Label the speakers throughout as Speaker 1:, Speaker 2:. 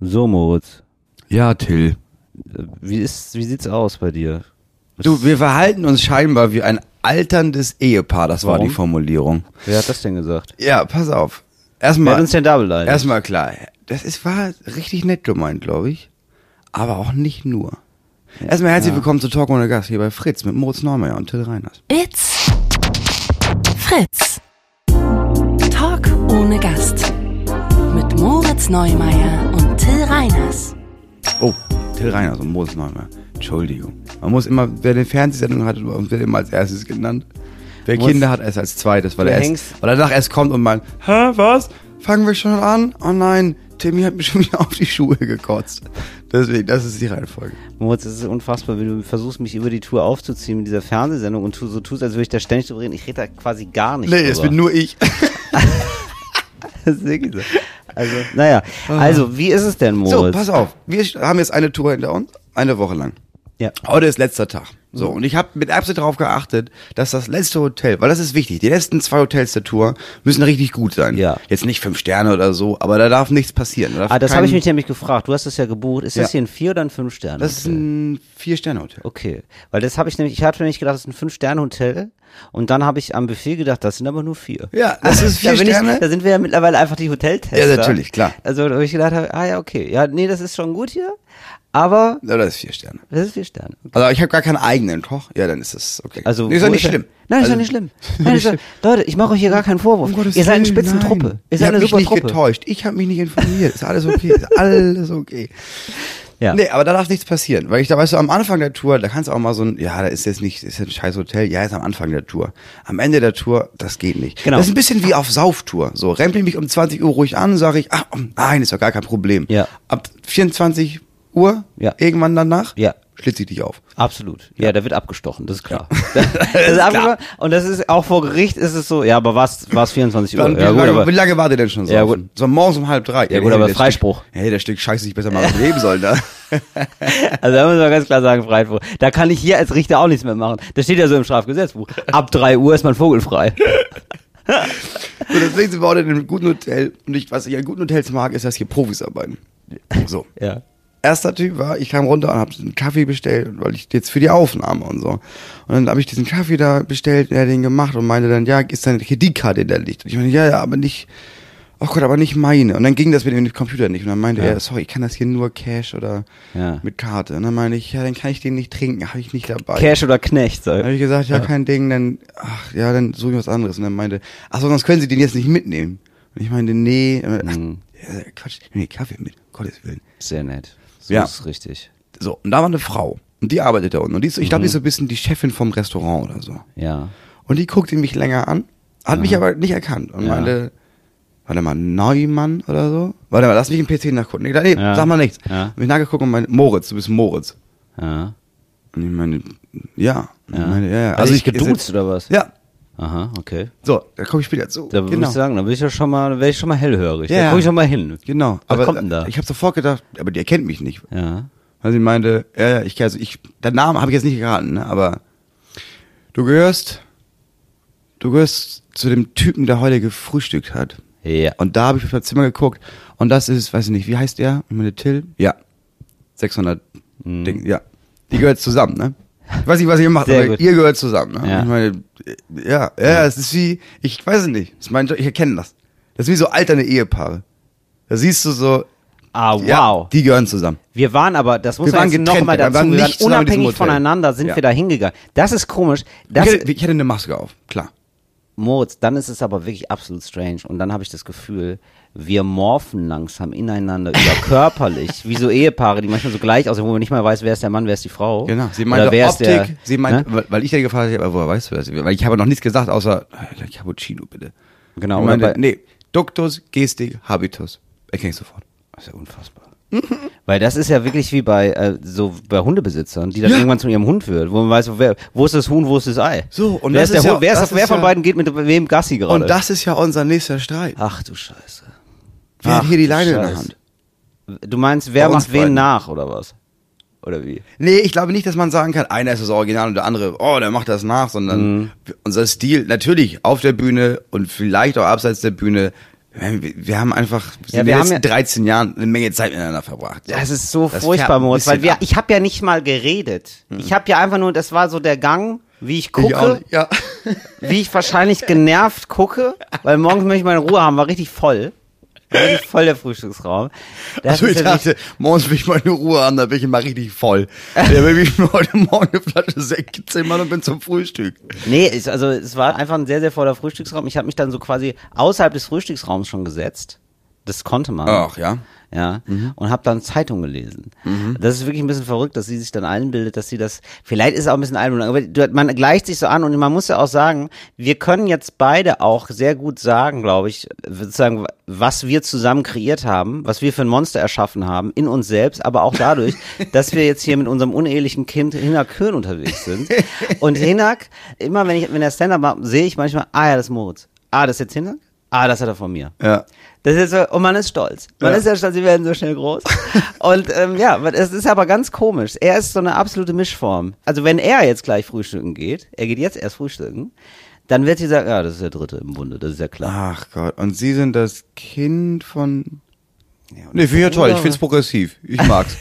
Speaker 1: So, Moritz,
Speaker 2: Ja, Till.
Speaker 1: äh, wie, ist, wie sieht's aus bei dir?
Speaker 2: Du, wir verhalten uns scheinbar wie ein alterndes Ehepaar, das war
Speaker 1: Warum?
Speaker 2: die Formulierung.
Speaker 1: Wer hat das denn gesagt?
Speaker 2: Ja, pass auf.
Speaker 1: Wer hat
Speaker 2: Erstmal,
Speaker 1: uns denn da beleidigt?
Speaker 2: erstmal klar. Das ist, war richtig nett gemeint, glaube ich. Aber auch nicht nur. Erstmal herzlich willkommen zu Talk ohne Gast hier bei Fritz mit Moritz Neumeier und Till Reiners.
Speaker 3: It's Fritz. Talk ohne Gast. Mit Moritz Neumeier und Till Reiners.
Speaker 2: Oh, Till Reiners und Moritz Neumeier. Entschuldigung. Man muss immer, wer eine Fernsehsendung hat, wird immer als erstes genannt. Wer
Speaker 1: Muss-
Speaker 2: Kinder hat, erst als zweites, weil
Speaker 1: Du
Speaker 2: er erst,
Speaker 1: hängst-
Speaker 2: weil er danach erst kommt und man, hä, was? Fangen wir schon an? Oh nein, Timmy hat mir schon wieder auf die Schuhe gekotzt. Deswegen, das ist die Reihenfolge.
Speaker 1: Moritz, es ist unfassbar, wenn du versuchst, mich über die Tour aufzuziehen mit dieser Fernsehsendung und tu, so tust, als würde ich da ständig drüber reden. Ich rede da quasi gar nicht
Speaker 2: Nee,
Speaker 1: drüber.
Speaker 2: es bin nur ich.
Speaker 1: Das ist wirklich so. Also, naja. Also, wie ist es denn, Moritz?
Speaker 2: Ah. So, pass auf. Wir haben jetzt eine Tour hinter uns, eine Woche lang.
Speaker 1: Ja. Mhm.
Speaker 2: Heute ist letzter Tag. So, und ich habe mit Absicht darauf geachtet, dass das letzte Hotel, weil das ist wichtig, die letzten zwei Hotels der Tour müssen richtig gut sein.
Speaker 1: Ja.
Speaker 2: Jetzt nicht fünf Sterne oder so, aber da darf nichts passieren. Da darf
Speaker 1: Ah, das
Speaker 2: kein-
Speaker 1: habe ich mich nämlich gefragt. Du hast das ja gebucht. Ist
Speaker 2: Ja.
Speaker 1: das hier ein Vier- oder ein Fünf-Sterne?
Speaker 2: Das ist ein Vier-Sterne-Hotel.
Speaker 1: Okay, weil das habe ich nämlich, ich hatte nämlich gedacht, das ist ein Fünf-Sterne-Hotel und dann habe ich am Buffet gedacht, das sind aber nur vier.
Speaker 2: Ja, das ist
Speaker 1: da,
Speaker 2: vier
Speaker 1: bin
Speaker 2: Sterne.
Speaker 1: Ich, da sind wir ja mittlerweile einfach die Hoteltester.
Speaker 2: Ja, natürlich, klar.
Speaker 1: Also da habe ich gedacht, ah ja, okay, ja, nee, das ist schon gut hier, aber
Speaker 2: Ja, das ist vier Sterne.
Speaker 1: das ist vier Sterne.
Speaker 2: Also ich habe gar keinen eigenen Koch. Ja, dann ist das okay.
Speaker 1: Also
Speaker 2: nee, ist doch
Speaker 1: wo
Speaker 2: nicht
Speaker 1: er?
Speaker 2: schlimm.
Speaker 1: Nein, ist
Speaker 2: Also-
Speaker 1: doch nicht schlimm. Nein, ist doch, Leute, ich mache euch hier gar keinen Vorwurf.
Speaker 2: Um Gottes
Speaker 1: Ihr seid eine
Speaker 2: Willen,
Speaker 1: Spitzentruppe.
Speaker 2: nein.
Speaker 1: Ihr
Speaker 2: ich
Speaker 1: seid
Speaker 2: hab
Speaker 1: eine
Speaker 2: mich
Speaker 1: super
Speaker 2: nicht
Speaker 1: Truppe.
Speaker 2: getäuscht. Ich habe mich nicht informiert. Ist alles okay. Ist alles okay.
Speaker 1: Ja.
Speaker 2: Nee, aber da darf nichts passieren. Weil ich da, weißt du, am Anfang der Tour, da kannst du auch mal so ein, ja, da ist jetzt nicht, ist jetzt ein scheiß Hotel. Ja, ist am Anfang der Tour. Am Ende der Tour, das geht nicht.
Speaker 1: Genau.
Speaker 2: Das ist ein bisschen wie auf Sauftour. So, rempel mich um 20 Uhr ruhig an, sage ich, ach, oh, nein, ist doch gar kein Problem.
Speaker 1: Ja.
Speaker 2: Ab 24 Uhr,
Speaker 1: Ja.
Speaker 2: irgendwann danach,
Speaker 1: Ja.
Speaker 2: schlitze ich dich auf.
Speaker 1: Absolut. Ja, da wird abgestochen, das ist klar. das ist abgestochen. Und das ist auch vor Gericht ist es so, ja, aber was war's 24 Uhr?
Speaker 2: Dann,
Speaker 1: ja,
Speaker 2: wie,
Speaker 1: gut,
Speaker 2: lange,
Speaker 1: aber,
Speaker 2: wie lange war der denn schon so?
Speaker 1: Ja, gut.
Speaker 2: So morgens um halb drei.
Speaker 1: gut, aber
Speaker 2: der
Speaker 1: Freispruch.
Speaker 2: Stück, hey, der Stück Scheiße ich besser mal leben sollen da.
Speaker 1: Also da muss man ganz klar sagen, Freiburg. Da kann ich hier als Richter auch nichts mehr machen. Das steht ja so im Strafgesetzbuch. Ab 3 Uhr ist man vogelfrei.
Speaker 2: So, deswegen sind wir heute in einem guten Hotel. Und ich, was ich an guten Hotels mag, ist, dass hier Profis arbeiten. So.
Speaker 1: Ja.
Speaker 2: Erster Typ war, ich kam runter und habe einen Kaffee bestellt, weil ich jetzt für die Aufnahme und so. Und dann habe ich diesen Kaffee da bestellt, er hat den gemacht und meinte dann, ja, ist deine Kreditkarte in der Licht? Und ich meine, ja, ja, aber nicht, oh Gott, aber nicht meine. Und dann ging das mit dem Computer nicht. Und dann meinte
Speaker 1: Ja.
Speaker 2: er, sorry, ich kann das hier nur Cash oder
Speaker 1: Ja.
Speaker 2: mit Karte. Und dann meinte ich, ja, dann kann ich den nicht trinken, habe ich nicht dabei.
Speaker 1: Cash oder Knecht,
Speaker 2: Dann habe
Speaker 1: sag
Speaker 2: ich
Speaker 1: ich.
Speaker 2: gesagt, ja, kein Ding, dann, ach, ja, dann suche ich was anderes. Und dann meinte, ach so, sonst können Sie den jetzt nicht mitnehmen. Und ich meinte, nee, Und dann,
Speaker 1: Mhm.
Speaker 2: ach, ja, Quatsch, nee, Kaffee mit, um Gottes Willen.
Speaker 1: Sehr nett. So
Speaker 2: Ja.
Speaker 1: ist richtig.
Speaker 2: So, und da war eine Frau, und die arbeitet da unten. Und die ist, so-
Speaker 1: Mhm.
Speaker 2: ich glaube, die ist so ein bisschen die Chefin vom Restaurant oder so.
Speaker 1: Ja.
Speaker 2: Und die guckte mich länger an, hat mich aber nicht erkannt und
Speaker 1: Mhm. Ja.
Speaker 2: meinte, warte mal, Neumann oder so? Warte mal, lass mich im PC nachgucken. Nee, nee
Speaker 1: Ja.
Speaker 2: sag mal nichts.
Speaker 1: Ja.
Speaker 2: Hab mich nachgeguckt und meinte, Moritz, du bist Moritz.
Speaker 1: ja.
Speaker 2: Und ich meine, ja. Und ich
Speaker 1: Ja.
Speaker 2: Meine, ja, ja.
Speaker 1: Hat dich geduzt oder was?
Speaker 2: Ja.
Speaker 1: Aha, okay.
Speaker 2: So, da komme ich später zu. Genau.
Speaker 1: Da würde ich sagen, da bin ich ja schon mal, da wäre ich schon mal hellhörig.
Speaker 2: Ja.
Speaker 1: Da guck ich schon mal hin.
Speaker 2: Genau.
Speaker 1: Was kommt denn da?
Speaker 2: Ich habe sofort gedacht, aber die erkennt mich nicht.
Speaker 1: ja.
Speaker 2: Weil sie meinte, ja, ja, ich kenn- also ich, der Name habe ich jetzt nicht geraten, ne, aber du gehörst, du gehörst zu dem Typen, der heute gefrühstückt hat.
Speaker 1: Ja.
Speaker 2: Und da habe ich auf das Zimmer geguckt und das ist, weiß ich nicht, wie heißt der? Ich meine, Till? Ja. 600 Ding, ja. Die gehört zusammen, ne? Ich weiß nicht, was ihr macht,
Speaker 1: Mhm. Sehr
Speaker 2: aber
Speaker 1: gut.
Speaker 2: ihr gehört zusammen, ne?
Speaker 1: Ja.
Speaker 2: Ich meine, ja, ja, es ist wie, ich weiß es nicht, ich, meine, ich erkenne das. Das ist wie so alterne Ehepaare. Da siehst du so,
Speaker 1: Ah, wow.
Speaker 2: ja, die gehören zusammen.
Speaker 1: Wir waren aber, das muss
Speaker 2: Wir
Speaker 1: man
Speaker 2: waren
Speaker 1: jetzt
Speaker 2: getrennt,
Speaker 1: nochmal
Speaker 2: wir
Speaker 1: dazu,
Speaker 2: waren
Speaker 1: wir waren
Speaker 2: nicht zusammen in diesem
Speaker 1: unabhängig
Speaker 2: Hotel.
Speaker 1: voneinander, sind
Speaker 2: Ja.
Speaker 1: wir da hingegangen. Das ist komisch. Das,
Speaker 2: ich, hätte, ich hätte eine Maske auf, klar.
Speaker 1: Moritz, dann ist es aber wirklich absolut strange. Und dann habe ich das Gefühl, wir morphen langsam ineinander überkörperlich, wie so Ehepaare, die manchmal so gleich aussehen, wo man nicht mal weiß, wer ist der Mann, wer ist die Frau.
Speaker 2: Genau, sie
Speaker 1: Oder
Speaker 2: meinte
Speaker 1: wer ist
Speaker 2: Optik,
Speaker 1: der-
Speaker 2: sie meint,
Speaker 1: ne?
Speaker 2: weil- weil ich dann gefragt habe, woher weißt du das? Weil ich habe noch nichts gesagt, außer äh, Cappuccino bitte.
Speaker 1: Genau,
Speaker 2: Ich
Speaker 1: oder
Speaker 2: meinte,
Speaker 1: bei-
Speaker 2: nee, Duktus, Gestik, Habitus. Erkenne ich sofort.
Speaker 1: Das ist ja unfassbar. Weil das ist ja wirklich wie bei äh, so bei Hundebesitzern, die dann irgendwann zu ihrem Hund wird, wo man weiß, wer, wo ist das Huhn, wo ist das Ei.
Speaker 2: So, und
Speaker 1: wer
Speaker 2: das
Speaker 1: ist der
Speaker 2: ist ja-
Speaker 1: Hund, wer, ist,
Speaker 2: das
Speaker 1: wer
Speaker 2: ist
Speaker 1: von
Speaker 2: ja-
Speaker 1: beiden geht mit wem Gassi gerade?
Speaker 2: Und das ist ja unser nächster Streit.
Speaker 1: Ach du Scheiße.
Speaker 2: Wer hat
Speaker 1: Ach,
Speaker 2: hier die
Speaker 1: du
Speaker 2: Leine in der
Speaker 1: Scheiße.
Speaker 2: Hand?
Speaker 1: Du meinst, wer
Speaker 2: Bei uns
Speaker 1: macht wen
Speaker 2: beiden.
Speaker 1: nach oder was? Oder wie?
Speaker 2: Nee, ich glaube nicht, dass man sagen kann, einer ist das Original und der andere, oh, der macht das
Speaker 1: Mhm.
Speaker 2: nach, sondern unser Stil, natürlich auf der Bühne und vielleicht auch abseits der Bühne, Wir, wir haben einfach
Speaker 1: Ja,
Speaker 2: in
Speaker 1: wir
Speaker 2: den
Speaker 1: haben
Speaker 2: letzten
Speaker 1: ja-
Speaker 2: 13 Jahren eine Menge Zeit miteinander verbracht.
Speaker 1: Das ist so
Speaker 2: Das färbt
Speaker 1: furchtbar,
Speaker 2: ein
Speaker 1: Moritz, weil
Speaker 2: bisschen
Speaker 1: wir,
Speaker 2: ab. Mhm.
Speaker 1: ich habe ja nicht mal geredet. Ich habe ja einfach nur, das war so der Gang, wie ich
Speaker 2: Ich auch
Speaker 1: gucke,
Speaker 2: nicht. ja.
Speaker 1: wie ich wahrscheinlich genervt gucke, weil morgens möchte ich meine Ruhe haben, war richtig voll. War Richtig voll der Frühstücksraum. Das
Speaker 2: Also
Speaker 1: ist
Speaker 2: ich
Speaker 1: ja nicht-
Speaker 2: dachte, morgens will ich meine Ruhe haben, da bin ich immer richtig voll. Da bin ich mir heute Morgen eine Flasche Sekt gezimmert und bin zum Frühstück.
Speaker 1: Nee, es, also es war einfach ein sehr, sehr voller Frühstücksraum. Ich habe mich dann so quasi außerhalb des Frühstücksraums schon gesetzt. Das konnte man.
Speaker 2: Ach ja.
Speaker 1: Ja, und habe dann Zeitung gelesen. Das ist wirklich ein bisschen verrückt, dass sie sich dann einbildet, dass sie das, vielleicht ist es auch ein bisschen einbildet, aber du, man gleicht sich so an und man muss ja auch sagen, wir können jetzt beide auch sehr gut sagen, glaube ich, sozusagen, was wir zusammen kreiert haben, was wir für ein Monster erschaffen haben, in uns selbst, aber auch dadurch, dass wir jetzt hier mit unserem unehelichen Kind Hinak Köhn unterwegs sind. Und Hinak, immer wenn ich, wenn er Stand-Up macht, sehe ich manchmal, ah ja, das ist Moritz. Ah, das ist jetzt Hinak? Ah, das hat er von mir.
Speaker 2: Ja.
Speaker 1: Das ist so, und man ist stolz. Man
Speaker 2: Ja.
Speaker 1: ist ja stolz, sie werden so schnell groß. Und ähm, ja, aber es ist aber ganz komisch. Er ist so eine absolute Mischform. Also wenn er jetzt gleich frühstücken geht, er geht jetzt erst frühstücken, dann wird sie sagen, ja, das ist der Dritte im Bunde, das ist ja klar.
Speaker 2: Ach Gott. Und Sie sind das Kind von... Nee, finde ich ja toll. Ich finde es progressiv. Ich mag's.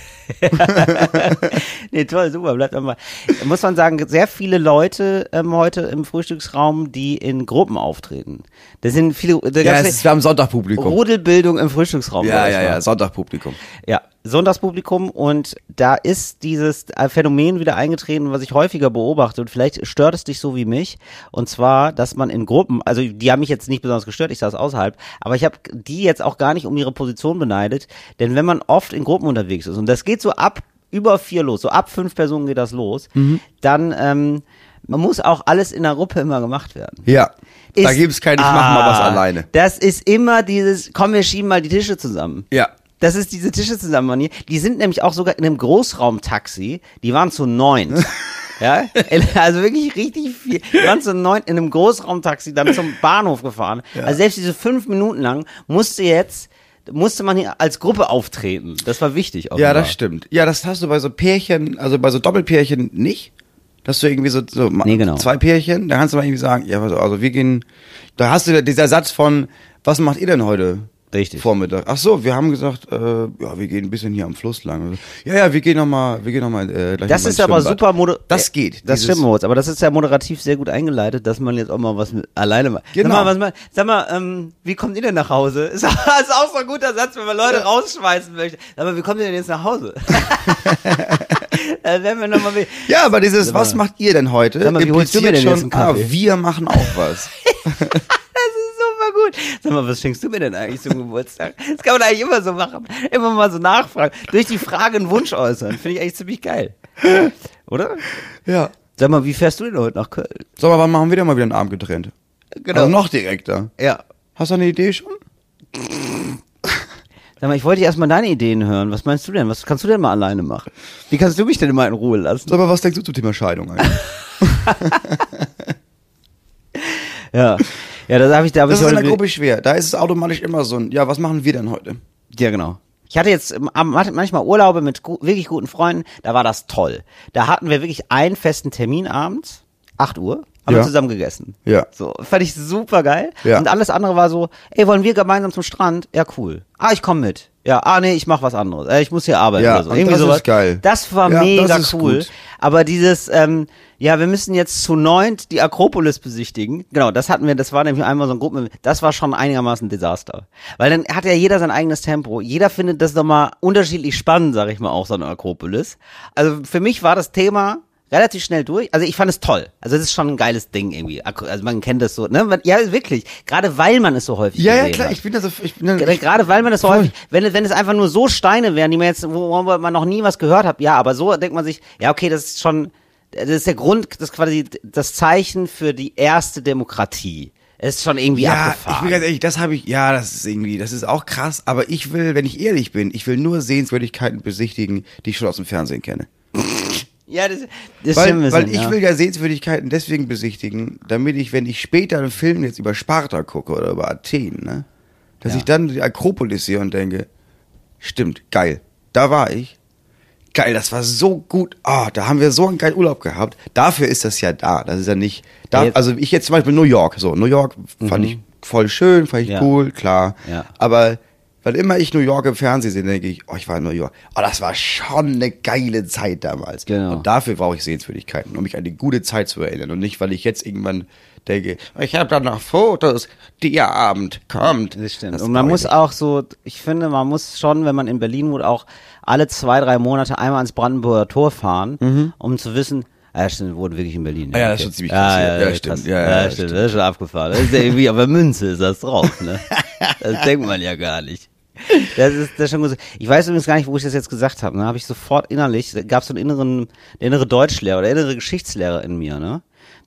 Speaker 1: Nee, toll, super, bleibt einmal. Muss man sagen, sehr viele Leute ähm, heute im Frühstücksraum, die in Gruppen auftreten. Das sind viele, da
Speaker 2: ja, es
Speaker 1: gab's
Speaker 2: ist, wir haben Sonntagpublikum.
Speaker 1: Rudelbildung im Frühstücksraum.
Speaker 2: Ja,
Speaker 1: glaub ich
Speaker 2: ja,
Speaker 1: mal.
Speaker 2: ja, Sonntagpublikum.
Speaker 1: Ja, Sonntagspublikum und da ist dieses äh, Phänomen wieder eingetreten, was ich häufiger beobachte und vielleicht stört es dich so wie mich. Und zwar, dass man in Gruppen, also die haben mich jetzt nicht besonders gestört, ich saß außerhalb, aber ich habe die jetzt auch gar nicht um ihre Position beneidet, denn wenn man oft in Gruppen unterwegs ist und das geht so ab über vier los, so ab fünf Personen geht das los,
Speaker 2: Mhm.
Speaker 1: dann ähm, man muss auch alles in der Gruppe immer gemacht werden.
Speaker 2: Ja. da
Speaker 1: Ist-
Speaker 2: gibt's kein, ich mach mal was
Speaker 1: Ah,
Speaker 2: alleine.
Speaker 1: Das ist immer dieses, komm, wir schieben mal die Tische zusammen.
Speaker 2: Ja.
Speaker 1: Das ist diese Tische zusammen Manier. Die sind nämlich auch sogar in einem Großraumtaxi. Die waren zu neun. ja, also wirklich richtig viel. Die waren zu neun in einem Großraumtaxi dann zum Bahnhof gefahren. Also selbst diese fünf Minuten lang musste jetzt musste man hier als Gruppe auftreten. Das war wichtig.
Speaker 2: Ja,
Speaker 1: offenbar.
Speaker 2: das stimmt. Ja, das hast du bei so Pärchen, also bei so Doppelpärchen nicht. Dass du irgendwie so, so ma-
Speaker 1: Nee, genau.
Speaker 2: zwei Pärchen, da kannst du mal irgendwie sagen, ja, also, also wir gehen, da hast du ja dieser Satz von, was macht ihr denn heute?
Speaker 1: Richtig.
Speaker 2: Vormittag. Ach so, wir haben gesagt, äh, ja, wir gehen ein bisschen hier am Fluss lang. Ja, ja, wir gehen nochmal, wir gehen nochmal, äh,
Speaker 1: Das
Speaker 2: gleich noch mal ins
Speaker 1: ist aber
Speaker 2: Schwimmbad.
Speaker 1: super moder
Speaker 2: Das geht.
Speaker 1: Das
Speaker 2: dieses-
Speaker 1: stimmt, Moritz, aber das ist ja moderativ sehr gut eingeleitet, dass man jetzt auch mal was mit, alleine macht.
Speaker 2: Genau.
Speaker 1: Sag mal, was, mal- sag mal ähm, wie kommt ihr denn nach Hause? Ist, auch- ist auch so ein guter Satz, wenn man Leute rausschmeißen möchte. Sag mal, wie kommt ihr denn jetzt nach Hause? Dann werden wir nochmal wie.
Speaker 2: Ja, aber dieses,
Speaker 1: Sag mal.
Speaker 2: was macht ihr denn heute?
Speaker 1: Sag mal, wie holst du mir
Speaker 2: impliziert
Speaker 1: denn jetzt
Speaker 2: schon,
Speaker 1: einen Kaffee?
Speaker 2: Ah, wir machen auch was.
Speaker 1: Super gut. Sag mal, was schenkst du mir denn eigentlich zum Geburtstag? Das kann man eigentlich immer so machen. Immer mal so nachfragen. Durch die Frage einen Wunsch äußern. Finde ich eigentlich ziemlich geil. Oder?
Speaker 2: ja.
Speaker 1: Sag mal, wie fährst du denn heute nach Köln?
Speaker 2: So, aber wann machen wir denn mal wieder einen Abend getrennt?
Speaker 1: Genau.
Speaker 2: Also noch direkter.
Speaker 1: Ja.
Speaker 2: Hast du eine Idee schon?
Speaker 1: Sag mal, ich wollte erstmal deine Ideen hören. Was meinst du denn? Was kannst du denn mal alleine machen? Wie kannst du mich denn immer in Ruhe lassen?
Speaker 2: So, aber was denkst du zum Thema Scheidung eigentlich?
Speaker 1: Ja. Ja, das habe ich da hab
Speaker 2: Das
Speaker 1: ich
Speaker 2: ist halt in
Speaker 1: heute
Speaker 2: der Gruppe schwer. Da ist es automatisch immer so ein, ja, was machen wir denn heute?
Speaker 1: Ja, genau. Ich hatte jetzt ähm, am- hatte manchmal Urlaube mit gu wirklich guten Freunden, da war das toll. Da hatten wir wirklich einen festen Termin abends, 8 Uhr, haben wir
Speaker 2: Ja.
Speaker 1: zusammen gegessen.
Speaker 2: Ja.
Speaker 1: So, fand ich super geil.
Speaker 2: Ja.
Speaker 1: Und alles andere war so, ey, wollen wir gemeinsam zum Strand? Ja, cool. Ah, ich komme mit. Ja, ah, nee, ich mach was anderes. Äh, ich muss hier arbeiten
Speaker 2: Ja,
Speaker 1: oder so.
Speaker 2: und
Speaker 1: Irgendwie
Speaker 2: das ist
Speaker 1: sowas.
Speaker 2: geil.
Speaker 1: Das war
Speaker 2: Ja, das
Speaker 1: mega
Speaker 2: ist
Speaker 1: cool.
Speaker 2: gut.
Speaker 1: Aber dieses, ähm, ja, wir müssen jetzt zu neunt die Akropolis besichtigen. Genau, das hatten wir, das war nämlich einmal so ein Gruppen, das war schon einigermaßen ein Desaster. Weil dann hat ja jeder sein eigenes Tempo. Jeder findet das nochmal unterschiedlich spannend, sag ich mal, auch so eine Akropolis. Also für mich war das Thema relativ schnell durch. Also ich fand es toll. Also es ist schon ein geiles Ding irgendwie. Akro- Also man kennt das so, ne? Man- Ja, wirklich. Gerade weil man es so häufig
Speaker 2: Ja, ja,
Speaker 1: gesehen
Speaker 2: klar,
Speaker 1: hat.
Speaker 2: ich bin da so, ich bin da,
Speaker 1: Gerade-
Speaker 2: ich,
Speaker 1: Gerade weil man das so häufig, wenn, wenn es einfach nur so Steine wären, die man jetzt, wo wo man noch nie was gehört hat, ja, aber so denkt man sich, ja, okay, das ist schon, das ist der Grund, das ist quasi das Zeichen für die erste Demokratie. Es ist schon irgendwie
Speaker 2: ja, ich
Speaker 1: abgefahren.
Speaker 2: bin ganz ehrlich, das habe ich, ja, das ist irgendwie, das ist auch krass, aber ich will, wenn ich ehrlich bin, ich will nur Sehenswürdigkeiten besichtigen, die ich schon aus dem Fernsehen kenne.
Speaker 1: ja, das, das stimmt ein
Speaker 2: Weil,
Speaker 1: bisschen,
Speaker 2: weil ich
Speaker 1: ja.
Speaker 2: will ja Sehenswürdigkeiten deswegen besichtigen, damit ich, wenn ich später einen Film jetzt über Sparta gucke oder über Athen, ne, dass
Speaker 1: Ja.
Speaker 2: ich dann die Akropolis sehe und denke, stimmt, geil, da war ich. Geil, das war so gut. Ah, da haben wir so einen geilen Urlaub gehabt. Dafür ist das ja da. Das ist ja nicht. Da,
Speaker 1: Ja, jetzt- Mhm.
Speaker 2: also ich jetzt zum Beispiel New York. So, New York fand ich voll schön, fand ich
Speaker 1: Ja.
Speaker 2: cool, klar.
Speaker 1: Ja.
Speaker 2: Aber wann immer ich New York im Fernsehen sehe, denke ich, oh, ich war in New York. Oh, das war schon eine geile Zeit damals.
Speaker 1: Genau.
Speaker 2: Und dafür brauche ich Sehenswürdigkeiten, um mich an die gute Zeit zu erinnern. Und nicht, weil ich jetzt irgendwann denke, ich habe da noch Fotos, der Abend kommt.
Speaker 1: Das stimmt.
Speaker 2: Das
Speaker 1: und man
Speaker 2: brauche ich
Speaker 1: muss auch so, ich finde, man muss schon, wenn man in Berlin wohnt, auch alle zwei, drei Monate einmal ans Brandenburger Tor fahren, um zu wissen, ah, ja, stimmt, wir wohnen wirklich in Berlin.
Speaker 2: Mhm. Ah, ja, das ist schon ziemlich
Speaker 1: krass.
Speaker 2: krass, ja.
Speaker 1: Ja,
Speaker 2: Ja,
Speaker 1: ja,
Speaker 2: stimmt.
Speaker 1: krass.
Speaker 2: Ja, ja,
Speaker 1: Ja,
Speaker 2: ja,
Speaker 1: stimmt. Das ist schon abgefahren. Das ist ja irgendwie, aber Münze ist das drauf, ne? Das denkt man ja gar nicht. Das ist, das ist schon gut. so. Ich weiß übrigens gar nicht, wo ich das jetzt gesagt habe. Ne? Habe ich sofort innerlich, gab es so einen inneren, der innere Deutschlehrer oder innere Geschichtslehrer in mir, ne?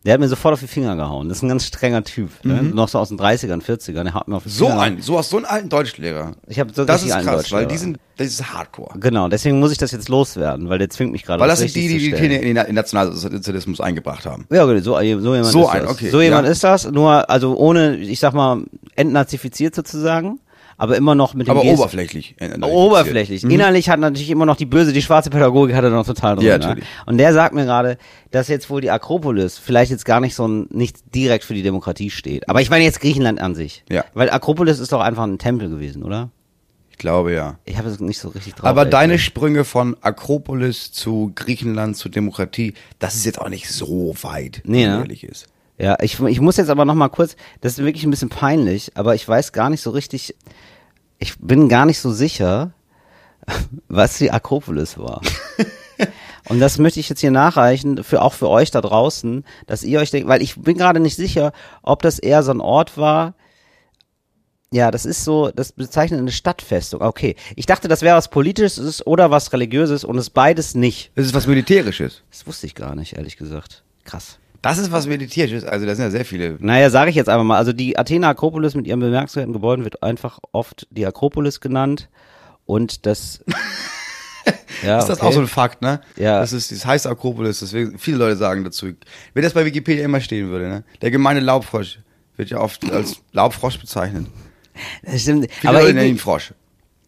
Speaker 1: Der hat mir sofort auf die Finger gehauen. Das ist ein ganz strenger Typ. Ne? Noch so aus den 30ern, 40ern. Der haut mir auf die
Speaker 2: Mhm. So
Speaker 1: Finger.
Speaker 2: ein, so hast du einen alten Deutschlehrer.
Speaker 1: genau. Ich hab so
Speaker 2: Das
Speaker 1: richtig
Speaker 2: ist
Speaker 1: einen
Speaker 2: krass, weil
Speaker 1: Deutschlehrer.
Speaker 2: die sind, das ist Hardcore.
Speaker 1: Genau, deswegen muss ich das jetzt loswerden, weil der zwingt mich gerade
Speaker 2: Weil das
Speaker 1: was
Speaker 2: sind die, die
Speaker 1: Richtiges
Speaker 2: die
Speaker 1: zu
Speaker 2: Kinder
Speaker 1: stellen.
Speaker 2: in den Na- in den Nationalsozialismus eingebracht haben.
Speaker 1: Ja, genau, so, so jemand
Speaker 2: So
Speaker 1: ist
Speaker 2: ein,
Speaker 1: das.
Speaker 2: okay,
Speaker 1: so jemand
Speaker 2: ja.
Speaker 1: ist das, nur, also ohne, ich sag mal, entnazifiziert sozusagen, aber immer noch mit dem
Speaker 2: Aber
Speaker 1: Gesten-
Speaker 2: oberflächlich. äh, analysiert.
Speaker 1: Oh, Oberflächlich. Innerlich hat natürlich immer noch die böse, die schwarze Pädagogik hat er noch total drin.
Speaker 2: Ja,
Speaker 1: ne?
Speaker 2: natürlich.
Speaker 1: Und der sagt mir gerade, dass jetzt wohl die Akropolis vielleicht jetzt gar nicht so ein, nicht direkt für die Demokratie steht. Aber ich meine jetzt Griechenland an sich.
Speaker 2: Ja.
Speaker 1: Weil Akropolis ist doch einfach ein Tempel gewesen, oder?
Speaker 2: Ich glaube ja.
Speaker 1: Ich habe es nicht so richtig drauf.
Speaker 2: Aber
Speaker 1: ehrlich
Speaker 2: deine
Speaker 1: gesagt.
Speaker 2: Sprünge von Akropolis zu Griechenland zu Demokratie, das ist jetzt auch nicht so weit,
Speaker 1: Nee,
Speaker 2: wenn
Speaker 1: ne?
Speaker 2: ehrlich ist.
Speaker 1: Ja, ich, ich muss jetzt aber noch mal kurz, das ist wirklich ein bisschen peinlich, aber ich weiß gar nicht so richtig, ich bin gar nicht so sicher, was die Akropolis war. Und das möchte ich jetzt hier nachreichen, für, auch für euch da draußen, dass ihr euch denkt, weil ich bin gerade nicht sicher, ob das eher so ein Ort war, ja, das ist so, das bezeichnet eine Stadtfestung. Okay, ich dachte, das wäre was Politisches oder was Religiöses und es beides nicht.
Speaker 2: Das ist was Militärisches.
Speaker 1: Das wusste ich gar nicht, ehrlich gesagt. Krass.
Speaker 2: Das ist was Militärisches, also da sind ja sehr viele.
Speaker 1: Naja, sage ich jetzt einfach mal. Also die Athena Akropolis mit ihren bemerkenswerten Gebäuden wird einfach oft die Akropolis genannt. Und das. ja,
Speaker 2: Ist das
Speaker 1: okay.
Speaker 2: auch so ein Fakt, ne?
Speaker 1: Ja.
Speaker 2: Das, ist, das heißt Akropolis, deswegen viele Leute sagen dazu. Wenn das bei Wikipedia immer stehen würde, ne? Der gemeine Laubfrosch wird ja oft als Laubfrosch bezeichnet.
Speaker 1: Das stimmt.
Speaker 2: Viele Leute nennen ihn Frosch.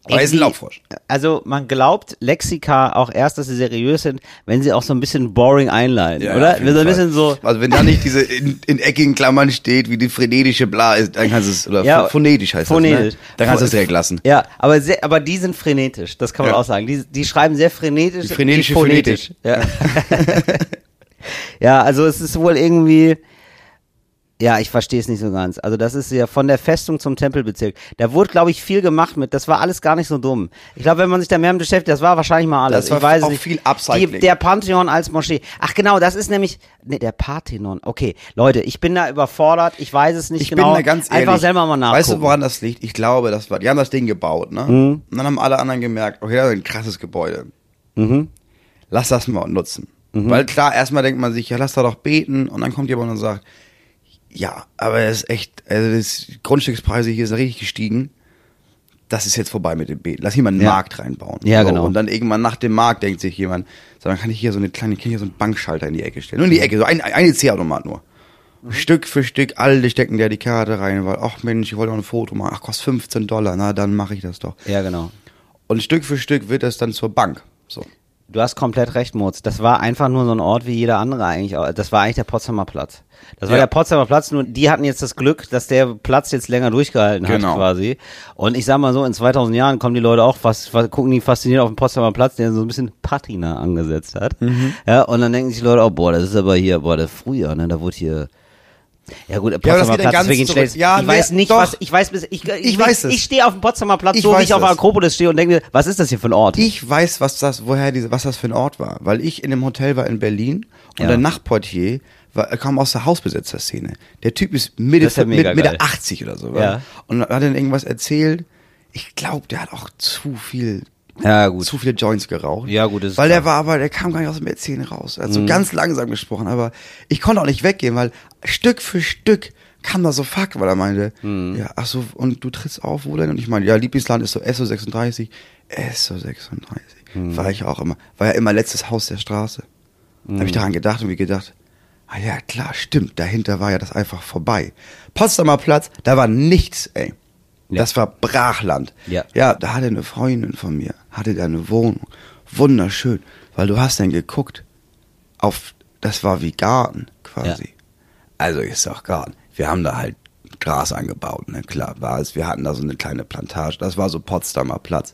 Speaker 2: Aber er ist ein
Speaker 1: irgendwie-
Speaker 2: Laubfrosch.
Speaker 1: Also man glaubt Lexika auch erst, dass sie seriös sind, wenn sie auch so ein bisschen boring einleiten,
Speaker 2: Ja, auf
Speaker 1: oder?
Speaker 2: jeden
Speaker 1: Wenn so ein
Speaker 2: Fall.
Speaker 1: bisschen so.
Speaker 2: Also wenn da nicht diese in, in eckigen Klammern steht, wie die frenetische Bla ist, dann kannst du es, oder
Speaker 1: Ja,
Speaker 2: ph- phonetisch heißt
Speaker 1: phonetisch.
Speaker 2: das, ne? Dann kannst du es
Speaker 1: Pho-
Speaker 2: direkt lassen.
Speaker 1: Ja, aber sehr, aber die sind frenetisch, das kann man
Speaker 2: Ja.
Speaker 1: auch sagen. Die, die schreiben sehr frenetisch.
Speaker 2: Die frenetische
Speaker 1: die phonetisch. Ja. ja, also es ist wohl irgendwie. Ja, ich verstehe es nicht so ganz. Also das ist ja von der Festung zum Tempelbezirk. Da wurde, glaube ich, viel gemacht mit. Das war alles gar nicht so dumm. Ich glaube, wenn man sich da mehr mit beschäftigt, das war wahrscheinlich mal alles.
Speaker 2: Das war
Speaker 1: ich weiß es
Speaker 2: auch
Speaker 1: nicht.
Speaker 2: viel Upcycling.
Speaker 1: Die, der Pantheon als Moschee. Ach genau, das ist nämlich nee, der Parthenon. Okay, Leute, ich bin da überfordert. Ich weiß es nicht
Speaker 2: Ich
Speaker 1: genau.
Speaker 2: bin da ganz ehrlich.
Speaker 1: Einfach selber mal nachgucken. Mhm.
Speaker 2: Weißt du, woran das liegt? Ich glaube, das war, die haben das Ding gebaut, ne? Und dann haben alle anderen gemerkt, okay, das ist ein krasses Gebäude.
Speaker 1: Mhm.
Speaker 2: Lass das mal nutzen. Weil klar, erstmal denkt man sich, ja, lass da doch beten. Und dann kommt jemand und sagt, ja, aber es ist echt, also das Grundstückspreise hier sind richtig gestiegen. Das ist jetzt vorbei mit dem Beten. Lass hier mal einen
Speaker 1: Ja.
Speaker 2: Markt reinbauen.
Speaker 1: Ja,
Speaker 2: so,
Speaker 1: genau.
Speaker 2: Und dann irgendwann nach dem Markt denkt sich jemand, so, dann kann ich hier so eine kleine, kann ich hier so einen Bankschalter in die Ecke stellen. Nur in die Ecke, so ein, eine C-Automat nur.
Speaker 1: Mhm.
Speaker 2: Stück für Stück, alle stecken da die Karte rein, weil, ach Mensch, ich wollte auch ein Foto machen, ach, kostet 15 Dollar, na, dann mache ich das doch.
Speaker 1: Ja, genau.
Speaker 2: Und Stück für Stück wird das dann zur Bank. So.
Speaker 1: Du hast komplett recht, Murz. Das war einfach nur so ein Ort wie jeder andere eigentlich. auch. Das war eigentlich der Potsdamer Platz. Das war
Speaker 2: Ja.
Speaker 1: der Potsdamer Platz, nur die hatten jetzt das Glück, dass der Platz jetzt länger durchgehalten hat
Speaker 2: Genau.
Speaker 1: quasi. Und ich sag mal so, in 2000 Jahren kommen die Leute auch fast, fast gucken die fasziniert auf den Potsdamer Platz, der so ein bisschen Patina angesetzt hat.
Speaker 2: Mhm.
Speaker 1: Ja, und dann denken sich die Leute auch, boah, das ist aber hier, boah, das früher, ne, da wurde hier ja gut, der
Speaker 2: Ja, aber das
Speaker 1: Potsdamer
Speaker 2: geht ja
Speaker 1: Platz
Speaker 2: ganz
Speaker 1: ist wirklich ein
Speaker 2: zurück.
Speaker 1: schlechtes.
Speaker 2: Ja,
Speaker 1: ich weiß
Speaker 2: wir-
Speaker 1: nicht,
Speaker 2: doch.
Speaker 1: was ich weiß bis ich ich,
Speaker 2: weiß es.
Speaker 1: ich stehe auf dem Potsdamer Platz,
Speaker 2: Ich
Speaker 1: so wie
Speaker 2: weiß
Speaker 1: ich auf
Speaker 2: es.
Speaker 1: der Akropolis stehe und denke, mir, was ist das hier für ein Ort?
Speaker 2: Ich weiß, was das, woher diese, was das für ein Ort war, weil ich in einem Hotel war in Berlin und
Speaker 1: Ja.
Speaker 2: der Nachtportier war, er kam aus der Hausbesetzer-Szene. Der Typ ist Mitte,
Speaker 1: Das ist ja mega
Speaker 2: mit, Mitte
Speaker 1: geil.
Speaker 2: 80 oder so.
Speaker 1: Ja.
Speaker 2: Und hat dann irgendwas erzählt. Ich glaube, der hat auch zu viel
Speaker 1: ja, gut.
Speaker 2: zu viele Joints geraucht.
Speaker 1: Ja, gut, das ist Mhm.
Speaker 2: Weil der war aber, der kam gar nicht aus dem Erzählen raus. Er hat so ganz langsam gesprochen, aber ich konnte auch nicht weggehen, weil Stück für Stück kam da so Fuck, weil er meinte,
Speaker 1: Mhm.
Speaker 2: ja, ach so, und du trittst auf, wo denn? Und ich meine, ja, Lieblingsland ist so SO36, SO36.
Speaker 1: Mhm.
Speaker 2: War ich auch immer. War ja immer letztes Haus der Straße. Habe ich
Speaker 1: Mhm.
Speaker 2: daran gedacht und mir gedacht, ah ja, klar, stimmt, dahinter war ja das einfach vorbei. Potsdamer Platz, da war nichts, ey.
Speaker 1: Ja.
Speaker 2: Das war Brachland.
Speaker 1: Ja.
Speaker 2: Ja, da hatte eine Freundin von mir, hatte da eine Wohnung. Wunderschön, weil du hast dann geguckt auf, das war wie Garten quasi. Also ist doch Garten. Wir haben da halt Gras angebaut. Ne? Klar war es, wir hatten da so eine kleine Plantage. Das war so Potsdamer Platz.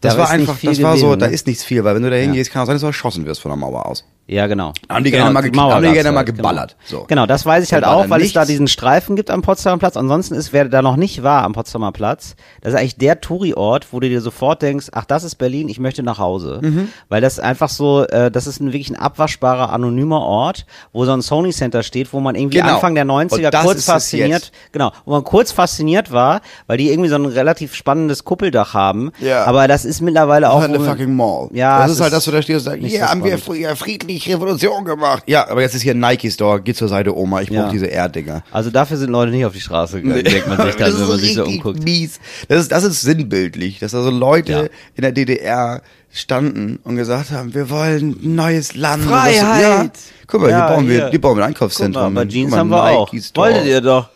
Speaker 1: Da
Speaker 2: Das war
Speaker 1: ist nicht
Speaker 2: einfach, das
Speaker 1: viel
Speaker 2: war so,
Speaker 1: gewesen,
Speaker 2: da
Speaker 1: ne?
Speaker 2: ist nichts viel, weil wenn du da hingehst, kann auch sein, dass du erschossen wirst von der Mauer aus.
Speaker 1: Ja, genau.
Speaker 2: Haben die
Speaker 1: genau,
Speaker 2: gerne mal geknallt,
Speaker 1: Mauer
Speaker 2: haben die
Speaker 1: gab's
Speaker 2: gerne mal
Speaker 1: halt,
Speaker 2: geballert,
Speaker 1: Genau.
Speaker 2: so.
Speaker 1: genau, das weiß ich
Speaker 2: Dann
Speaker 1: halt
Speaker 2: war
Speaker 1: auch,
Speaker 2: da
Speaker 1: weil es da
Speaker 2: nichts.
Speaker 1: diesen Streifen gibt am Potsdamer Platz. Ansonsten ist, wer da noch nicht war am Potsdamer Platz, das ist eigentlich der Touri-Ort, wo du dir sofort denkst, ach, das ist Berlin, ich möchte nach Hause.
Speaker 2: Mhm.
Speaker 1: Weil das einfach so, äh, das ist ein, wirklich ein abwaschbarer, anonymer Ort, wo so ein Sony Center steht, wo man irgendwie
Speaker 2: Genau.
Speaker 1: Anfang der 90er
Speaker 2: Und das
Speaker 1: kurz
Speaker 2: ist es
Speaker 1: fasziniert,
Speaker 2: jetzt.
Speaker 1: genau, wo man kurz fasziniert war, weil die irgendwie so ein relativ spannendes Kuppeldach haben.
Speaker 2: Ja.
Speaker 1: Aber das ist mittlerweile auch. wo-
Speaker 2: Halt Mall.
Speaker 1: Ja,
Speaker 2: Ja, das
Speaker 1: es
Speaker 2: ist halt,
Speaker 1: ist
Speaker 2: dass du da stehst und sagst,
Speaker 1: nicht
Speaker 2: hier
Speaker 1: so
Speaker 2: haben wir
Speaker 1: spannend.
Speaker 2: früher friedlich Revolution gemacht. Ja, aber jetzt ist hier ein Nike Store, geh zur Seite Oma, ich brauch
Speaker 1: Ja.
Speaker 2: diese Erddinger.
Speaker 1: Also dafür sind Leute nicht auf die Straße gegangen, denkt man sich dann, wenn man sich so
Speaker 2: richtig
Speaker 1: umguckt.
Speaker 2: Mies. Das ist, das ist sinnbildlich, dass also Leute
Speaker 1: Ja.
Speaker 2: in der DDR standen und gesagt haben, wir wollen ein neues Land.
Speaker 1: Freiheit.
Speaker 2: Das- Ja. Guck mal,
Speaker 1: Ja,
Speaker 2: hier bauen wir,
Speaker 1: hier.
Speaker 2: hier bauen wir ein
Speaker 1: Guck
Speaker 2: Einkaufszentrum.
Speaker 1: mal, bei
Speaker 2: hin.
Speaker 1: Jeans
Speaker 2: Guck
Speaker 1: haben
Speaker 2: mal,
Speaker 1: wir
Speaker 2: Nike
Speaker 1: auch.
Speaker 2: Store.
Speaker 1: Wolltet ihr doch.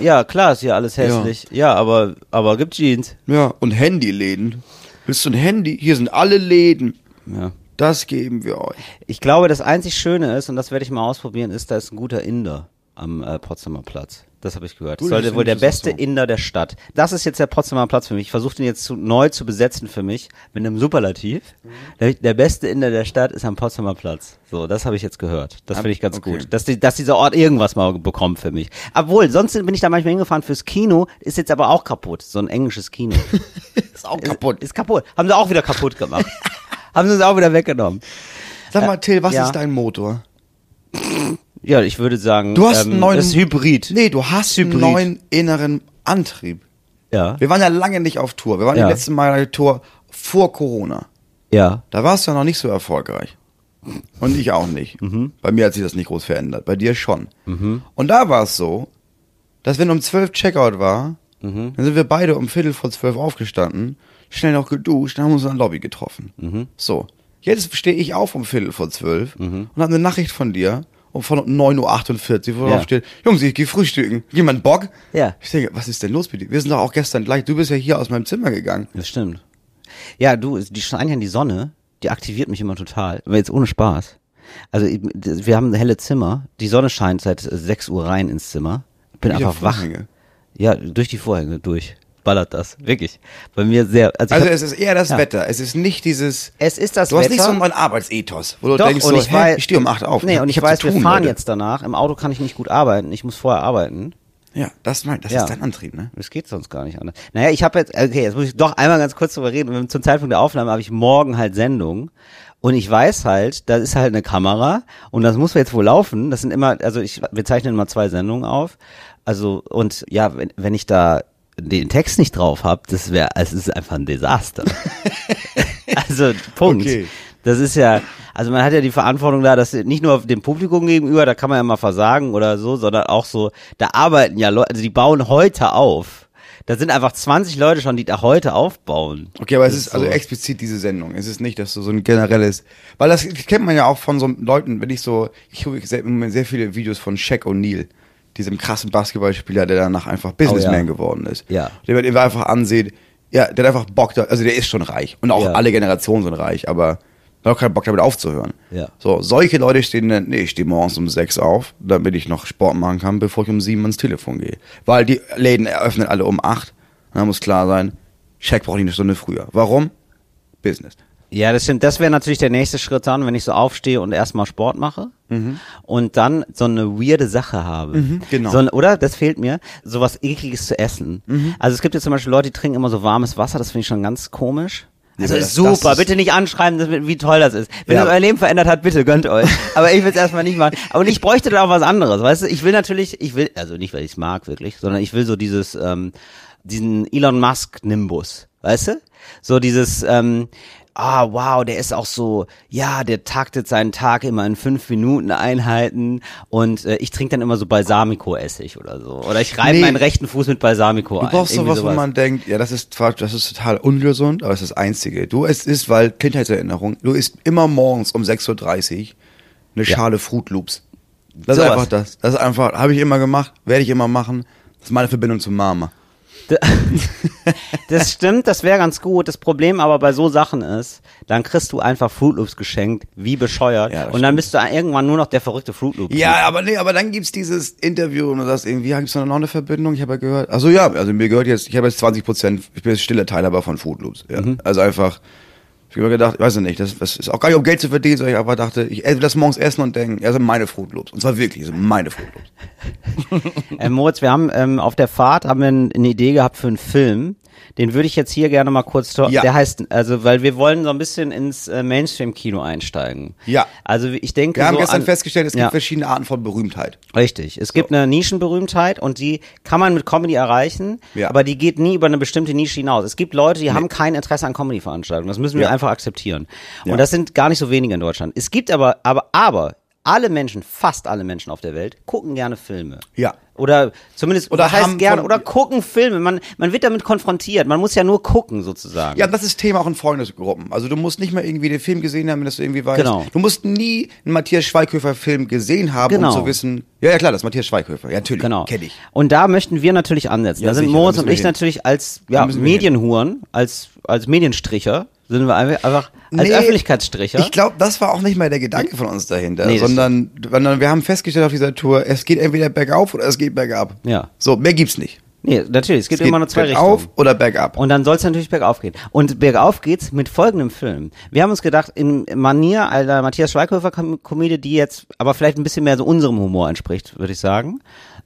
Speaker 1: Ja, klar, ist hier alles hässlich. Ja, aber, aber gibt Jeans.
Speaker 2: Ja, und Handyläden. Willst du ein Handy? Hier sind alle Läden.
Speaker 1: Ja.
Speaker 2: Das geben wir euch.
Speaker 1: Ich glaube, das einzig Schöne ist, und das werde ich mal ausprobieren, ist, da ist ein guter Inder am äh, Potsdamer Platz. Das habe ich gehört.
Speaker 2: Gut,
Speaker 1: Sollte
Speaker 2: das
Speaker 1: wohl der
Speaker 2: finde ich
Speaker 1: beste
Speaker 2: interessant.
Speaker 1: Inder der Stadt. Das ist jetzt der Potsdamer Platz für mich. Ich versuche den jetzt zu, neu zu besetzen für mich mit einem Superlativ.
Speaker 2: Mhm.
Speaker 1: Der, der beste Inder der Stadt ist am Potsdamer Platz. So, das habe ich jetzt gehört. Das finde ich ganz
Speaker 2: okay.
Speaker 1: gut. Dass, die, dass dieser Ort irgendwas mal bekommt für mich. Obwohl, sonst bin ich da manchmal hingefahren fürs Kino, ist jetzt aber auch kaputt. So ein englisches Kino.
Speaker 2: Ist auch kaputt.
Speaker 1: Ist, ist kaputt. Haben sie auch wieder kaputt gemacht. Haben sie uns auch wieder weggenommen.
Speaker 2: Sag mal, Till, was
Speaker 1: Äh, ja.
Speaker 2: ist dein Motor?
Speaker 1: Ja, ich würde sagen,
Speaker 2: Du hast
Speaker 1: ähm,
Speaker 2: einen neuen.
Speaker 1: das ist Hybrid.
Speaker 2: Nee, du hast
Speaker 1: Hybrid.
Speaker 2: einen neuen inneren Antrieb.
Speaker 1: Ja.
Speaker 2: Wir waren ja lange nicht auf Tour. Wir waren
Speaker 1: Ja.
Speaker 2: ja. die letzten Mal auf Tour vor Corona.
Speaker 1: Ja.
Speaker 2: Da warst du ja noch nicht so erfolgreich. Und ich auch nicht.
Speaker 1: Mhm.
Speaker 2: Bei mir hat sich das nicht groß verändert. Bei dir schon. Und da war es so, dass wenn um zwölf Checkout war,
Speaker 1: Mhm.
Speaker 2: dann sind wir beide um Viertel vor zwölf aufgestanden, schnell noch geduscht, dann haben wir uns in der Lobby getroffen.
Speaker 1: Mhm.
Speaker 2: So. Jetzt stehe ich auf um Viertel vor zwölf
Speaker 1: Mhm.
Speaker 2: und habe eine Nachricht von dir um von 9.48 Uhr, wo
Speaker 1: Ja.
Speaker 2: drauf steht, Jungs, ich gehe frühstücken. Jemand Bock?
Speaker 1: Ja.
Speaker 2: Ich denke, was ist denn los mit dir? Wir sind doch auch gestern gleich, du bist ja hier aus meinem Zimmer gegangen.
Speaker 1: Das stimmt. Ja, du, die scheint ja die Sonne, die aktiviert mich immer total. Aber jetzt ohne Spaß. Also, ich- wir haben helle Zimmer. Die Sonne scheint seit äh, 6 Uhr rein ins Zimmer. Ich bin
Speaker 2: Wieder
Speaker 1: einfach wach.
Speaker 2: Vorhänge.
Speaker 1: Ja, durch die Vorhänge durch. Ballert das. Wirklich. Bei mir sehr. Also, ich
Speaker 2: Also
Speaker 1: hab,
Speaker 2: es ist eher das
Speaker 1: Ja.
Speaker 2: Wetter. Es ist nicht dieses.
Speaker 1: Es ist das
Speaker 2: du hast nicht
Speaker 1: Wetter.
Speaker 2: so einen Arbeitsethos, wo du
Speaker 1: Doch,
Speaker 2: denkst
Speaker 1: und
Speaker 2: so,
Speaker 1: ich
Speaker 2: ich, hä,
Speaker 1: weiß,
Speaker 2: ich stehe um 8 auf.
Speaker 1: Nee, und ich,
Speaker 2: hab
Speaker 1: weiß,
Speaker 2: zu
Speaker 1: wir
Speaker 2: tun,
Speaker 1: fahren
Speaker 2: Leute.
Speaker 1: jetzt danach. Im Auto kann ich nicht gut arbeiten. Ich muss vorher arbeiten.
Speaker 2: Ja, das mein, das
Speaker 1: Ja.
Speaker 2: ist dein Antrieb, ne?
Speaker 1: Es geht sonst gar nicht anders. Naja, ich habe jetzt, okay, jetzt muss ich doch einmal ganz kurz drüber reden. Zum Zeitpunkt der Aufnahme habe ich morgen halt Sendung. Und ich weiß halt, da ist halt eine Kamera und das muss jetzt wohl laufen. Das sind immer, also ich, wir zeichnen immer zwei Sendungen auf. Also, und ja, wenn, wenn ich da den Text nicht drauf habe, das wäre, es ist einfach ein Desaster. also, Punkt.
Speaker 2: Okay.
Speaker 1: Das ist ja, also man hat ja die Verantwortung da, dass nicht nur dem Publikum gegenüber, da kann man ja mal versagen oder so, sondern auch so, da arbeiten ja Leute, also die bauen heute auf. Da sind einfach 20 Leute schon, die da heute aufbauen.
Speaker 2: Okay, aber es
Speaker 1: Das
Speaker 2: ist
Speaker 1: ist
Speaker 2: also
Speaker 1: so.
Speaker 2: explizit diese Sendung. Es ist nicht, dass du so ein generelles, weil das kennt man ja auch von so Leuten, wenn ich so, ich gucke sehr, im Moment sehr viele Videos von Shaq O'Neal, diesem krassen Basketballspieler, der danach einfach Businessman
Speaker 1: Oh ja.
Speaker 2: geworden ist.
Speaker 1: Ja.
Speaker 2: Der wird einfach ansehen, ja, der hat einfach Bock, da, also der ist schon reich und auch
Speaker 1: Ja.
Speaker 2: alle Generationen sind reich, aber der hat auch keinen Bock damit aufzuhören.
Speaker 1: Ja.
Speaker 2: So, solche Leute stehen dann, nee, ich stehe morgens um sechs auf, damit ich noch Sport machen kann, bevor ich um sieben ans Telefon gehe. Weil die Läden eröffnen alle um acht. Und da muss klar sein, Scheck braucht ich eine Stunde früher. Warum? Business.
Speaker 1: Ja, das stimmt. Das wäre natürlich der nächste Schritt dann, wenn ich so aufstehe und erstmal Sport mache und dann so eine weirde Sache habe.
Speaker 2: Mhm. genau.
Speaker 1: So ein, oder? Das fehlt mir. Sowas ekliges zu essen.
Speaker 2: Mhm.
Speaker 1: Also es gibt ja zum Beispiel Leute, die trinken immer so warmes Wasser. Das finde ich schon ganz komisch. Also
Speaker 2: aber
Speaker 1: ist
Speaker 2: das- das
Speaker 1: super,
Speaker 2: ist-
Speaker 1: bitte nicht anschreiben, dass- wie toll das ist. Wenn
Speaker 2: Ja.
Speaker 1: es euer Leben verändert hat, bitte gönnt euch. Aber ich will es erstmal nicht machen. Und ich bräuchte da auch was anderes, weißt du? Ich will natürlich, ich will, also nicht, weil ich es mag wirklich, sondern ich will so dieses, ähm, diesen Elon Musk Nimbus, weißt du? So dieses, ähm, ah, wow, der ist auch so, ja, der taktet seinen Tag immer in fünf Minuten Einheiten und äh, ich trinke dann immer so Balsamico-Essig oder so. Oder ich reibe
Speaker 2: Nee.
Speaker 1: meinen rechten Fuß mit Balsamico
Speaker 2: Du
Speaker 1: ein.
Speaker 2: brauchst
Speaker 1: irgendwie
Speaker 2: sowas, wo man denkt, ja, das ist zwar, das ist total ungesund, aber es ist das Einzige. Du, es ist, weil Kindheitserinnerung, du isst immer morgens um 6.30 Uhr eine Schale Fruit Loops.
Speaker 1: Sowas.
Speaker 2: Das ist einfach das. Das ist einfach, habe ich immer gemacht, werde ich immer machen. Das ist meine Verbindung zu Mama.
Speaker 1: Das stimmt, das wäre ganz gut. Das Problem aber bei so Sachen ist, dann kriegst du einfach Fruit Loops geschenkt, wie bescheuert.
Speaker 2: Ja, das
Speaker 1: und dann bist du irgendwann nur noch der verrückte Fruit Loop.
Speaker 2: Ja, aber nee, aber dann gibt's dieses Interview und du sagst irgendwie, ja, gibt's da noch eine Verbindung? Ich habe ja gehört. Also ja, also mir gehört jetzt, ich habe jetzt 20 Prozent, ich bin jetzt stiller Teilhaber von Food Loops. Ja.
Speaker 1: Mhm.
Speaker 2: Also einfach, ich habe mir gedacht, ich weiß nicht, das, das ist auch gar nicht um Geld zu verdienen, sondern ich einfach dachte, ich esse das morgens essen und denke, ja, das sind meine Food Loops. Und zwar wirklich, das sind meine Food Loops.
Speaker 1: Äh, Moritz, wir haben ähm, auf der Fahrt haben wir n- eine Idee gehabt für einen Film. Den würde ich jetzt hier gerne mal kurz. to-
Speaker 2: Ja.
Speaker 1: Der heißt, also, weil wir wollen so ein bisschen ins äh, Mainstream-Kino einsteigen.
Speaker 2: Ja.
Speaker 1: Also ich denke.
Speaker 2: Wir haben
Speaker 1: so
Speaker 2: gestern
Speaker 1: an,
Speaker 2: festgestellt, es gibt
Speaker 1: ja.
Speaker 2: verschiedene Arten von Berühmtheit.
Speaker 1: Richtig. Es gibt eine Nischenberühmtheit und die kann man mit Comedy erreichen,
Speaker 2: Ja.
Speaker 1: aber die geht nie über eine bestimmte Nische hinaus. Es gibt Leute, die haben kein Interesse an Comedy-Veranstaltungen. Das müssen wir
Speaker 2: Ja.
Speaker 1: einfach akzeptieren.
Speaker 2: Ja.
Speaker 1: Und das sind gar nicht so wenige in Deutschland. Es gibt aber, aber, aber alle Menschen, fast alle Menschen auf der Welt, gucken gerne Filme.
Speaker 2: Ja.
Speaker 1: Oder zumindest
Speaker 2: Oder
Speaker 1: was heißt
Speaker 2: haben
Speaker 1: gerne
Speaker 2: von-
Speaker 1: oder gucken Filme. Man, man wird damit konfrontiert. Man muss ja nur gucken sozusagen.
Speaker 2: Ja, das ist Thema auch in Freundesgruppen. Also du musst nicht mal irgendwie den Film gesehen haben, dass du irgendwie weißt.
Speaker 1: Genau.
Speaker 2: Du musst nie einen Matthias Schweighöfer-Film gesehen haben,
Speaker 1: Genau.
Speaker 2: um zu wissen. Ja, ja klar, das ist Matthias Schweighöfer. Ja, natürlich.
Speaker 1: Genau.
Speaker 2: Kenn ich.
Speaker 1: Und da möchten wir natürlich ansetzen.
Speaker 2: Ja,
Speaker 1: da sind
Speaker 2: sicher, da
Speaker 1: Moritz
Speaker 2: müssen
Speaker 1: und
Speaker 2: wir
Speaker 1: ich
Speaker 2: hin.
Speaker 1: natürlich als ja,
Speaker 2: müssen wir hin.
Speaker 1: Medienhuren, als, als Medienstricher, sind wir einfach einfach als
Speaker 2: Nee,
Speaker 1: Öffentlichkeitsstricher.
Speaker 2: Ich glaube, das war auch nicht mal der Gedanke von uns dahinter,
Speaker 1: Nee, das
Speaker 2: sondern, sondern wir haben festgestellt auf dieser Tour, es geht entweder bergauf oder es geht bergab.
Speaker 1: Ja.
Speaker 2: So, mehr gibt's nicht.
Speaker 1: nee, natürlich, es gibt immer nur zwei
Speaker 2: bergauf
Speaker 1: Richtungen.
Speaker 2: oder bergab.
Speaker 1: Und dann soll es natürlich bergauf gehen. Und bergauf geht's mit folgendem Film. Wir haben uns gedacht, in Manier einer Matthias Schweighöfer-Komödie, die jetzt aber vielleicht ein bisschen mehr so unserem Humor entspricht, würde ich sagen.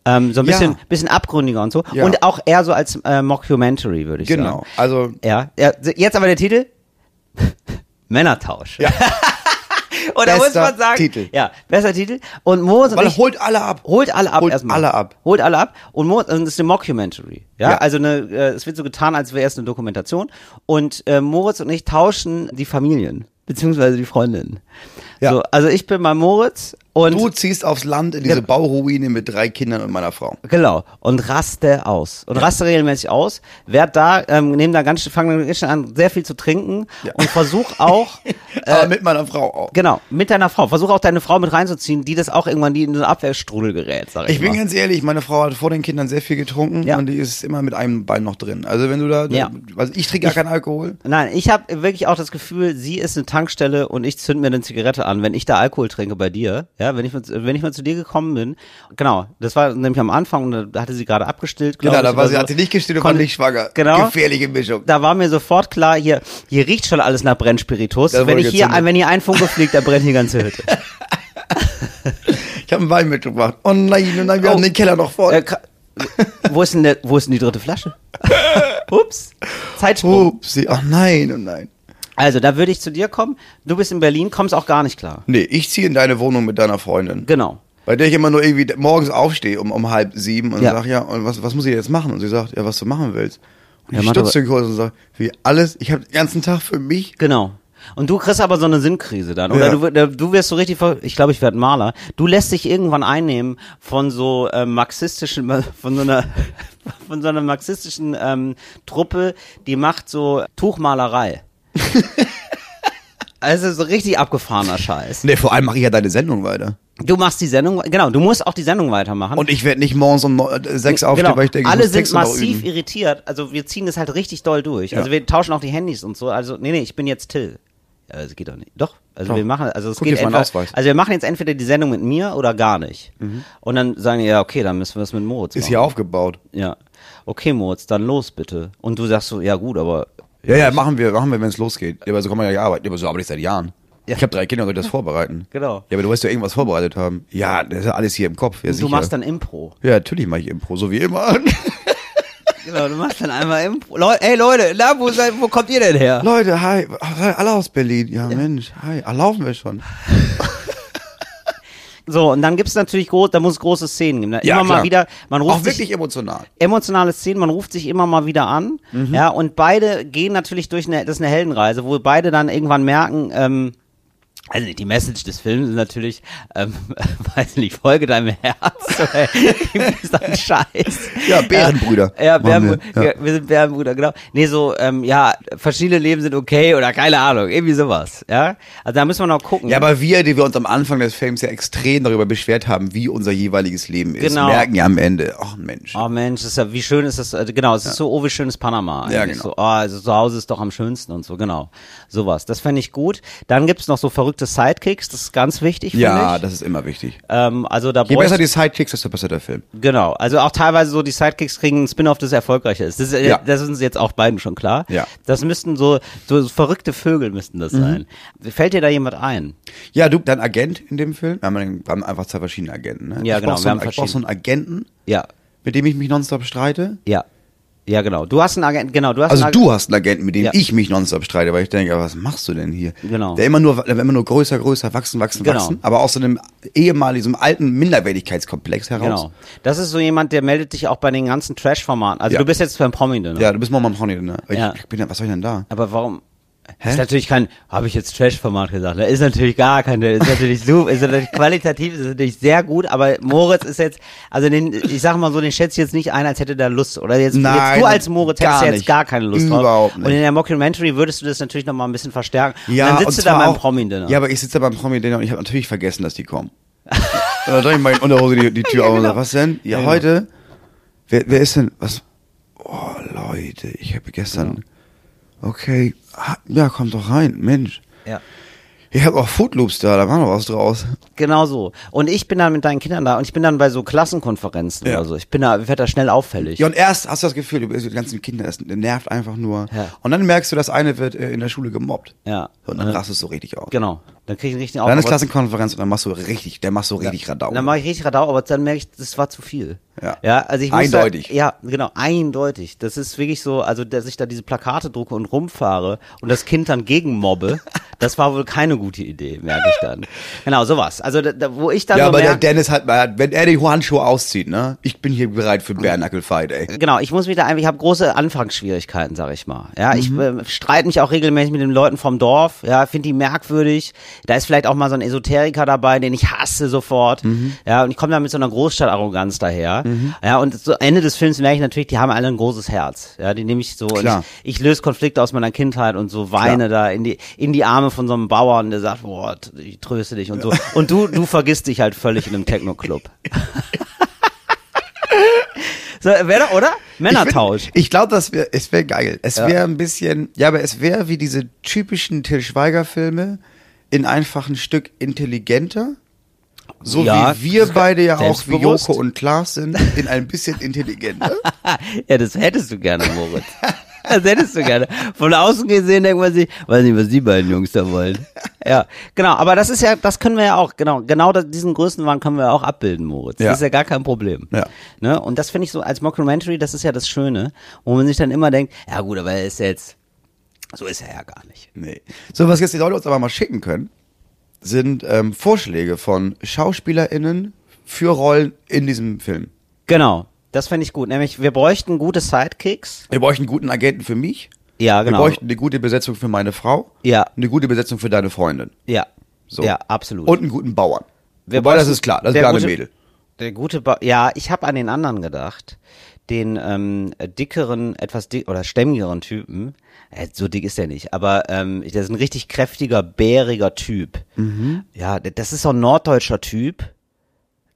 Speaker 1: Ähm, so ein
Speaker 2: Ja.
Speaker 1: bisschen, bisschen abgründiger und so.
Speaker 2: Ja.
Speaker 1: Und auch eher so als äh, Mockumentary, würde ich sagen.
Speaker 2: genau. Also,
Speaker 1: Ja, ja, jetzt aber der Titel. Männertausch.
Speaker 2: Ja.
Speaker 1: Und da muss
Speaker 2: Bester
Speaker 1: man sagen,
Speaker 2: Titel.
Speaker 1: ja, besser Titel. Und Moritz und
Speaker 2: weil
Speaker 1: ich,
Speaker 2: holt alle ab.
Speaker 1: holt alle ab
Speaker 2: holt
Speaker 1: erstmal.
Speaker 2: alle ab.
Speaker 1: Holt alle ab. Und Moritz, und es ist eine Mockumentary. Ja,
Speaker 2: Ja.
Speaker 1: also eine, äh, es wird so getan, als wäre es eine Dokumentation. Und äh, Moritz und ich tauschen die Familien, beziehungsweise die Freundinnen.
Speaker 2: Ja.
Speaker 1: So, also ich bin mal Moritz und
Speaker 2: Du ziehst aufs Land in diese
Speaker 1: Ja.
Speaker 2: Bauruine mit drei Kindern und meiner Frau.
Speaker 1: Genau. Und raste aus. Und raste regelmäßig aus. Werd da, ähm, nehm da ganz, fang dann ganz schnell an, sehr viel zu trinken. Und versuch auch, äh,
Speaker 2: Aber mit meiner Frau auch.
Speaker 1: genau, mit deiner Frau. Versuch auch deine Frau mit reinzuziehen, die das auch irgendwann die in so einen Abwehrstrudel gerät, sag ich,
Speaker 2: Ich bin
Speaker 1: mal.
Speaker 2: ganz ehrlich, meine Frau hat vor den Kindern sehr viel getrunken
Speaker 1: Genau. Ja.
Speaker 2: und die ist immer mit einem Bein noch drin. Also wenn du da,
Speaker 1: Ja.
Speaker 2: also ich trinke gar keinen Alkohol.
Speaker 1: Nein, ich habe wirklich auch das Gefühl, sie ist eine Tankstelle und ich zünd mir eine Zigarette an, wenn ich da Alkohol trinke bei dir. Ja, wenn ich mal, wenn ich mal zu dir gekommen bin. Genau, das war nämlich am Anfang und da hatte sie gerade abgestillt. glaub
Speaker 2: Genau,
Speaker 1: ich,
Speaker 2: da war
Speaker 1: oder
Speaker 2: sie,
Speaker 1: so.
Speaker 2: hat sie nicht gestillt und
Speaker 1: Kon-
Speaker 2: war nicht schwanger.
Speaker 1: Genau.
Speaker 2: Gefährliche Mischung.
Speaker 1: da war mir sofort klar, hier, hier riecht schon alles nach Brennspiritus.
Speaker 2: Das
Speaker 1: Wenn,
Speaker 2: wurde
Speaker 1: ich hier,
Speaker 2: gezündet.
Speaker 1: wenn hier ein Funke fliegt, dann brennt die ganze Hütte.
Speaker 2: Ich habe einen Wein mitgebracht. Oh nein, oh nein, wir
Speaker 1: Oh.
Speaker 2: haben den Keller noch voll.
Speaker 1: Äh, kra- wo, ist denn der, wo ist denn die dritte Flasche? Ups. Zeitsprung.
Speaker 2: Upsi, ach nein, oh nein.
Speaker 1: Also, da würde ich zu dir kommen. Du bist in Berlin, kommst auch gar nicht klar.
Speaker 2: Nee, ich ziehe in deine Wohnung mit deiner Freundin.
Speaker 1: Genau.
Speaker 2: Bei der ich immer nur irgendwie morgens aufstehe um, um halb sieben und
Speaker 1: Ja.
Speaker 2: sag, ja, und was, was muss ich jetzt machen? Und sie sagt, ja, was du machen willst. Und
Speaker 1: Ja,
Speaker 2: ich
Speaker 1: mach doch-
Speaker 2: stutze kurz und sag, wie alles, ich habe den ganzen Tag für mich
Speaker 1: Genau. Und du kriegst aber so eine Sinnkrise dann. Oder
Speaker 2: Ja.
Speaker 1: du, wir- du wirst so richtig, ver ich glaube, ich werde Maler. Du lässt dich irgendwann einnehmen von so ähm, marxistischen, von so einer, von so einer marxistischen ähm, Truppe, die macht so Tuchmalerei. also so richtig abgefahrener Scheiß.
Speaker 2: Nee, vor allem mache ich ja deine Sendung weiter.
Speaker 1: Du machst die Sendung, genau, du musst auch die Sendung weitermachen.
Speaker 2: Und ich werde nicht morgens um neun- äh, sechs aufstehen,
Speaker 1: genau.
Speaker 2: weil ich denke, ich
Speaker 1: alle
Speaker 2: muss
Speaker 1: sind
Speaker 2: Texte noch
Speaker 1: massiv
Speaker 2: üben.
Speaker 1: irritiert. Also wir ziehen das halt richtig doll durch. Also
Speaker 2: Ja.
Speaker 1: wir tauschen auch die Handys und so. Also nee, nee, ich bin jetzt Till. Ja, Das geht doch nicht. Doch. Also
Speaker 2: Doch.
Speaker 1: wir machen, also es
Speaker 2: Guck
Speaker 1: geht
Speaker 2: dir meinen
Speaker 1: entweder,
Speaker 2: Ausweis. Mhm.
Speaker 1: also wir machen jetzt entweder die Sendung mit mir oder gar nicht. Und dann sagen die, ja, okay, dann müssen wir es mit Moritz
Speaker 2: Ist
Speaker 1: machen.
Speaker 2: hier aufgebaut.
Speaker 1: Ja. Okay, Moritz, dann los bitte. Und du sagst so, ja gut, aber
Speaker 2: Ja, ja, machen wir, machen wir, wenn es losgeht. Ja, aber so kann man ja nicht arbeiten. Ja, aber so arbeite ich seit Jahren. Ich habe drei Kinder, soll ich das vorbereiten?
Speaker 1: Genau.
Speaker 2: Ja, aber du wirst ja irgendwas vorbereitet haben. Ja, das ist ja alles hier im Kopf. Ja, sicher.
Speaker 1: du machst dann Impro.
Speaker 2: ja, natürlich mache ich Impro, so wie immer.
Speaker 1: Genau, du machst dann einmal Impro. Leu Ey Leute, na, wo, seid, wo kommt ihr denn her?
Speaker 2: Leute, hi, Ach, hi, alle aus Berlin. Ja, Mensch, hi, Ah, laufen wir schon.
Speaker 1: So, und dann gibt's natürlich groß, da muss es große Szenen geben. Da
Speaker 2: Ja,
Speaker 1: immer mal
Speaker 2: klar.
Speaker 1: wieder, man ruft
Speaker 2: Auch
Speaker 1: sich,
Speaker 2: wirklich emotional.
Speaker 1: emotionale Szenen, man ruft sich immer mal wieder an,
Speaker 2: Mhm.
Speaker 1: ja, und beide gehen natürlich durch eine, das ist eine Heldenreise, wo beide dann irgendwann merken, ähm, Also die Message des Films ist natürlich, ähm, weiß nicht, folge deinem Herz. oder Gib es einen Scheiß.
Speaker 2: Ja, Bärenbrüder.
Speaker 1: Ja, ja,
Speaker 2: waren wir,
Speaker 1: Bärenbrüder, ja. wir sind Bärenbrüder, genau. Nee, so, ähm, ja, verschiedene Leben sind okay oder keine Ahnung, irgendwie sowas. Ja, also da müssen wir noch gucken.
Speaker 2: Ja, aber wir, die wir uns am Anfang des Films ja extrem darüber beschwert haben, wie unser jeweiliges Leben ist,
Speaker 1: Genau.
Speaker 2: merken ja am Ende, ach Mensch.
Speaker 1: Oh Mensch, das ist ja, wie schön ist das, äh, genau, es ist so, oh, wie schön ist Panama.
Speaker 2: Ja,
Speaker 1: eigentlich.
Speaker 2: genau.
Speaker 1: So, oh, also zu Hause ist doch am schönsten und so, genau. Sowas, das fände ich gut. Dann gibt's noch so verrückte Sidekicks, das ist ganz wichtig, finde
Speaker 2: ja,
Speaker 1: ich.
Speaker 2: das ist immer wichtig.
Speaker 1: ähm, also da
Speaker 2: Je
Speaker 1: bräuchte-
Speaker 2: besser die Sidekicks, desto besser der Film.
Speaker 1: Genau, also auch teilweise so die Sidekicks kriegen ein Spin-off, das erfolgreicher ist. Das, ist-
Speaker 2: Ja.
Speaker 1: das ist uns jetzt auch beiden schon klar.
Speaker 2: Ja. Mhm.
Speaker 1: Das müssten so, so verrückte Vögel müssten das sein. Fällt dir da jemand ein?
Speaker 2: Ja, du, dein Agent in dem Film, wir haben, wir haben einfach zwei verschiedene Agenten. Ne?
Speaker 1: Ja,
Speaker 2: ich
Speaker 1: genau,
Speaker 2: Brauch so
Speaker 1: wir
Speaker 2: einen,
Speaker 1: haben
Speaker 2: ich brauch so einen Agenten,
Speaker 1: Ja,
Speaker 2: mit dem ich mich nonstop streite.
Speaker 1: ja, ja, genau. Du hast einen Agenten, genau, du hast
Speaker 2: Also
Speaker 1: einen
Speaker 2: du hast einen Agenten, mit dem
Speaker 1: Ja.
Speaker 2: ich mich nonstop streite, weil ich denke, aber was machst du denn hier?
Speaker 1: Genau.
Speaker 2: Der immer nur, der immer nur größer, größer, wachsen, wachsen,
Speaker 1: Genau.
Speaker 2: wachsen. Aber aus so einem ehemaligen, so einem alten Minderwertigkeitskomplex heraus.
Speaker 1: Genau. Das ist so jemand, der meldet dich auch bei den ganzen Trash-Formaten. Also
Speaker 2: Ja.
Speaker 1: du bist jetzt beim Promi, ne?
Speaker 2: Ja, du bist mal am Horny, ne? Ich,
Speaker 1: Ja.
Speaker 2: ich bin, ja- was soll ich denn da?
Speaker 1: Aber warum? Ist natürlich kein, habe ich jetzt Trash-Format gesagt, ne? Ist natürlich gar kein, ist natürlich super, ist natürlich qualitativ, ist natürlich sehr gut, aber Moritz ist jetzt, also den, ich sag mal so, den schätze ich jetzt nicht ein, als hätte der Lust, oder jetzt,
Speaker 2: Nein,
Speaker 1: jetzt du als Moritz
Speaker 2: gar
Speaker 1: hättest ja
Speaker 2: nicht.
Speaker 1: jetzt gar keine Lust drauf.
Speaker 2: Überhaupt nicht.
Speaker 1: Und in der Mockumentary würdest du das natürlich nochmal ein bisschen verstärken. und dann sitzt
Speaker 2: und
Speaker 1: du da
Speaker 2: zwar
Speaker 1: beim
Speaker 2: auch-
Speaker 1: Promi-Dinner.
Speaker 2: Ja, aber ich sitze da beim Promi-Dinner und ich habe natürlich vergessen, dass die kommen. und dann drehe ich mal in Unterhose die, die Tür auf und
Speaker 1: genau.
Speaker 2: sage, was denn? Ja, heute? Wer, wer ist denn? Was? Oh, Leute, ich habe gestern... Okay, ah, ja, kommt doch rein, Mensch.
Speaker 1: ja.
Speaker 2: Ich habe auch Footloops da, da war noch was draus.
Speaker 1: Genau so. Und ich bin dann mit deinen Kindern da und ich bin dann bei so Klassenkonferenzen
Speaker 2: Ja.
Speaker 1: oder so. Ich bin da, ich werde da schnell auffällig.
Speaker 2: Ja, und erst hast du das Gefühl, du bist die ganzen Kinder, das nervt einfach nur.
Speaker 1: Ja.
Speaker 2: Und dann merkst du, das eine wird äh, in der Schule gemobbt.
Speaker 1: Ja.
Speaker 2: Und dann rastest du richtig aus.
Speaker 1: Genau. Dann krieg ich einen richtigen
Speaker 2: Dann ist
Speaker 1: Aufbau.
Speaker 2: Klassenkonferenz und dann machst du richtig, dann machst du richtig Radau.
Speaker 1: Dann mache ich richtig Radau, aber dann merke ich, das war zu viel.
Speaker 2: Ja.
Speaker 1: ja also ich muss
Speaker 2: Eindeutig.
Speaker 1: Da, ja, genau, eindeutig. Das ist wirklich so, also dass ich da diese Plakate drucke und rumfahre und das Kind dann gegenmobbe, das war wohl keine gute Idee, merke ich dann. Genau, sowas. Also da, da, wo ich dann
Speaker 2: ja,
Speaker 1: so
Speaker 2: aber der
Speaker 1: merke,
Speaker 2: Dennis hat, hat- wenn er die Handschuhe auszieht, ne? Ich bin hier bereit für Bärnackelfight, ey.
Speaker 1: genau, ich muss mich da einfach, ich habe große Anfangsschwierigkeiten, sag ich mal. Ja, ich äh, streite mich auch regelmäßig mit den Leuten vom Dorf, ja, finde die merkwürdig. Da ist vielleicht auch mal so ein Esoteriker dabei, den ich hasse sofort. Ja, und ich komme da mit so einer Großstadtarroganz daher. Ja, und so Ende des Films merke ich natürlich, die haben alle ein großes Herz. Ja, die nehme ich so
Speaker 2: Klar.
Speaker 1: und ich, ich löse Konflikte aus meiner Kindheit und so weine da in die in die Arme von so einem Bauern, der sagt, boah, ich tröste dich und so. Und du du vergisst dich halt völlig in einem Techno-Club. So, wär doch, oder? Männertausch.
Speaker 2: Ich, bin- ich glaube, das wäre, es wäre geil. Es wäre ein bisschen, ja, aber es wäre wie diese typischen Till Schweiger-Filme in einfach ein Stück intelligenter. So
Speaker 1: Ja,
Speaker 2: wie wir
Speaker 1: das-
Speaker 2: beide ja auch, wie
Speaker 1: selbstbewusst.
Speaker 2: Joko und Klaas sind, in ein bisschen intelligenter.
Speaker 1: Ja, das hättest du gerne, Moritz. Das hättest du gerne. Von außen gesehen denkt man sich, weiß nicht, was die beiden Jungs da wollen. Ja, genau. Aber das ist ja, das können wir ja auch, genau, genau das, diesen Größenwahn können wir auch abbilden, Moritz.
Speaker 2: Ja.
Speaker 1: Das ist ja gar kein Problem.
Speaker 2: Ja.
Speaker 1: Ne? Und das finde ich so als Mockumentary, das ist ja das Schöne, wo man sich dann immer denkt, ja gut, aber er ist jetzt, so ist er ja gar nicht.
Speaker 2: Nee. So, was jetzt die Leute uns aber mal schicken können, sind ähm, Vorschläge von SchauspielerInnen für Rollen in diesem Film.
Speaker 1: Genau. Das fände ich gut. Nämlich, wir bräuchten gute Sidekicks.
Speaker 2: Wir bräuchten einen guten Agenten für mich.
Speaker 1: Ja, genau.
Speaker 2: Wir bräuchten eine gute Besetzung für meine Frau.
Speaker 1: Ja.
Speaker 2: Eine gute Besetzung für deine Freundin.
Speaker 1: Ja.
Speaker 2: So.
Speaker 1: Ja, absolut.
Speaker 2: Und einen guten Bauern.
Speaker 1: Wir
Speaker 2: Wobei, das
Speaker 1: bräuchten-
Speaker 2: ist klar, das ist
Speaker 1: der
Speaker 2: klar eine
Speaker 1: gute-
Speaker 2: Mädel.
Speaker 1: Der gute ba Ja, ich habe an den anderen gedacht. Den ähm, dickeren, etwas dick oder stämmigeren Typen. Äh, so dick ist der nicht, aber ähm, der ist ein richtig kräftiger, bäriger Typ.
Speaker 2: Mhm.
Speaker 1: Ja, d- das ist so ein norddeutscher Typ.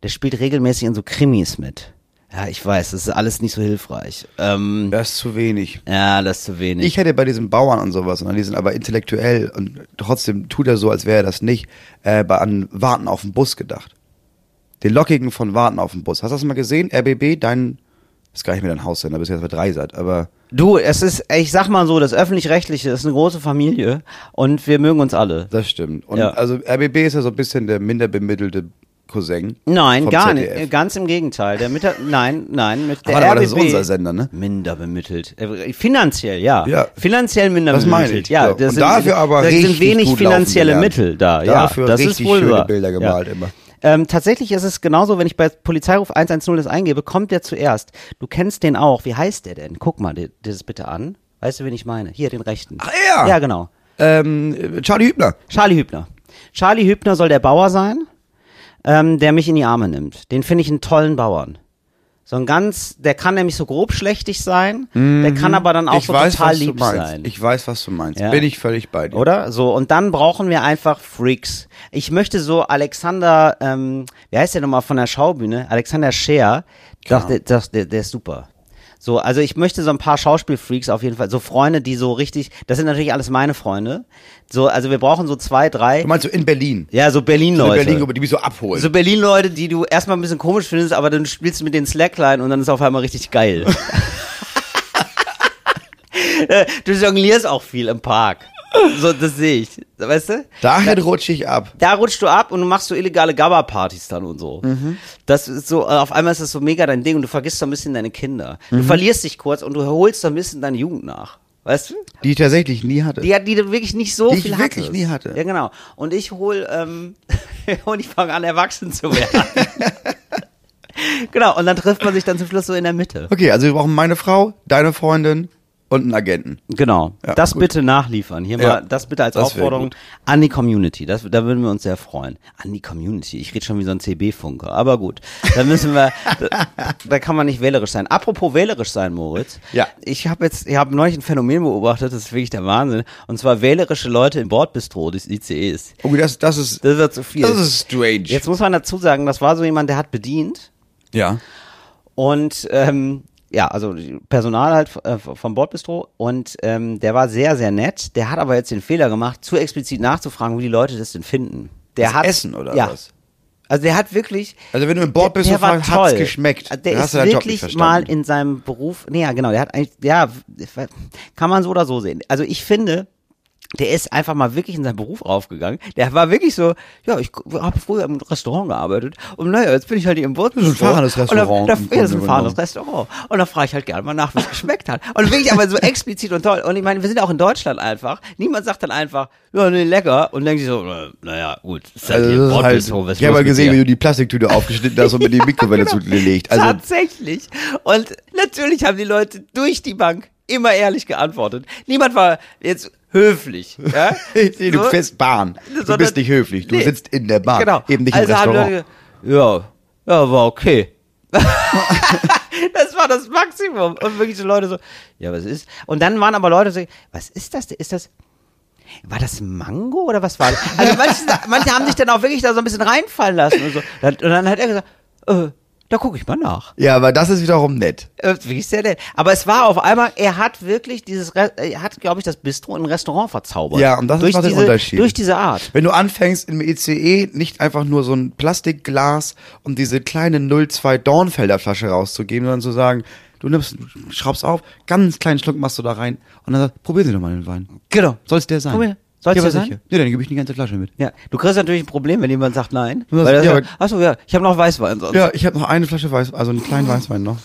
Speaker 1: Der spielt regelmäßig in so Krimis mit. Ja, ich weiß, das ist alles nicht so hilfreich. Ähm,
Speaker 2: Das ist zu wenig.
Speaker 1: ja, das ist zu wenig.
Speaker 2: Ich hätte bei diesen Bauern und sowas, und die sind aber intellektuell und trotzdem tut er so, als wäre er das nicht, äh, bei an Warten auf den Bus gedacht. Den lockigen von Warten auf den Bus. Hast du das mal gesehen? RBB, dein, das ist gar nicht mehr dein Haussender, bist jetzt bei drei seid, aber
Speaker 1: du, es ist, ich sag mal so, das öffentlich-rechtliche ist eine große Familie und wir mögen uns alle.
Speaker 2: das stimmt. Und
Speaker 1: Ja.
Speaker 2: also RBB ist ja so ein bisschen der minder bemittelte Cousin.
Speaker 1: Nein,
Speaker 2: vom
Speaker 1: gar
Speaker 2: ZDF.
Speaker 1: nicht. Äh, Ganz im Gegenteil. Der Mitter nein, nein, mit der
Speaker 2: Aber
Speaker 1: RBB
Speaker 2: das ist unser Sender, ne?
Speaker 1: Minder bemittelt. Äh, Finanziell, ja.
Speaker 2: Ja.
Speaker 1: Finanziell minder
Speaker 2: Das meine
Speaker 1: bemittelt.
Speaker 2: ich,
Speaker 1: Ja,
Speaker 2: ja.
Speaker 1: das
Speaker 2: Und
Speaker 1: sind,
Speaker 2: dafür aber
Speaker 1: das sind
Speaker 2: richtig
Speaker 1: wenig
Speaker 2: gut laufen
Speaker 1: finanzielle
Speaker 2: gelernt.
Speaker 1: Mittel da.
Speaker 2: Dafür
Speaker 1: ja, das
Speaker 2: richtig
Speaker 1: ist wohl
Speaker 2: schöne
Speaker 1: wahr.
Speaker 2: Bilder gemalt immer.
Speaker 1: Ähm, tatsächlich ist es genauso, wenn ich bei Polizeiruf 110 das eingebe, kommt der zuerst. Du kennst den auch. Wie heißt der denn? Guck mal dir, dir das bitte an. Weißt du, wen ich meine? Hier, den Rechten.
Speaker 2: Ach, er?
Speaker 1: Ja, genau.
Speaker 2: Ähm, Charlie Hübner.
Speaker 1: Charlie Hübner. Charlie Hübner soll der Bauer sein, ähm, der mich in die Arme nimmt. Den finde ich einen tollen Bauern. So ein ganz, der kann nämlich so grob schlechtig sein, der kann aber dann auch
Speaker 2: Mhm. ich
Speaker 1: so
Speaker 2: weiß,
Speaker 1: total
Speaker 2: was du
Speaker 1: lieb
Speaker 2: meinst.
Speaker 1: sein.
Speaker 2: Ich weiß, was du meinst.
Speaker 1: Ja.
Speaker 2: Bin ich völlig bei dir.
Speaker 1: Oder? So, und dann brauchen wir einfach Freaks. Ich möchte so Alexander, ähm, wie heißt der nochmal von der Schaubühne? Alexander Scheer, doch, der, doch, der, der ist super. So, also ich möchte so ein paar Schauspielfreaks auf jeden Fall, so Freunde, die so richtig, das sind natürlich alles meine Freunde. So, also wir brauchen so zwei, drei,
Speaker 2: Du meinst so in Berlin.
Speaker 1: ja, so
Speaker 2: So in
Speaker 1: Berlin-Leute.
Speaker 2: Berlin, die mich so abholen.
Speaker 1: so Berlin-Leute, die du erstmal ein bisschen komisch findest, aber dann spielst du mit den Slackline und dann ist auf einmal richtig geil. Äh, du jonglierst auch viel im Park. So, das sehe ich. Weißt du?
Speaker 2: Dahin rutsche ich ab.
Speaker 1: da rutschst du ab und du machst so illegale Gabba-Partys dann und so.
Speaker 2: Mhm.
Speaker 1: Das ist so, äh, auf einmal ist das so mega dein Ding und du vergisst so ein bisschen deine Kinder.
Speaker 2: Mhm.
Speaker 1: Du verlierst dich kurz und du holst so ein bisschen deine Jugend nach. Weißt du?
Speaker 2: Die ich tatsächlich nie hatte.
Speaker 1: Die, hat- die du wirklich nicht so
Speaker 2: Die ich
Speaker 1: viel
Speaker 2: wirklich
Speaker 1: hattest.
Speaker 2: nie hatte.
Speaker 1: Ja, genau. Und ich hol, ähm, und ich fange an, erwachsen zu werden. genau. Und dann trifft man sich dann zum Schluss so in der Mitte.
Speaker 2: Okay, also wir brauchen meine Frau, deine Freundin und einen Agenten.
Speaker 1: Genau.
Speaker 2: Ja,
Speaker 1: das
Speaker 2: gut.
Speaker 1: bitte nachliefern. Hier
Speaker 2: Ja,
Speaker 1: mal, das bitte als
Speaker 2: das wär
Speaker 1: Aufforderung
Speaker 2: gut.
Speaker 1: an die Community. Das, da würden wir uns sehr freuen. An die Community. Ich rede schon wie so ein CB-Funker. Aber gut. Da müssen wir, da, da kann man nicht wählerisch sein. Apropos wählerisch sein, Moritz.
Speaker 2: Ja.
Speaker 1: Ich habe jetzt, ich habe neulich ein Phänomen beobachtet, das ist wirklich der Wahnsinn. Und zwar wählerische Leute im Bordbistro des ICEs.
Speaker 2: Okay, das, das ist,
Speaker 1: Das ist ja zu viel.
Speaker 2: das ist strange.
Speaker 1: Jetzt muss man dazu sagen, das war so jemand, der hat bedient.
Speaker 2: ja.
Speaker 1: Und ähm, ja, also Personal halt äh, vom Bordbistro und ähm, der war sehr, sehr nett. Der hat aber jetzt den Fehler gemacht, zu explizit nachzufragen, wie die Leute das denn finden. Der
Speaker 2: Das
Speaker 1: hat
Speaker 2: Essen oder
Speaker 1: ja.
Speaker 2: was?
Speaker 1: Also der hat wirklich.
Speaker 2: Also wenn du im Bord bist,
Speaker 1: der,
Speaker 2: dann
Speaker 1: der war
Speaker 2: fragst, hat's
Speaker 1: toll.
Speaker 2: geschmeckt.
Speaker 1: Der
Speaker 2: Dann
Speaker 1: ist
Speaker 2: hast du deinen Job nicht
Speaker 1: wirklich mal
Speaker 2: verstanden.
Speaker 1: in seinem Beruf. Nee, ja, genau. Der hat eigentlich, ja, kann man so oder so sehen. Also ich finde, der ist einfach mal wirklich in seinen Beruf aufgegangen. Der war wirklich so, ja, ich habe früher im Restaurant gearbeitet und naja, jetzt bin ich halt hier im Bordbistro.
Speaker 2: Das ist ein fahrendes Restaurant
Speaker 1: Und da,
Speaker 2: im
Speaker 1: da, ja, das ist ein
Speaker 2: Grunde
Speaker 1: fahrendes
Speaker 2: genommen.
Speaker 1: Restaurant. Und da frage ich halt gerne mal nach, wie es geschmeckt hat. Und wirklich aber so explizit und toll. Und ich meine, wir sind auch in Deutschland einfach. Niemand sagt dann einfach, ja, nee, lecker. Und denkt sich so, äh, naja, gut, ist halt hier im
Speaker 2: Also das ist
Speaker 1: Bordbistro, was
Speaker 2: halt,
Speaker 1: ist
Speaker 2: ich habe
Speaker 1: los
Speaker 2: mal
Speaker 1: mit
Speaker 2: gesehen,
Speaker 1: dir? Genau.
Speaker 2: wie du die Plastiktüte aufgeschnitten hast und mit die Mikrowelle zugelegt. Also
Speaker 1: Tatsächlich. Und natürlich haben die Leute durch die Bank immer ehrlich geantwortet. Niemand war jetzt höflich. Ja?
Speaker 2: Nee, du
Speaker 1: So.
Speaker 2: fährst Bahn. Du
Speaker 1: Sondern-
Speaker 2: bist nicht höflich. Du
Speaker 1: Nee.
Speaker 2: sitzt in der Bahn.
Speaker 1: Genau.
Speaker 2: Eben nicht
Speaker 1: also
Speaker 2: im Restaurant.
Speaker 1: Haben Leute, gesagt, ja, ja, war okay. das war das Maximum. Und wirklich so Leute so, ja, was ist? Und dann waren aber Leute so, was ist das? denn? Ist das. War das Mango oder was war das? Also manche, manche haben sich dann auch wirklich da so ein bisschen reinfallen lassen und so. Und dann hat er gesagt, äh, da gucke ich mal nach.
Speaker 2: ja, aber das ist wiederum nett.
Speaker 1: Äh, Wirklich sehr nett. Aber es war auf einmal, er hat wirklich dieses, Re er hat, glaube ich, das Bistro in ein Restaurant verzaubert.
Speaker 2: Ja, und das ist
Speaker 1: durch
Speaker 2: noch der
Speaker 1: diese,
Speaker 2: Unterschied.
Speaker 1: Durch diese Art.
Speaker 2: Wenn du anfängst im ICE nicht einfach nur so ein Plastikglas und diese kleine 02 Dornfelder Flasche rauszugeben, sondern zu sagen, du nimmst, schraubst auf, ganz kleinen Schluck machst du da rein und dann sagst, probieren Sie doch mal den Wein.
Speaker 1: Genau.
Speaker 2: Soll's der sein?
Speaker 1: Probier. Soll's
Speaker 2: ja,
Speaker 1: der
Speaker 2: aber
Speaker 1: sein?
Speaker 2: sicher. Ja, dann gebe ich die ganze Flasche mit.
Speaker 1: Ja, du kriegst natürlich ein Problem, wenn jemand sagt nein.
Speaker 2: Du hast-
Speaker 1: Weil das,
Speaker 2: ja,
Speaker 1: ja,
Speaker 2: aber-
Speaker 1: achso, ja, ich habe noch Weißwein sonst.
Speaker 2: Ja, ich habe noch eine Flasche Weiß, also einen kleinen Weißwein noch.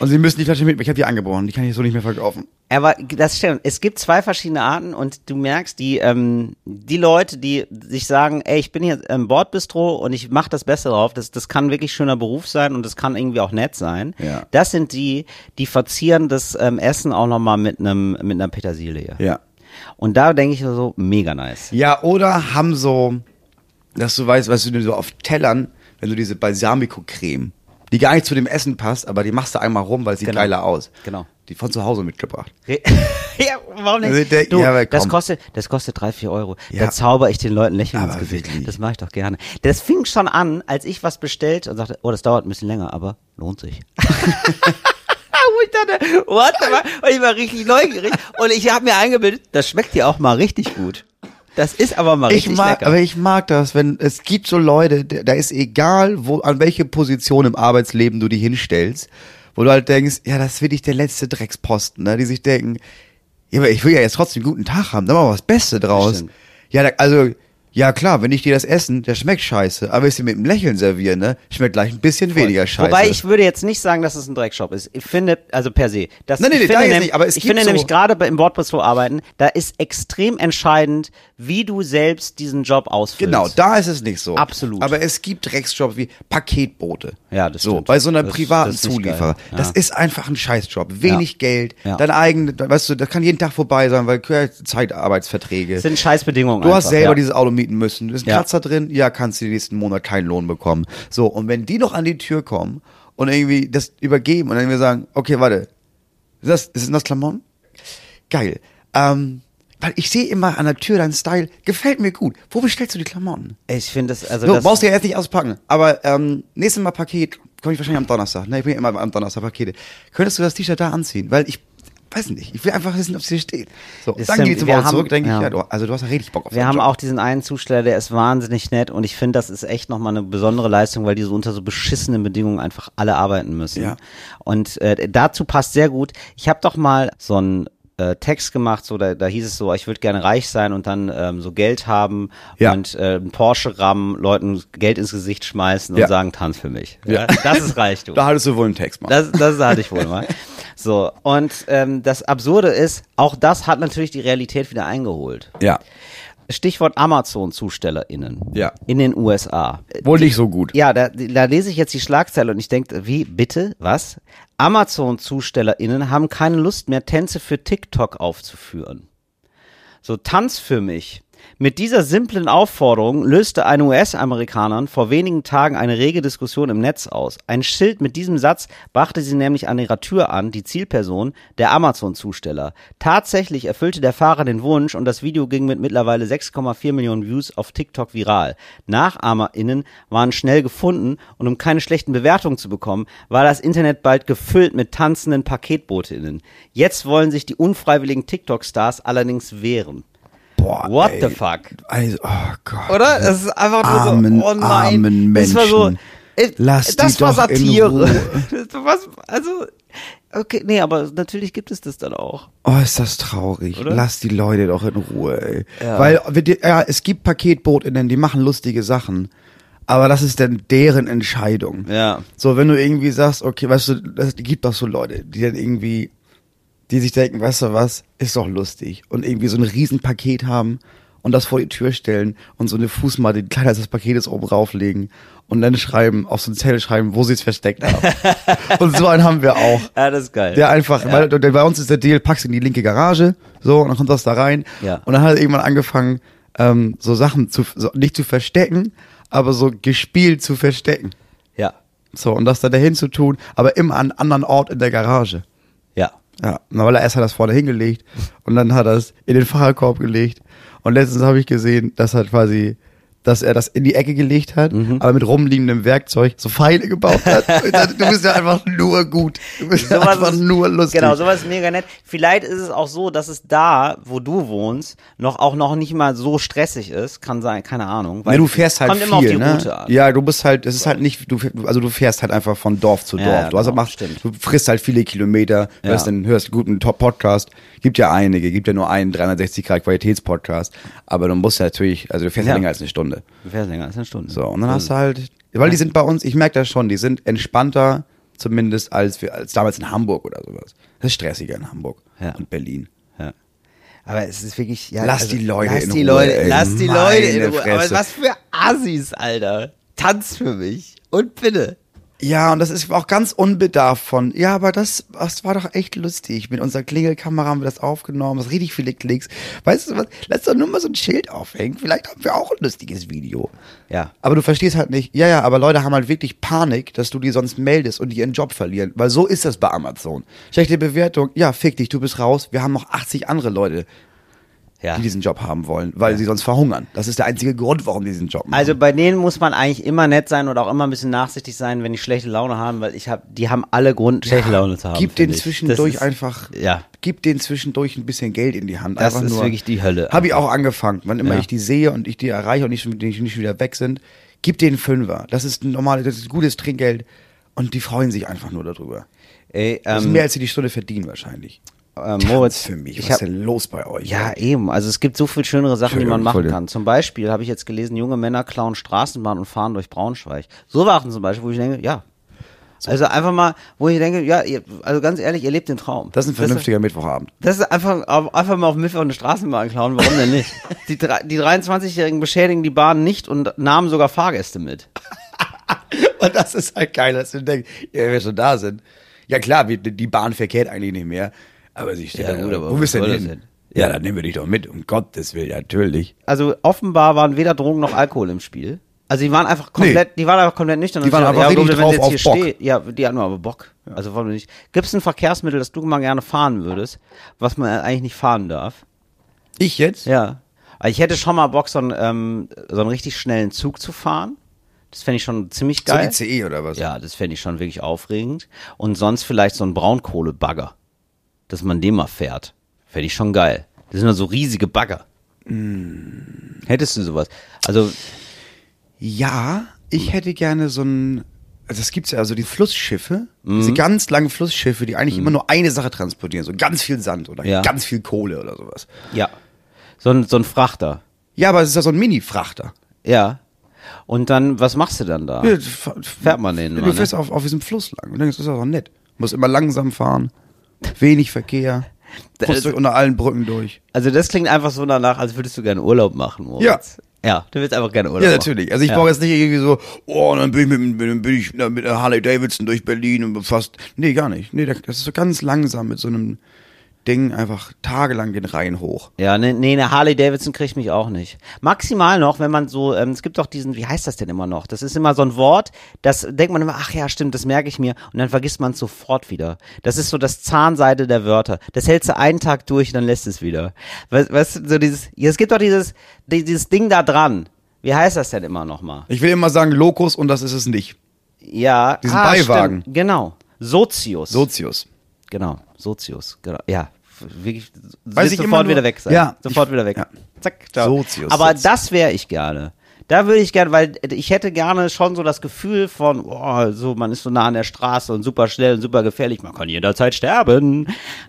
Speaker 2: Und Sie müssen die Flasche mitnehmen. Ich habe die angeboren, die kann ich so nicht mehr verkaufen.
Speaker 1: Aber das stimmt. Es gibt zwei verschiedene Arten und du merkst, die, ähm, die Leute, die sich sagen, ey, ich bin hier im Bordbistro und ich mache das Beste drauf, das, das kann wirklich schöner Beruf sein und das kann irgendwie auch nett sein.
Speaker 2: Ja.
Speaker 1: Das sind die, die verzieren das ähm, Essen auch nochmal mit einem mit einer Petersilie.
Speaker 2: Ja.
Speaker 1: Und da denke ich nur so, mega nice.
Speaker 2: Ja, oder haben so, dass du weißt, was du so auf Tellern, wenn du diese Balsamico-Creme, die gar nicht zu dem Essen passt, aber die machst du einmal rum, weil sie
Speaker 1: Genau.
Speaker 2: geiler aus.
Speaker 1: Genau.
Speaker 2: Die von zu Hause mitgebracht.
Speaker 1: ja, warum
Speaker 2: Also
Speaker 1: nicht?
Speaker 2: der-
Speaker 1: du,
Speaker 2: ja, aber
Speaker 1: das,
Speaker 2: komm.
Speaker 1: kostet, das kostet drei, vier Euro.
Speaker 2: Ja.
Speaker 1: Da zauber ich den Leuten Lächeln ins
Speaker 2: Aber
Speaker 1: Gesicht.
Speaker 2: wirklich.
Speaker 1: Das mache ich doch gerne. Das fing schon an, als ich was bestellt und sagte, oh, das dauert ein bisschen länger, aber lohnt sich. Wo ich dachte, what the fuck? Und ich war richtig neugierig. Und ich habe mir eingebildet, das schmeckt dir auch mal richtig gut. Das ist aber mal
Speaker 2: Ich
Speaker 1: richtig
Speaker 2: mag,
Speaker 1: lecker.
Speaker 2: aber ich mag das, wenn es gibt so Leute, da da ist egal, wo, an welche Position im Arbeitsleben du die hinstellst, wo du halt denkst, ja, das will ich der letzte Drecksposten, ne? die sich denken, ja, aber ich will ja jetzt trotzdem einen guten Tag haben, dann machen wir was Beste draus.
Speaker 1: Stimmt.
Speaker 2: Ja, da, also Ja klar, wenn ich dir das Essen, das schmeckt scheiße, aber wenn ich dir mit einem Lächeln serviere, ne, schmeckt gleich ein bisschen weniger scheiße.
Speaker 1: Wobei ich würde jetzt nicht sagen, dass es ein Dreckshop ist. Ich finde, also per se, das
Speaker 2: Nein, nein,
Speaker 1: ich
Speaker 2: nein,
Speaker 1: finde,
Speaker 2: da jetzt
Speaker 1: nem-
Speaker 2: nicht, aber es
Speaker 1: ich
Speaker 2: gibt
Speaker 1: finde
Speaker 2: so-
Speaker 1: nämlich gerade bei- im Bordbistro arbeiten, da ist extrem entscheidend, wie du selbst diesen Job ausfüllst.
Speaker 2: Genau, da ist es nicht so.
Speaker 1: Absolut.
Speaker 2: Aber es gibt Drecksjobs wie Paketboote.
Speaker 1: Ja, das
Speaker 2: so,
Speaker 1: stimmt.
Speaker 2: Bei so einer
Speaker 1: Das-
Speaker 2: privaten
Speaker 1: das ist nicht
Speaker 2: Zulieferer.
Speaker 1: geil. Ja.
Speaker 2: Das ist einfach ein Scheißjob. Wenig
Speaker 1: Ja.
Speaker 2: Geld,
Speaker 1: Ja.
Speaker 2: dein eigenes, weißt du, das kann jeden Tag vorbei sein, weil Zeitarbeitsverträge.
Speaker 1: Das sind Scheißbedingungen.
Speaker 2: Du hast
Speaker 1: einfach,
Speaker 2: selber
Speaker 1: ja.
Speaker 2: dieses Auto mieten müssen. Du bist ein
Speaker 1: Ja.
Speaker 2: Kratzer drin, ja, kannst du den nächsten Monat keinen Lohn bekommen. So, und wenn die noch an die Tür kommen und irgendwie das übergeben und dann wir sagen, okay, warte, ist das, ist das Klamotten? Geil. Ähm, weil ich sehe immer an der Tür deinen Style, gefällt mir gut. Wo bestellst du die Klamotten?
Speaker 1: Ich finde das, also
Speaker 2: So,
Speaker 1: das,
Speaker 2: brauchst du ja jetzt nicht auspacken. Aber ähm, nächstes Mal Paket, komme ich wahrscheinlich am Donnerstag. Ne, ich bringe immer am Donnerstag Pakete. Könntest du das T-Shirt da anziehen? Weil ich weiß nicht, ich will einfach wissen, ob es hier steht. So,
Speaker 1: Ist
Speaker 2: dann
Speaker 1: denn-
Speaker 2: gehe ich zum
Speaker 1: wir
Speaker 2: Auto
Speaker 1: haben-
Speaker 2: zurück, denke ich,
Speaker 1: ja.
Speaker 2: ja, du, also du hast ja richtig Bock auf
Speaker 1: Wir
Speaker 2: den
Speaker 1: haben
Speaker 2: Job.
Speaker 1: auch diesen einen Zusteller, der ist wahnsinnig nett und ich finde, das ist echt nochmal eine besondere Leistung, weil die so unter so beschissenen Bedingungen einfach alle arbeiten müssen.
Speaker 2: Ja.
Speaker 1: Und äh, dazu passt sehr gut. Ich habe doch mal so einen äh, Text gemacht, so da, da hieß es so, ich würde gerne reich sein und dann ähm, so Geld haben
Speaker 2: Ja.
Speaker 1: und äh, einen Porsche rammen, Leuten Geld ins Gesicht schmeißen und
Speaker 2: Ja.
Speaker 1: sagen, tanz für mich.
Speaker 2: Ja.
Speaker 1: Das ist reich, du.
Speaker 2: Da hattest du wohl einen Text, Mann.
Speaker 1: Das, das hatte ich wohl mal. So, und ähm, das Absurde ist, auch das hat natürlich die Realität wieder eingeholt.
Speaker 2: ja.
Speaker 1: Stichwort Amazon-ZustellerInnen.
Speaker 2: Ja.
Speaker 1: In den USA.
Speaker 2: Wohl nicht so gut.
Speaker 1: Ja, da, da lese ich jetzt die Schlagzeile und ich denke, wie, bitte, was? Amazon-ZustellerInnen haben keine Lust mehr, Tänze für TikTok aufzuführen. So, Tanz für mich. Mit dieser simplen Aufforderung löste ein US-Amerikaner vor wenigen Tagen eine rege Diskussion im Netz aus. Ein Schild mit diesem Satz brachte sie nämlich an ihrer Tür an, die Zielperson, der Amazon-Zusteller. Tatsächlich erfüllte der Fahrer den Wunsch und das Video ging mit mittlerweile 6,4 Millionen Views auf TikTok viral. NachahmerInnen waren schnell gefunden und um keine schlechten Bewertungen zu bekommen, war das Internet bald gefüllt mit tanzenden PaketbotInnen. Jetzt wollen sich die unfreiwilligen TikTok-Stars allerdings wehren.
Speaker 2: Boah,
Speaker 1: What
Speaker 2: ey.
Speaker 1: the fuck?
Speaker 2: Also, oh Gott.
Speaker 1: Oder? Das ist einfach nur
Speaker 2: Armen,
Speaker 1: so, oh nein.
Speaker 2: armen
Speaker 1: Das war so,
Speaker 2: Menschen.
Speaker 1: äh,
Speaker 2: Lass
Speaker 1: das
Speaker 2: die
Speaker 1: war
Speaker 2: doch in
Speaker 1: Satire.
Speaker 2: Ruhe.
Speaker 1: Das- Was, also, okay, nee, aber natürlich gibt es das dann auch.
Speaker 2: Oh, ist das traurig.
Speaker 1: Oder?
Speaker 2: Lass die Leute doch in Ruhe, ey. Weil, wir die- ja, es gibt Paketbotinnen, die machen lustige Sachen. Aber das ist dann deren Entscheidung.
Speaker 1: Ja.
Speaker 2: So, wenn du irgendwie sagst, okay, weißt du, es gibt doch so Leute, die dann irgendwie, die sich denken, weißt du was, ist doch lustig. Und irgendwie so ein Riesenpaket haben und das vor die Tür stellen und so eine Fußmatte, die kleiner als das Paket ist, oben rauflegen und dann schreiben, auf so einen Zettel schreiben, wo sie es versteckt haben. und so einen haben wir auch.
Speaker 1: Ja, das ist geil.
Speaker 2: Der einfach, weil der, bei uns ist der Deal, packst in die linke Garage, so, und dann kommt das da rein.
Speaker 1: Ja.
Speaker 2: Und dann hat er irgendwann angefangen, ähm, so Sachen zu, so, nicht zu verstecken, aber so gespielt zu verstecken.
Speaker 1: Ja,
Speaker 2: So, und das da dahin zu tun, aber immer an einen anderen Ort in der Garage.
Speaker 1: ja.
Speaker 2: Ja, na, weil er erst hat das vorne hingelegt und dann hat er es in den Fahrerkorb gelegt. Und letztens habe ich gesehen, dass er quasi, dass er das in die Ecke gelegt hat, aber mit rumliegendem Werkzeug so Pfeile gebaut hat. Und ich dachte, du bist ja einfach nur gut. Du bist ja einfach nur lustig.
Speaker 1: Genau, sowas ist mega nett. Vielleicht ist es auch so, dass es da, wo du wohnst, noch auch noch nicht mal so stressig ist. Kann sein, keine Ahnung.
Speaker 2: Ja, du fährst halt
Speaker 1: kommt
Speaker 2: viel,
Speaker 1: immer auf die
Speaker 2: ne?
Speaker 1: Route an.
Speaker 2: Ja, du bist halt, es ist halt nicht, du, fäh- also du fährst halt einfach von Dorf zu Dorf.
Speaker 1: Ja,
Speaker 2: du, hast,
Speaker 1: genau,
Speaker 2: machst,
Speaker 1: stimmt.
Speaker 2: du frisst halt viele Kilometer,
Speaker 1: Ja.
Speaker 2: hörst, dann, hörst guten Top Podcast. Gibt ja einige, gibt ja nur einen 360 Grad Qualitätspodcast. Aber du musst ja natürlich, also du fährst ja.
Speaker 1: Ja. Mhm.
Speaker 2: länger als eine Stunde.
Speaker 1: Du fährst länger als eine Stunde. Also,
Speaker 2: So, und dann hast du halt, weil die sind bei uns, ich merke das schon, die sind entspannter zumindest als, wir, als damals in Hamburg oder sowas. Das ist stressiger in Hamburg
Speaker 1: Ja.
Speaker 2: und Berlin.
Speaker 1: Aber es ist wirklich, ja. also
Speaker 2: Lass die Leute
Speaker 1: lass
Speaker 2: in
Speaker 1: die
Speaker 2: Ruhe,
Speaker 1: Leute,
Speaker 2: ey.
Speaker 1: Lass die
Speaker 2: Meine
Speaker 1: Leute in Ruhe.
Speaker 2: Fresse.
Speaker 1: Aber was für Assis, Alter. Tanz für mich. Und bitte.
Speaker 2: Ja, und das ist auch ganz unbedarft von, ja, aber das, das war doch echt lustig. Mit unserer Klingelkamera haben wir das aufgenommen, das richtig viele Klicks. Weißt du was, lass doch nur mal so ein Schild aufhängen, vielleicht haben wir auch ein lustiges Video.
Speaker 1: Ja.
Speaker 2: Aber du verstehst halt nicht, ja, ja, aber Leute haben halt wirklich Panik, dass du die sonst meldest und die ihren Job verlieren, weil so ist das bei Amazon. Schlechte Bewertung, ja, fick dich, du bist raus, wir haben noch 80 andere Leute,
Speaker 1: Ja.
Speaker 2: die diesen Job haben wollen, weil sie sonst verhungern. Das ist der einzige Grund, warum die diesen Job machen.
Speaker 1: Also bei denen muss man eigentlich immer nett sein oder auch immer ein bisschen nachsichtig sein, wenn die schlechte Laune haben, weil ich habe, die haben alle Grund, schlechte Laune zu haben.
Speaker 2: Gib
Speaker 1: finde
Speaker 2: den
Speaker 1: ich.
Speaker 2: zwischendurch
Speaker 1: Das ist-
Speaker 2: einfach.
Speaker 1: Ja.
Speaker 2: Gib den zwischendurch ein bisschen Geld in die Hand.
Speaker 1: Das
Speaker 2: einfach
Speaker 1: ist
Speaker 2: nur.
Speaker 1: wirklich die Hölle.
Speaker 2: Habe ich auch angefangen. Wann immer
Speaker 1: Ja.
Speaker 2: ich die sehe und ich die erreiche und ich schon- die nicht wieder weg sind, gib denen Fünfer. Das ist ein normales, das ist ein gutes Trinkgeld. Und die freuen sich einfach nur darüber.
Speaker 1: Ey,
Speaker 2: Das ist
Speaker 1: ähm,
Speaker 2: mehr, als sie die Stunde verdienen wahrscheinlich.
Speaker 1: äh, Moritz.
Speaker 2: für mich.
Speaker 1: ich
Speaker 2: Was ist
Speaker 1: hab,
Speaker 2: denn los bei euch?
Speaker 1: ja, eben. Also es gibt so viel schönere Sachen, die man
Speaker 2: Entschuldigung,
Speaker 1: machen
Speaker 2: Entschuldigung.
Speaker 1: kann. Zum Beispiel habe ich jetzt gelesen, junge Männer klauen Straßenbahn und fahren durch Braunschweig. So Sachen zum Beispiel, wo ich denke, ja. Also einfach mal, wo ich denke, ja, ihr, also ganz ehrlich, ihr lebt den Traum.
Speaker 2: Das ist ein vernünftiger Mittwochabend.
Speaker 1: Das ist einfach, auf- einfach mal auf Mittwoch eine Straßenbahn klauen, warum denn nicht? Die, drei- die 23-Jährigen beschädigen die Bahn nicht und nahmen sogar Fahrgäste mit.
Speaker 2: Und das ist halt geil, dass du denkst, ja, wenn wir schon da sind. Ja klar, wir- die Bahn verkehrt eigentlich nicht mehr. Aber sie steht
Speaker 1: Ja,
Speaker 2: da,
Speaker 1: gut, aber
Speaker 2: wo
Speaker 1: was
Speaker 2: bist du
Speaker 1: soll
Speaker 2: denn
Speaker 1: das
Speaker 2: hin? Ja, dann nehmen wir dich doch mit, um Gottes Willen, natürlich.
Speaker 1: Also offenbar waren weder Drogen noch Alkohol im Spiel. Also die waren einfach komplett, die waren einfach komplett nüchtern.
Speaker 2: Die
Speaker 1: Und ich
Speaker 2: waren
Speaker 1: dachte,
Speaker 2: einfach
Speaker 1: ja,
Speaker 2: richtig
Speaker 1: Leute, wenn sie
Speaker 2: drauf
Speaker 1: jetzt
Speaker 2: auf
Speaker 1: hier
Speaker 2: Bock.
Speaker 1: stehen- ja, die hatten aber Bock. Also warum nicht? Gibt es ein Verkehrsmittel, das du mal gerne fahren würdest, was man eigentlich nicht fahren darf?
Speaker 2: Ich jetzt?
Speaker 1: Ja. Also ich hätte schon mal Bock, so einen, ähm, so einen richtig schnellen Zug zu fahren. Das fände ich schon ziemlich
Speaker 2: So
Speaker 1: geil.
Speaker 2: ICE oder was?
Speaker 1: Ja, das fände ich schon wirklich aufregend. Und sonst vielleicht so ein Braunkohlebagger, dass man den mal fährt. Fände ich schon geil. Das sind ja so riesige Bagger.
Speaker 2: Mm.
Speaker 1: Hättest du sowas? Also,
Speaker 2: Ja,
Speaker 1: Hm.
Speaker 2: ich hätte gerne so ein, also das gibt's ja, also die Flussschiffe,
Speaker 1: Mhm.
Speaker 2: diese ganz langen Flussschiffe, die eigentlich immer nur eine Sache transportieren, so ganz viel Sand oder
Speaker 1: Ja.
Speaker 2: ganz viel Kohle oder sowas.
Speaker 1: ja. So ein, so ein Frachter.
Speaker 2: Ja, aber es ist ja so ein Mini-Frachter.
Speaker 1: Ja. Und dann, was machst du dann da?
Speaker 2: Ja, f- f-
Speaker 1: Fährt man den
Speaker 2: Du
Speaker 1: mal, ne?
Speaker 2: fährst auf, auf diesem Fluss lang und denkst, das ist doch nett. Muss immer langsam fahren, wenig Verkehr, kommst durch unter allen Brücken durch.
Speaker 1: Also, das klingt einfach so danach, als würdest du gerne Urlaub machen, Moritz. Ja. Ja, du willst einfach gerne Urlaub
Speaker 2: Ja,
Speaker 1: machen.
Speaker 2: natürlich. Also ich
Speaker 1: Ja.
Speaker 2: brauche jetzt nicht irgendwie so, oh, dann bin ich mit, mit, dann bin ich na, mit der Harley Davidson durch Berlin und fast. Nee, gar nicht. Nee, das ist so ganz langsam mit so einem Ding einfach tagelang den Rhein hoch.
Speaker 1: Ja, nee, nee, eine Harley Davidson kriegt mich auch nicht. Maximal noch, wenn man so, ähm, es gibt doch diesen, wie heißt das denn immer noch? Das ist immer so ein Wort, das denkt man immer, ach ja, stimmt, das merke ich mir und dann vergisst man es sofort wieder. Das ist so das Zahnseide der Wörter. Das hältst du einen Tag durch, dann lässt es wieder. Was, was so dieses, ja, es gibt doch dieses, die- dieses Ding da dran. Wie heißt das denn immer nochmal?
Speaker 2: Ich will immer sagen Lokus und das ist es nicht.
Speaker 1: Ja,
Speaker 2: Diesen
Speaker 1: ah,
Speaker 2: Beiwagen.
Speaker 1: Stimmt, genau. Sozius.
Speaker 2: Sozius.
Speaker 1: genau, Sozius. Genau. Ja, f- wirklich s-
Speaker 2: Weiß
Speaker 1: wird
Speaker 2: ich immer
Speaker 1: sofort
Speaker 2: nur-
Speaker 1: wieder weg sein.
Speaker 2: Ja,
Speaker 1: sofort
Speaker 2: ich-
Speaker 1: wieder weg.
Speaker 2: ja.
Speaker 1: Zack, ciao.
Speaker 2: Sozius,
Speaker 1: Aber
Speaker 2: Sozius.
Speaker 1: das wäre ich gerne. Da würde ich gerne, weil ich hätte gerne schon so das Gefühl von, oh, so man ist so nah an der Straße und super schnell und super gefährlich, man kann jederzeit sterben.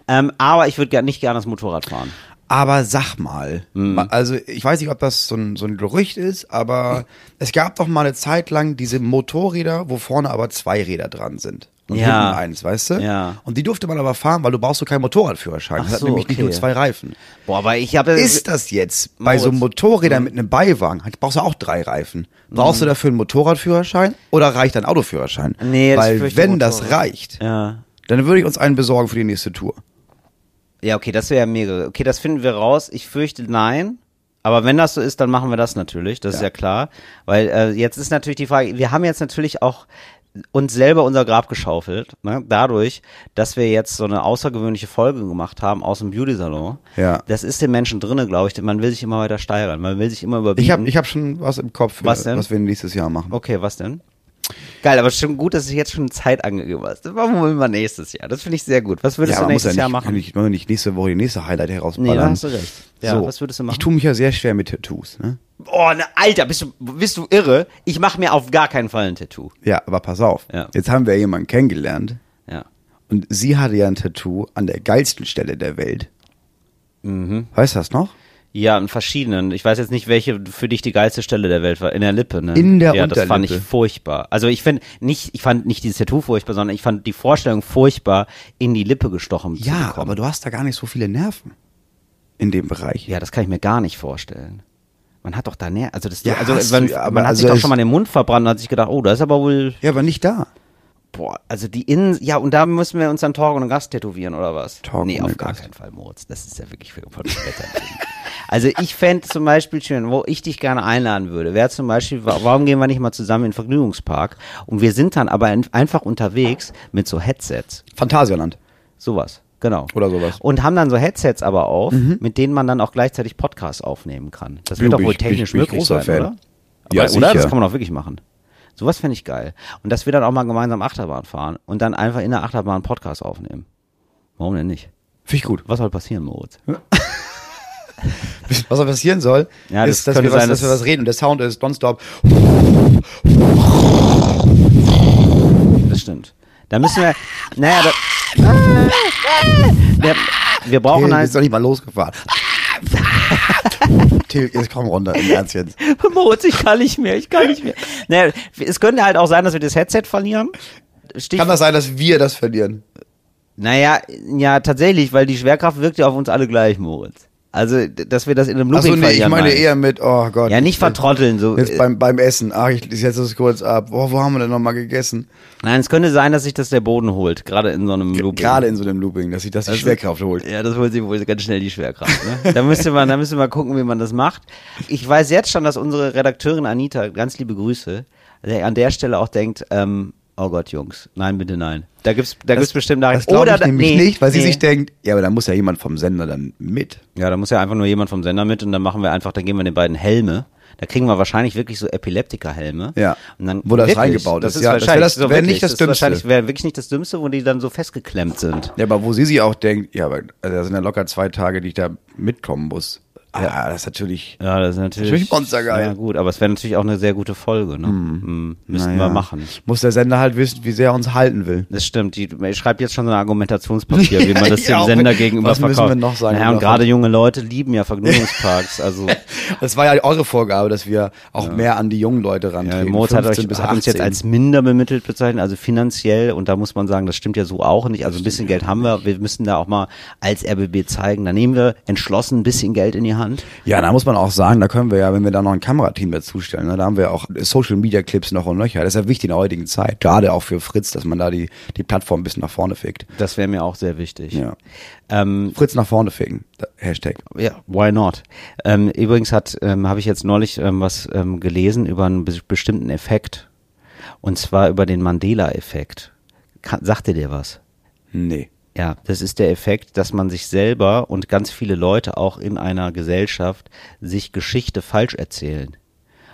Speaker 1: Ähm, aber ich würde gern nicht gerne das Motorrad fahren.
Speaker 2: Aber sag mal,
Speaker 1: Mhm.
Speaker 2: ma- also ich weiß nicht, ob das so ein, so ein Gerücht ist, aber es gab doch mal eine Zeit lang diese Motorräder, wo vorne aber zwei Räder dran sind. Und
Speaker 1: Ja.
Speaker 2: hinten eins, weißt du?
Speaker 1: Ja.
Speaker 2: Und die durfte man aber fahren, weil du brauchst so keinen Motorradführerschein.
Speaker 1: Ach
Speaker 2: das
Speaker 1: so,
Speaker 2: hat nämlich nicht nur
Speaker 1: okay.
Speaker 2: zwei Reifen.
Speaker 1: Boah, aber ich habe
Speaker 2: Ist das jetzt bei so
Speaker 1: Moritz. Mhm.
Speaker 2: Motorrädern mit einem Beiwagen, halt, brauchst du auch drei Reifen. Brauchst du dafür einen Motorradführerschein oder reicht ein Autoführerschein?
Speaker 1: Nee, das
Speaker 2: Weil
Speaker 1: fürchte
Speaker 2: wenn
Speaker 1: Motorrad.
Speaker 2: das reicht,
Speaker 1: ja.
Speaker 2: dann würde ich uns einen besorgen für die nächste Tour.
Speaker 1: Ja, okay, das wäre ja mega. Okay, das finden wir raus. Ich fürchte, nein. Aber wenn das so ist, dann machen wir das natürlich. Das ist ja klar. Weil äh, jetzt ist natürlich die Frage, wir haben jetzt natürlich auch uns selber unser Grab geschaufelt, ne? dadurch, dass wir jetzt so eine außergewöhnliche Folge gemacht haben aus dem Beauty-Salon.
Speaker 2: Ja.
Speaker 1: Das ist den Menschen drinne, glaube ich. denn Man will sich immer weiter steigern, man will sich immer überbieten.
Speaker 2: Ich habe ich hab schon was im Kopf,
Speaker 1: Mhm.
Speaker 2: äh,
Speaker 1: Was denn?
Speaker 2: was wir nächstes Jahr machen.
Speaker 1: okay, was denn? Geil, aber schon gut, dass ich jetzt schon Zeit angegeben hast. Das machen wir mal nächstes Jahr. Das finde ich sehr gut. Was würdest
Speaker 2: aber
Speaker 1: du
Speaker 2: man muss
Speaker 1: nächstes
Speaker 2: ja
Speaker 1: Jahr
Speaker 2: nicht,
Speaker 1: machen?
Speaker 2: Kann ich, kann nicht nächste Woche die nächste Highlight herausballern.
Speaker 1: Nee, da hast du recht. Ja, was würdest du machen?
Speaker 2: Ich tue mich ja sehr schwer mit Tattoos. Ne?
Speaker 1: Oh, ne, Alter, bist du, bist du irre? Ich mache mir auf gar keinen Fall ein Tattoo.
Speaker 2: Ja, aber pass auf.
Speaker 1: Ja.
Speaker 2: Jetzt haben wir jemanden kennengelernt
Speaker 1: Ja.
Speaker 2: und sie hatte ja ein Tattoo an der geilsten Stelle der Welt.
Speaker 1: Mhm.
Speaker 2: Weißt du das noch?
Speaker 1: Ja, in verschiedenen. Ich weiß jetzt nicht, welche für dich die geilste Stelle der Welt war. In der Lippe, ne?
Speaker 2: In der
Speaker 1: Ja, das fand ich
Speaker 2: Unterlippe.
Speaker 1: furchtbar. Also ich finde nicht, ich fand nicht dieses Tattoo furchtbar, sondern ich fand die Vorstellung furchtbar, in die Lippe gestochen zu
Speaker 2: Ja,
Speaker 1: bekommen.
Speaker 2: aber du hast da gar nicht so viele Nerven in dem Bereich.
Speaker 1: Ja, das kann ich mir gar nicht vorstellen. Man hat doch da näher, also das,
Speaker 2: Ja,
Speaker 1: also
Speaker 2: hast
Speaker 1: man,
Speaker 2: du, aber
Speaker 1: man hat
Speaker 2: also
Speaker 1: sich doch
Speaker 2: es-
Speaker 1: schon mal den Mund verbrannt und hat sich gedacht, oh, da ist aber wohl,
Speaker 2: Ja, aber nicht da.
Speaker 1: boah, also die Innen, ja, und da müssen wir uns dann Torgen und den Gast tätowieren oder was?
Speaker 2: Torgen
Speaker 1: nee,
Speaker 2: und
Speaker 1: auf
Speaker 2: den
Speaker 1: gar
Speaker 2: Gast.
Speaker 1: keinen Fall, Moritz. Das ist ja wirklich für von Wetter. Also ich fände zum Beispiel schön, wo ich dich gerne einladen würde, wäre zum Beispiel, wa- warum gehen wir nicht mal zusammen in den Vergnügungspark und wir sind dann aber ein- einfach unterwegs mit so Headsets,
Speaker 2: Phantasialand.
Speaker 1: sowas, genau.
Speaker 2: Oder sowas. Mhm.
Speaker 1: Und haben dann so Headsets aber auf, mit denen man dann auch gleichzeitig Podcasts aufnehmen kann. Das wird
Speaker 2: Bin-
Speaker 1: doch wohl
Speaker 2: bin ich- bin
Speaker 1: technisch
Speaker 2: ich- bin ich
Speaker 1: möglich sein,
Speaker 2: großer Fan.
Speaker 1: oder?
Speaker 2: Ja,
Speaker 1: Aber, oder?
Speaker 2: sicher.
Speaker 1: Das kann man auch wirklich machen. Sowas fände ich geil. Und dass wir dann auch mal gemeinsam Achterbahn fahren und dann einfach in der Achterbahn einen Podcast aufnehmen. Warum denn nicht?
Speaker 2: Finde ich gut.
Speaker 1: Was soll passieren, Moritz?
Speaker 2: Was aber passieren soll,
Speaker 1: Ja, das
Speaker 2: ist, dass,
Speaker 1: könnte
Speaker 2: wir was,
Speaker 1: sein,
Speaker 2: dass wir
Speaker 1: dass-
Speaker 2: was reden. Und der Sound ist nonstop.
Speaker 1: Das stimmt. Da müssen wir, naja, da, Wir, wir brauchen
Speaker 2: Till,
Speaker 1: halt.
Speaker 2: ist doch nicht mal losgefahren. Till, jetzt komm runter, im Ernst jetzt.
Speaker 1: Moritz, ich kann nicht mehr, ich kann nicht mehr. Naja, es könnte halt auch sein, dass wir das Headset verlieren. Stich
Speaker 2: Kann das sein, dass wir das verlieren?
Speaker 1: naja, ja, tatsächlich, weil die Schwerkraft wirkt ja auf uns alle gleich, Moritz. Also, d- dass wir das in einem Looping
Speaker 2: Achso, nee, ich
Speaker 1: verlieren.
Speaker 2: meine
Speaker 1: meine ich.
Speaker 2: eher mit, oh Gott.
Speaker 1: Ja, nicht äh, vertrotteln, so.
Speaker 2: Jetzt beim, beim Essen. Ach, ich setze es kurz ab. Oh, wo haben wir denn nochmal gegessen?
Speaker 1: Nein, es könnte sein, dass sich das der Boden holt, gerade in so einem Looping.
Speaker 2: Gerade in so einem Looping, dass sich das die Schwerkraft holt.
Speaker 1: Ja, das holt sich wohl ganz schnell die Schwerkraft. Ne? Da müsste man, da müsste man gucken, wie man das macht. Ich weiß jetzt schon, dass unsere Redakteurin Anita, ganz liebe Grüße, der an der Stelle auch denkt, ähm, oh Gott, Jungs, nein, bitte nein. Da gibt's, da gibt's bestimmt
Speaker 2: Das
Speaker 1: Nachrichten.
Speaker 2: glaube ich
Speaker 1: da-
Speaker 2: nämlich
Speaker 1: nee,
Speaker 2: nicht, weil sie
Speaker 1: nee.
Speaker 2: sich denkt, ja, aber da muss ja jemand vom Sender dann mit.
Speaker 1: Ja, da muss ja einfach nur jemand vom Sender mit und dann machen wir einfach, dann geben wir den beiden Helme. Da kriegen wir wahrscheinlich wirklich so Epileptiker-Helme.
Speaker 2: Ja.
Speaker 1: Und dann,
Speaker 2: Wo das
Speaker 1: wirklich,
Speaker 2: reingebaut
Speaker 1: das
Speaker 2: ist.
Speaker 1: ist.
Speaker 2: Ja, das wär
Speaker 1: wahrscheinlich,
Speaker 2: das-
Speaker 1: so
Speaker 2: wär nicht
Speaker 1: wirklich,
Speaker 2: das
Speaker 1: ist
Speaker 2: Dümmste.
Speaker 1: Wahrscheinlich, wäre wirklich nicht das Dümmste, wo die dann so festgeklemmt sind.
Speaker 2: Ja, aber wo sie sich auch denkt, ja, aber also da sind ja locker zwei Tage, die ich da mitkommen muss. Ja, das ist natürlich.
Speaker 1: Ja, das ist natürlich.
Speaker 2: Natürlich monstergeil.
Speaker 1: Ja, gut, aber es wäre natürlich auch eine sehr gute Folge, ne? Mhm. Müssten wir
Speaker 2: naja,
Speaker 1: machen.
Speaker 2: Muss der Sender halt wissen, wie sehr er uns halten will.
Speaker 1: Das stimmt. Die ich schreibe jetzt schon so ein Argumentationspapier, wie man das
Speaker 2: Ja,
Speaker 1: dem
Speaker 2: auch
Speaker 1: Sender
Speaker 2: mit-
Speaker 1: gegenüber
Speaker 2: was müssen
Speaker 1: verkauft.
Speaker 2: wir noch sagen,
Speaker 1: Naja, und
Speaker 2: um
Speaker 1: gerade junge Leute lieben ja Vergnügungsparks. Also
Speaker 2: Das war ja eure Vorgabe, dass wir auch mehr an die jungen Leute
Speaker 1: äh,
Speaker 2: rantreten.
Speaker 1: Moritz hat, euch,
Speaker 2: 15 bis
Speaker 1: hat uns jetzt
Speaker 2: 18.
Speaker 1: als minder bemittelt bezeichnet, also finanziell. Und da muss man sagen, das stimmt ja so auch nicht. Also ein bisschen Geld haben wir. Wir müssen da auch mal als RBB zeigen. Da nehmen wir entschlossen ein bisschen Geld in die Hand.
Speaker 2: Ja, da muss man auch sagen, da können wir ja, wenn wir da noch ein Kamerateam dazustellen, ne, da haben wir auch Social Media Clips noch und nöcher. Das ist ja wichtig in der heutigen Zeit. Gerade auch für Fritz, dass man da die, die Plattform ein bisschen nach vorne fickt.
Speaker 1: Das wäre mir auch sehr wichtig.
Speaker 2: Ja.
Speaker 1: Ähm,
Speaker 2: Fritz nach vorne ficken. Da- Hashtag.
Speaker 1: ja, why not? Ähm, übrigens hat, ähm, habe ich jetzt neulich ähm, was ähm, gelesen über einen bes- bestimmten Effekt. Und zwar über den Mandela-Effekt. Ka- Sagt ihr dir was?
Speaker 2: Nee.
Speaker 1: Ja, das ist der Effekt, dass man sich selber und ganz viele Leute auch in einer Gesellschaft sich Geschichte falsch erzählen.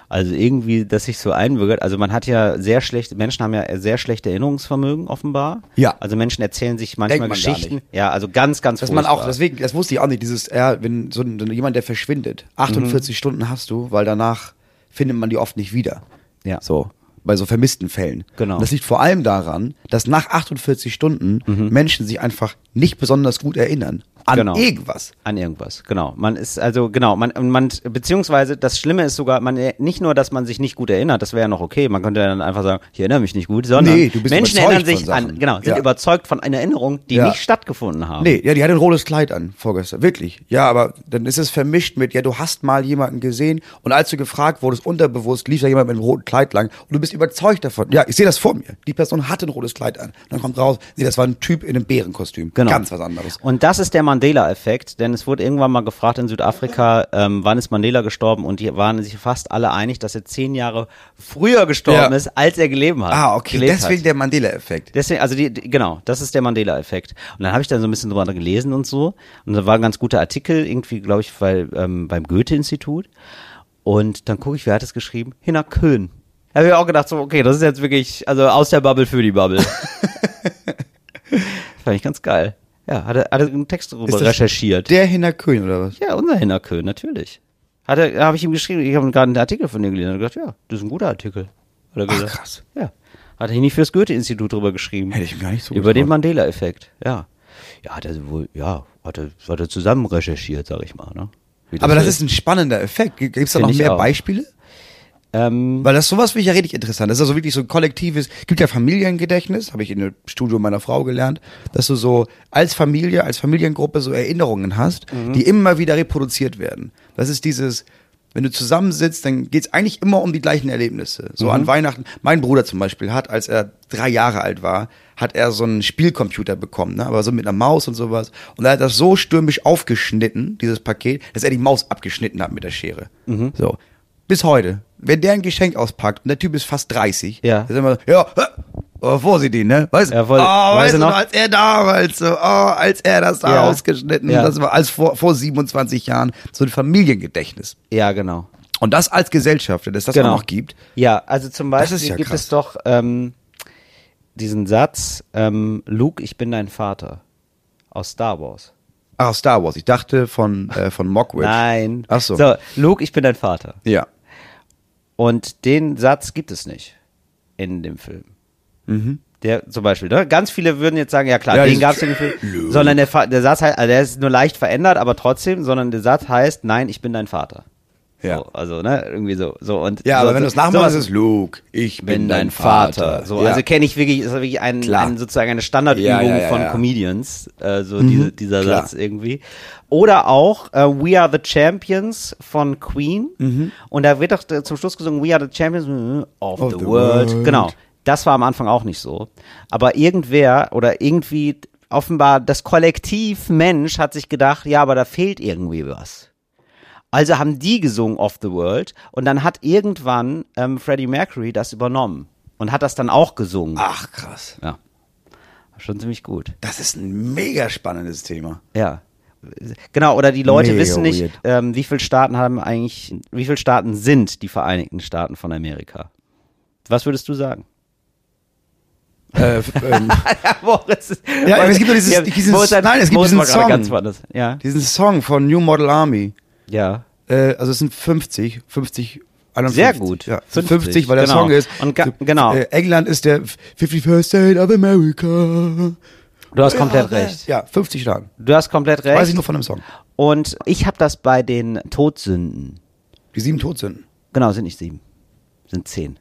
Speaker 1: Also irgendwie, dass sich so einbürgert. Also man hat ja sehr schlecht, Menschen haben ja sehr schlechte Erinnerungsvermögen offenbar.
Speaker 2: Ja.
Speaker 1: Also Menschen erzählen sich manchmal
Speaker 2: man gar
Speaker 1: Geschichten.
Speaker 2: nicht.
Speaker 1: Ja, also ganz, ganz
Speaker 2: Dass man auch,
Speaker 1: furchtbar.
Speaker 2: deswegen, das wusste ich auch nicht, dieses, ja, wenn so ein, jemand, der verschwindet, 48 Stunden hast du, weil danach findet man die oft nicht wieder.
Speaker 1: Ja.
Speaker 2: So. Bei so vermissten Fällen.
Speaker 1: Genau.
Speaker 2: Und Das liegt vor allem daran, dass nach 48 Stunden Menschen sich einfach nicht besonders gut erinnern an
Speaker 1: Genau.
Speaker 2: irgendwas.
Speaker 1: An irgendwas, genau. Man ist also, genau, man, man, beziehungsweise das Schlimme ist sogar, man, nicht nur, dass man sich nicht gut erinnert, das wäre ja noch okay, man könnte dann einfach sagen, ich erinnere mich nicht gut, sondern
Speaker 2: Nee, du bist
Speaker 1: Menschen
Speaker 2: überzeugt
Speaker 1: erinnern sich
Speaker 2: von Sachen.
Speaker 1: an, genau, sind
Speaker 2: Ja.
Speaker 1: überzeugt von einer Erinnerung, die
Speaker 2: Ja.
Speaker 1: nicht stattgefunden haben.
Speaker 2: Nee, ja, die hat ein rotes Kleid an vorgestern, wirklich. Ja, aber dann ist es vermischt mit, ja, du hast mal jemanden gesehen und als du gefragt wurdest, unterbewusst lief da jemand mit einem roten Kleid lang und du bist überzeugt davon. Ja, ich sehe das vor mir. Die Person hatte ein rotes Kleid an. Und dann kommt raus, nee, das war ein Typ in einem Bärenkostüm.
Speaker 1: Genau.
Speaker 2: Ganz was anderes.
Speaker 1: Und das ist der Mandela-Effekt, denn es wurde irgendwann mal gefragt in Südafrika, ähm, wann ist Mandela gestorben und die waren sich fast alle einig, dass er zehn Jahre früher gestorben
Speaker 2: Ja.
Speaker 1: ist, als er gelebt hat.
Speaker 2: Ah, okay,
Speaker 1: gelebt
Speaker 2: deswegen
Speaker 1: hat.
Speaker 2: der Mandela-Effekt.
Speaker 1: Deswegen, also die, die, genau, das ist der Mandela-Effekt. Und dann habe ich dann so ein bisschen drüber gelesen und so. Und da war ein ganz guter Artikel, irgendwie, glaube ich, weil, ähm, beim Goethe-Institut. Und dann gucke ich, wer hat es geschrieben? Hinner Köhn. Da habe ich auch gedacht, so, okay, das ist jetzt wirklich, also aus der Bubble für die Bubble. Fand ich ganz geil. Ja, hat er, hat er einen Text darüber
Speaker 2: Ist das
Speaker 1: recherchiert.
Speaker 2: Der Hinterkönig oder was?
Speaker 1: Ja, unser Hinner Köhn, natürlich. Hat er, habe ich ihm geschrieben, ich habe gerade einen Artikel von dir gelesen. Und gedacht, ja, das ist ein guter Artikel. Hat er
Speaker 2: Ach,
Speaker 1: gesagt.
Speaker 2: krass.
Speaker 1: Ja. Hat er nicht fürs Goethe-Institut drüber geschrieben.
Speaker 2: Hätte ich mir gar nicht so
Speaker 1: Über den
Speaker 2: getraut.
Speaker 1: Mandela-Effekt, ja. Ja, hat er wohl, ja, hat er, hat er zusammen recherchiert, sag ich mal, ne? Wie
Speaker 2: Aber das
Speaker 1: so
Speaker 2: ist ein spannender Effekt. Gibt es da
Speaker 1: Find
Speaker 2: noch
Speaker 1: ich
Speaker 2: mehr
Speaker 1: auch.
Speaker 2: Beispiele?
Speaker 1: Ähm,
Speaker 2: Weil das sowas finde ich ja richtig interessant. Das ist also wirklich so ein kollektives, gibt ja Familiengedächtnis, habe ich in dem Studium meiner Frau gelernt, dass du so als Familie, als Familiengruppe so Erinnerungen hast, die immer wieder reproduziert werden. Das ist dieses, wenn du zusammensitzt, dann geht es eigentlich immer um die gleichen Erlebnisse. So an Weihnachten, mein Bruder zum Beispiel hat, als er drei Jahre alt war, hat er so einen Spielcomputer bekommen, ne? aber so mit einer Maus und sowas. Und er hat das so stürmisch aufgeschnitten, dieses Paket, dass er die Maus abgeschnitten hat mit der Schere. So. Bis heute. Wenn der ein Geschenk auspackt und der Typ ist fast 30,
Speaker 1: Ja.
Speaker 2: ist immer so, ja, hä, oh, vorsichtig, ne? Weißt
Speaker 1: Ja, voll.
Speaker 2: oh,
Speaker 1: Weißt
Speaker 2: weißt
Speaker 1: du
Speaker 2: du
Speaker 1: noch?
Speaker 2: noch, als er damals, so, oh, als er das da
Speaker 1: Ja.
Speaker 2: ausgeschnitten,
Speaker 1: Ja.
Speaker 2: das war als vor, vor 27 Jahren, so ein Familiengedächtnis.
Speaker 1: ja, genau.
Speaker 2: Und das als Gesellschaft, dass das
Speaker 1: genau.
Speaker 2: auch noch gibt.
Speaker 1: Ja, also zum
Speaker 2: Das
Speaker 1: Beispiel
Speaker 2: ist ja
Speaker 1: gibt
Speaker 2: krass.
Speaker 1: es doch ähm, diesen Satz, ähm, Luke, ich bin dein Vater. Aus Star Wars.
Speaker 2: Ach, Ah, Star Wars. Ich dachte von, äh, von Mockridge.
Speaker 1: Nein.
Speaker 2: Ach so.
Speaker 1: So, Luke, ich bin dein Vater.
Speaker 2: Ja.
Speaker 1: Und den Satz gibt es nicht in dem Film. Der zum Beispiel, ne? Ganz viele würden jetzt sagen, ja klar,
Speaker 2: Ja,
Speaker 1: den
Speaker 2: das-
Speaker 1: gab's ja gefühlt. Sondern der, Fa- der Satz heißt, also der ist nur leicht verändert, aber trotzdem, sondern der Satz heißt, nein, ich bin dein Vater.
Speaker 2: Ja.
Speaker 1: So, also, ne, irgendwie so. so und so,
Speaker 2: Ja, aber wenn du es nachmachst,
Speaker 1: sowas-
Speaker 2: ist es Luke, ich bin,
Speaker 1: bin dein Vater. So,
Speaker 2: ja.
Speaker 1: Also kenne ich wirklich, ist wirklich ein,
Speaker 2: Klar.
Speaker 1: ein, sozusagen eine Standardübung
Speaker 2: Ja, ja, ja,
Speaker 1: von
Speaker 2: ja. Mhm.
Speaker 1: Comedians, äh, so diese, dieser
Speaker 2: klar.
Speaker 1: Satz irgendwie. Oder auch äh, We Are the Champions von Queen.
Speaker 2: Mhm.
Speaker 1: Und da wird doch äh, zum Schluss gesungen, We are the Champions of,
Speaker 2: Of
Speaker 1: the,
Speaker 2: the
Speaker 1: world.
Speaker 2: world.
Speaker 1: Genau. Das war am Anfang auch nicht so. Aber irgendwer oder irgendwie offenbar das Kollektiv Mensch hat sich gedacht, ja, aber da fehlt irgendwie was. Also haben die gesungen Off the World und dann hat irgendwann ähm, Freddie Mercury das übernommen und hat das dann auch gesungen.
Speaker 2: Ach krass.
Speaker 1: Ja. Schon ziemlich gut.
Speaker 2: Das ist ein mega spannendes Thema.
Speaker 1: Ja. Genau, oder die Leute
Speaker 2: Mega
Speaker 1: wissen nicht,
Speaker 2: weird.
Speaker 1: ähm, wie viele Staaten haben eigentlich, wie viele Staaten sind die Vereinigten Staaten von Amerika? Was würdest du sagen?
Speaker 2: Äh, f- ähm,
Speaker 1: Ja, Boris.
Speaker 2: Ja, aber es gibt doch dieses- dieses- nein, es gibt diesen Song.
Speaker 1: Ganz woanders. Ja.
Speaker 2: diesen Song von New Model Army.
Speaker 1: Ja.
Speaker 2: Äh, also es sind 50, 50, 51.
Speaker 1: Sehr gut.
Speaker 2: Ja, es sind
Speaker 1: 50,
Speaker 2: 50, weil der
Speaker 1: genau.
Speaker 2: Song ist.
Speaker 1: Und ga- genau.
Speaker 2: Äh, England ist der 51st State of America.
Speaker 1: Du hast komplett recht.
Speaker 2: Ja, 50 Staaten.
Speaker 1: Du hast komplett recht.
Speaker 2: Weiß ich nur von dem Song.
Speaker 1: Und ich habe das bei den Todsünden
Speaker 2: Die sieben Todsünden.
Speaker 1: Genau, sind nicht sieben. Sind zehn.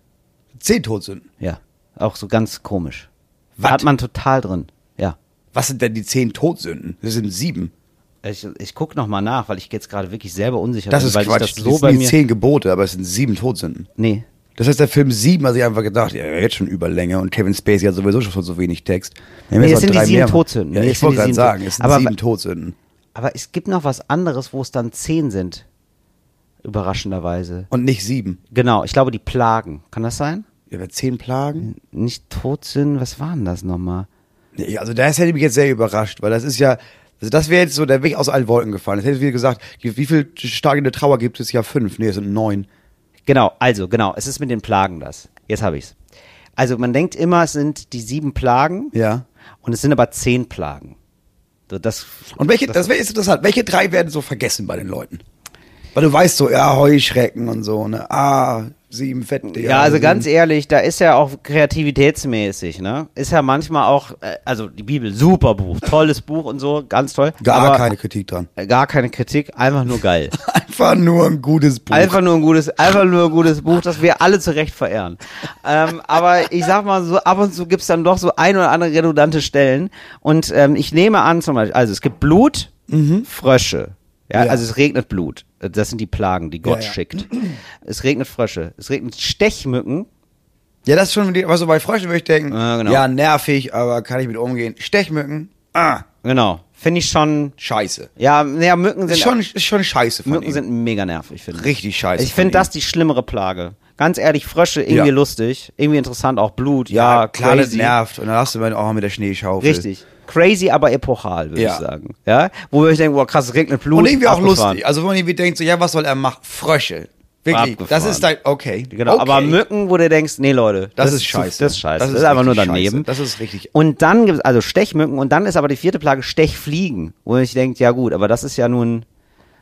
Speaker 2: Zehn Todsünden.
Speaker 1: Ja. Auch so ganz komisch.
Speaker 2: Was?
Speaker 1: Hat man total drin. Ja.
Speaker 2: Was sind denn die zehn Todsünden? Das sind sieben.
Speaker 1: Ich, ich guck noch mal nach, weil ich jetzt gerade wirklich selber unsicher
Speaker 2: Das
Speaker 1: bin,
Speaker 2: ist
Speaker 1: weil
Speaker 2: Quatsch.
Speaker 1: ich das so
Speaker 2: das
Speaker 1: bei
Speaker 2: sind die
Speaker 1: mir.
Speaker 2: zehn Gebote, aber es sind sieben Todsünden.
Speaker 1: Nee.
Speaker 2: Das heißt, der Film 7 hat sich einfach gedacht, ja, jetzt schon Überlänge und Kevin Spacey hat sowieso schon so wenig Text. Ja,
Speaker 1: Nee, es sind die sieben Todsünden.
Speaker 2: Ja,
Speaker 1: Nee,
Speaker 2: ich
Speaker 1: es sind
Speaker 2: wollte
Speaker 1: die
Speaker 2: gerade
Speaker 1: sieben
Speaker 2: sagen,
Speaker 1: Tod-
Speaker 2: es sind
Speaker 1: Aber-
Speaker 2: sieben Todsünden.
Speaker 1: Aber es gibt noch was anderes, wo es dann zehn sind. Überraschenderweise.
Speaker 2: Und nicht sieben.
Speaker 1: Genau, ich glaube, die Plagen. Kann das sein?
Speaker 2: Ja, aber zehn Plagen?
Speaker 1: Nicht Todsünden, was waren das nochmal?
Speaker 2: Nee, also das hätte mich jetzt sehr überrascht, weil das ist ja, also das wäre jetzt so der Weg aus allen Wolken gefallen. Das hätte wieder gesagt, wie viele Tage der Trauer gibt es? Ja, fünf. Nee, es sind neun.
Speaker 1: Genau, also genau, es ist mit den Plagen das. Jetzt habe ich's. Also man denkt immer, es sind die sieben Plagen
Speaker 2: Ja.
Speaker 1: und es sind aber zehn Plagen. So, das,
Speaker 2: Und welche, das wäre jetzt interessant, welche drei werden so vergessen bei den Leuten? Weil du weißt so, ja, Heuschrecken und so, ne? Ah, sieben Fette.
Speaker 1: Ja, also ganz ehrlich, da ist ja auch kreativitätsmäßig, ne? Ist ja manchmal auch, äh, also die Bibel, super Buch, tolles Buch und so, ganz toll.
Speaker 2: Gar
Speaker 1: aber äh,
Speaker 2: keine Kritik dran.
Speaker 1: Gar keine Kritik, einfach nur geil.
Speaker 2: Einfach nur ein gutes Buch.
Speaker 1: einfach nur ein gutes, einfach nur ein gutes Buch, das wir alle zu Recht verehren. Ähm, aber ich sag mal so, ab und zu gibt's dann doch so ein oder andere redundante Stellen. Und ähm, ich nehme an, zum Beispiel, also es gibt Blut, Frösche. Ja,
Speaker 2: Mhm. Ja.
Speaker 1: also es regnet Blut. Das sind die Plagen, die Gott
Speaker 2: Ja, ja.
Speaker 1: schickt. Es regnet Frösche. Es regnet Stechmücken.
Speaker 2: ja, das ist schon, die- was so bei Fröschen würde ich denken.
Speaker 1: Ja,
Speaker 2: Ja,
Speaker 1: genau.
Speaker 2: nervig, aber kann ich mit umgehen. Stechmücken, ah,
Speaker 1: Genau. Finde ich schon
Speaker 2: scheiße.
Speaker 1: Ja, naja, Mücken sind,
Speaker 2: Ist schon, ist schon scheiße von
Speaker 1: Mücken
Speaker 2: ihm.
Speaker 1: sind mega nervig, finde ich.
Speaker 2: Richtig scheiße.
Speaker 1: Ich
Speaker 2: von
Speaker 1: finde
Speaker 2: ihm.
Speaker 1: das die schlimmere Plage. Ganz ehrlich, Frösche irgendwie
Speaker 2: Ja.
Speaker 1: lustig, irgendwie interessant, auch Blut, ja,
Speaker 2: ja, klar, das
Speaker 1: crazy.
Speaker 2: nervt. Und dann hast du immer
Speaker 1: oh,
Speaker 2: auch mit der Schneeschaufel.
Speaker 1: richtig. Crazy, aber epochal, würde
Speaker 2: Ja.
Speaker 1: ich sagen. Ja, wo wir euch denken, wow, krass, es regnet Blut.
Speaker 2: Und irgendwie auch
Speaker 1: abgefahren.
Speaker 2: lustig. Also, wenn man irgendwie denkt, so, ja, was soll er machen? Frösche. Wirklich.
Speaker 1: Abgefahren.
Speaker 2: Das ist dein, okay.
Speaker 1: Genau,
Speaker 2: okay.
Speaker 1: aber Mücken, wo du denkst, nee, Leute,
Speaker 2: Das ist
Speaker 1: zu-
Speaker 2: scheiße.
Speaker 1: Das ist scheiße.
Speaker 2: Das
Speaker 1: Das
Speaker 2: ist
Speaker 1: ist, einfach nur
Speaker 2: richtig
Speaker 1: daneben.
Speaker 2: scheiße. Das ist richtig-
Speaker 1: Und dann gibt's also Stechmücken und dann ist aber die vierte Plage Stechfliegen, wo ich denke, ja gut, aber das ist ja nun,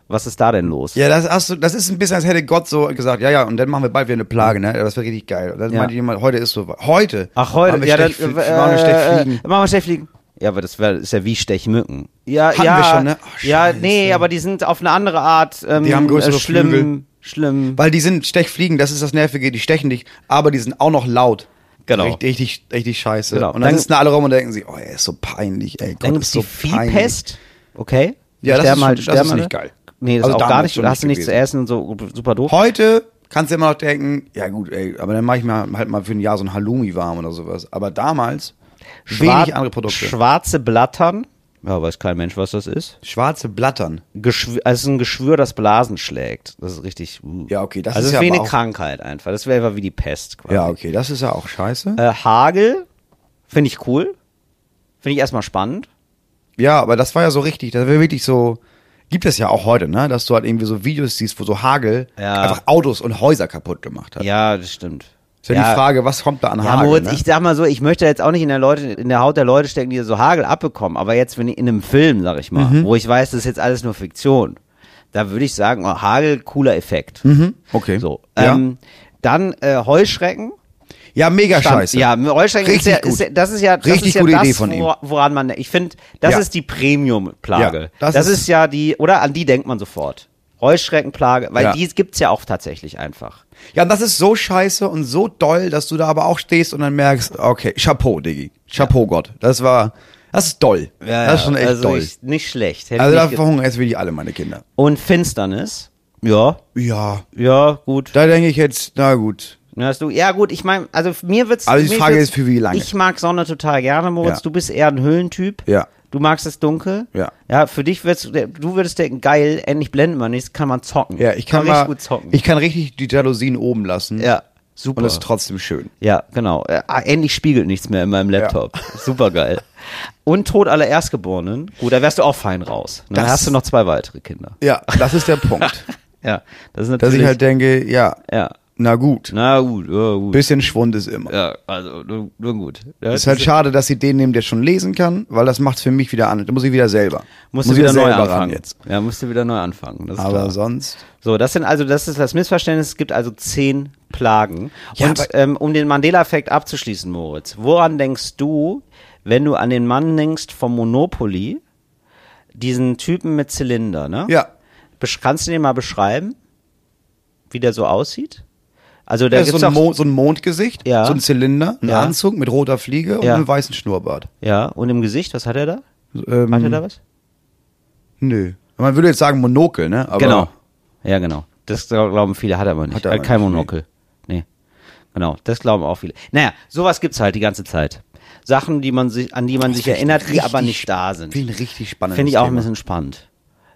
Speaker 1: was ist da denn los?
Speaker 2: Ja, das hast du, das ist ein bisschen, als hätte Gott so gesagt, ja, ja, und dann machen wir bald wieder eine Plage, ne? Das wäre richtig geil. Und dann
Speaker 1: Ja.
Speaker 2: meinte jemand, heute ist so, heute.
Speaker 1: Ach, heute,
Speaker 2: Machen wir
Speaker 1: ja, dann,
Speaker 2: Stech,
Speaker 1: äh,
Speaker 2: machen wir Stechfliegen.
Speaker 1: Äh, machen wir Stechfliegen. Ja, aber das wär, ist ja wie Stechmücken. Ja,
Speaker 2: Hatten
Speaker 1: ja.
Speaker 2: wir schon, ne? Oh,
Speaker 1: ja,
Speaker 2: Scheiße.
Speaker 1: nee, aber die sind auf eine andere Art. Ähm,
Speaker 2: Die haben größere
Speaker 1: äh, schlimm,
Speaker 2: Flügel.
Speaker 1: Schlimm.
Speaker 2: Weil die sind Stechfliegen, das ist das Nervige, die stechen dich, aber die sind auch noch laut.
Speaker 1: Genau.
Speaker 2: Richtig, richtig, richtig scheiße.
Speaker 1: Genau.
Speaker 2: Und dann,
Speaker 1: Dann-
Speaker 2: sitzen alle rum und denken sich, oh, er ist so peinlich, ey. Gott,
Speaker 1: Dann gibt's
Speaker 2: ist so
Speaker 1: die
Speaker 2: peinlich.
Speaker 1: Viehpest. Okay.
Speaker 2: Ja, das
Speaker 1: Sterben
Speaker 2: ist-
Speaker 1: halt,
Speaker 2: das
Speaker 1: sterben
Speaker 2: ist
Speaker 1: alle.
Speaker 2: nicht geil.
Speaker 1: Nee, das
Speaker 2: Also
Speaker 1: ist auch
Speaker 2: damals
Speaker 1: gar nicht,
Speaker 2: schon
Speaker 1: da
Speaker 2: nicht
Speaker 1: hast du nichts zu
Speaker 2: gewesen.
Speaker 1: essen und so, super doof.
Speaker 2: Heute kannst du immer noch denken, ja gut, ey, aber dann mache ich mir halt mal für ein Jahr so ein Halloumi warm oder sowas. Aber damals
Speaker 1: Schwar-
Speaker 2: wenig andere Produkte.
Speaker 1: Schwarze Blattern. Ja, weiß kein Mensch, was das ist.
Speaker 2: Schwarze Blattern.
Speaker 1: Geschw also es ist ein Geschwür, das Blasen schlägt. Das ist richtig. Uh.
Speaker 2: Ja, okay, das
Speaker 1: also es
Speaker 2: ist ja
Speaker 1: wie
Speaker 2: aber
Speaker 1: eine
Speaker 2: auch-
Speaker 1: Krankheit einfach. Das wäre einfach wie die Pest quasi.
Speaker 2: Ja, okay, das ist ja auch scheiße.
Speaker 1: Äh, Hagel finde ich cool. Finde ich erstmal spannend.
Speaker 2: Ja, aber das war ja so richtig, das war wirklich so, gibt es ja auch heute, ne, dass du halt irgendwie so Videos siehst, wo so Hagel
Speaker 1: Ja.
Speaker 2: einfach Autos und Häuser kaputt gemacht hat.
Speaker 1: Ja, das stimmt.
Speaker 2: Ist ja, die Frage, was kommt da an
Speaker 1: Ja,
Speaker 2: Hagel,
Speaker 1: Moritz,
Speaker 2: ne?
Speaker 1: ich sag mal so, ich möchte jetzt auch nicht in der, Leute, in der Haut der Leute stecken, die so Hagel abbekommen. Aber jetzt, wenn ich in einem Film, sag ich
Speaker 2: Mhm.
Speaker 1: mal, wo ich weiß, das ist jetzt alles nur Fiktion, da würde ich sagen, oh, Hagel, cooler Effekt.
Speaker 2: Mhm. Okay.
Speaker 1: So.
Speaker 2: Ja.
Speaker 1: Ähm, dann äh, Heuschrecken.
Speaker 2: Ja, mega
Speaker 1: Stand-
Speaker 2: scheiße.
Speaker 1: Ja, Rollstrecken ist
Speaker 2: Richtig
Speaker 1: ja,
Speaker 2: gut.
Speaker 1: ist ja, das ist ja, das
Speaker 2: Richtig
Speaker 1: ist ja
Speaker 2: gute
Speaker 1: das,
Speaker 2: Idee von ihm.
Speaker 1: wora- woran man, ich finde, das
Speaker 2: Ja.
Speaker 1: ist die Premium-Plage.
Speaker 2: Ja,
Speaker 1: das
Speaker 2: das
Speaker 1: ist,
Speaker 2: ist-
Speaker 1: ja die, oder an die denkt man sofort. Rollstreckenplage, weil
Speaker 2: Ja.
Speaker 1: die gibt's ja auch tatsächlich einfach.
Speaker 2: Ja, und das ist so scheiße und so doll, dass du da aber auch stehst und dann merkst, okay, Chapeau, Diggi. Chapeau, Gott. Das war, das ist doll. das ist schon echt
Speaker 1: also
Speaker 2: doll.
Speaker 1: Ich, nicht schlecht. Hätte
Speaker 2: also
Speaker 1: ich
Speaker 2: da
Speaker 1: nicht ge-
Speaker 2: verhungern jetzt wirklich alle meine Kinder.
Speaker 1: Und Finsternis. Ja,
Speaker 2: Ja,
Speaker 1: ja, gut.
Speaker 2: da denke ich jetzt, na gut.
Speaker 1: Ja, hast du, ja gut, ich meine, also mir wird's.
Speaker 2: Also die
Speaker 1: mir
Speaker 2: Frage
Speaker 1: wird's-
Speaker 2: ist, für wie lange?
Speaker 1: Ich mag Sonne total gerne, Moritz.
Speaker 2: Ja.
Speaker 1: Du bist eher ein Höhlentyp.
Speaker 2: Ja.
Speaker 1: Du magst es dunkel.
Speaker 2: Ja.
Speaker 1: Ja, für dich wird's, äh, du würdest denken, geil, endlich blendet man nichts, kann man zocken.
Speaker 2: Ja, ich kann, mal,
Speaker 1: richtig gut zocken.
Speaker 2: ich kann richtig die Jalousien oben lassen.
Speaker 1: ja, super.
Speaker 2: Und es ist trotzdem schön.
Speaker 1: ja, genau. Äh, ah, endlich spiegelt nichts mehr in meinem Laptop. Super geil. Und Tod aller Erstgeborenen. Gut, da wärst du auch fein raus. Dann
Speaker 2: Das-
Speaker 1: hast du noch zwei weitere Kinder.
Speaker 2: Ja, das ist der Punkt.
Speaker 1: Ja, das ist natürlich.
Speaker 2: Dass ich halt denke, ja,
Speaker 1: ja.
Speaker 2: na gut.
Speaker 1: Na gut, ja, gut.
Speaker 2: Bisschen Schwund ist immer.
Speaker 1: ja, also nur, nur gut. Ja,
Speaker 2: Ist halt
Speaker 1: das-
Speaker 2: schade, dass sie den nehmen, der schon lesen kann, weil das macht's für mich wieder an. Da muss ich wieder selber.
Speaker 1: Musst
Speaker 2: muss
Speaker 1: du
Speaker 2: ich
Speaker 1: wieder neu
Speaker 2: selber
Speaker 1: anfangen.
Speaker 2: jetzt.
Speaker 1: Ja, musst du wieder neu anfangen. Das ist
Speaker 2: Aber
Speaker 1: klar.
Speaker 2: sonst.
Speaker 1: So, das sind also, das ist das Missverständnis. Es gibt also zehn Plagen.
Speaker 2: Ja,
Speaker 1: Und
Speaker 2: aber-
Speaker 1: ähm, um den Mandela-Effekt abzuschließen, Moritz, woran denkst du, wenn du an den Mann denkst vom Monopoly, diesen Typen mit Zylinder, ne?
Speaker 2: Ja.
Speaker 1: Besch- Kannst du den mal beschreiben, wie der so aussieht? Also da
Speaker 2: Das
Speaker 1: gibt's
Speaker 2: ist Äh, so ein,
Speaker 1: auch,
Speaker 2: Mond, so ein Mondgesicht,
Speaker 1: Ja.
Speaker 2: so ein Zylinder, ein
Speaker 1: Ja.
Speaker 2: Anzug mit roter Fliege und
Speaker 1: Ja.
Speaker 2: einem weißen Schnurrbart.
Speaker 1: ja, und im Gesicht, was hat er da?
Speaker 2: Ähm,
Speaker 1: Hat er da was?
Speaker 2: Nö. Man würde jetzt sagen Monokel, ne? Aber
Speaker 1: genau. Ja, genau. Das glaub- glauben viele, hat er aber nicht. Hat
Speaker 2: Hat er aber
Speaker 1: kein
Speaker 2: nicht,
Speaker 1: Monokel. Nee. Genau, das glauben auch viele. Naja, sowas gibt's halt die ganze Zeit. Sachen, die man sich, an die man sich erinnert, die
Speaker 2: Richtig
Speaker 1: aber nicht da sind.
Speaker 2: Finde ich ein richtig spannendes
Speaker 1: Finde ich auch ein
Speaker 2: Thema.
Speaker 1: bisschen spannend.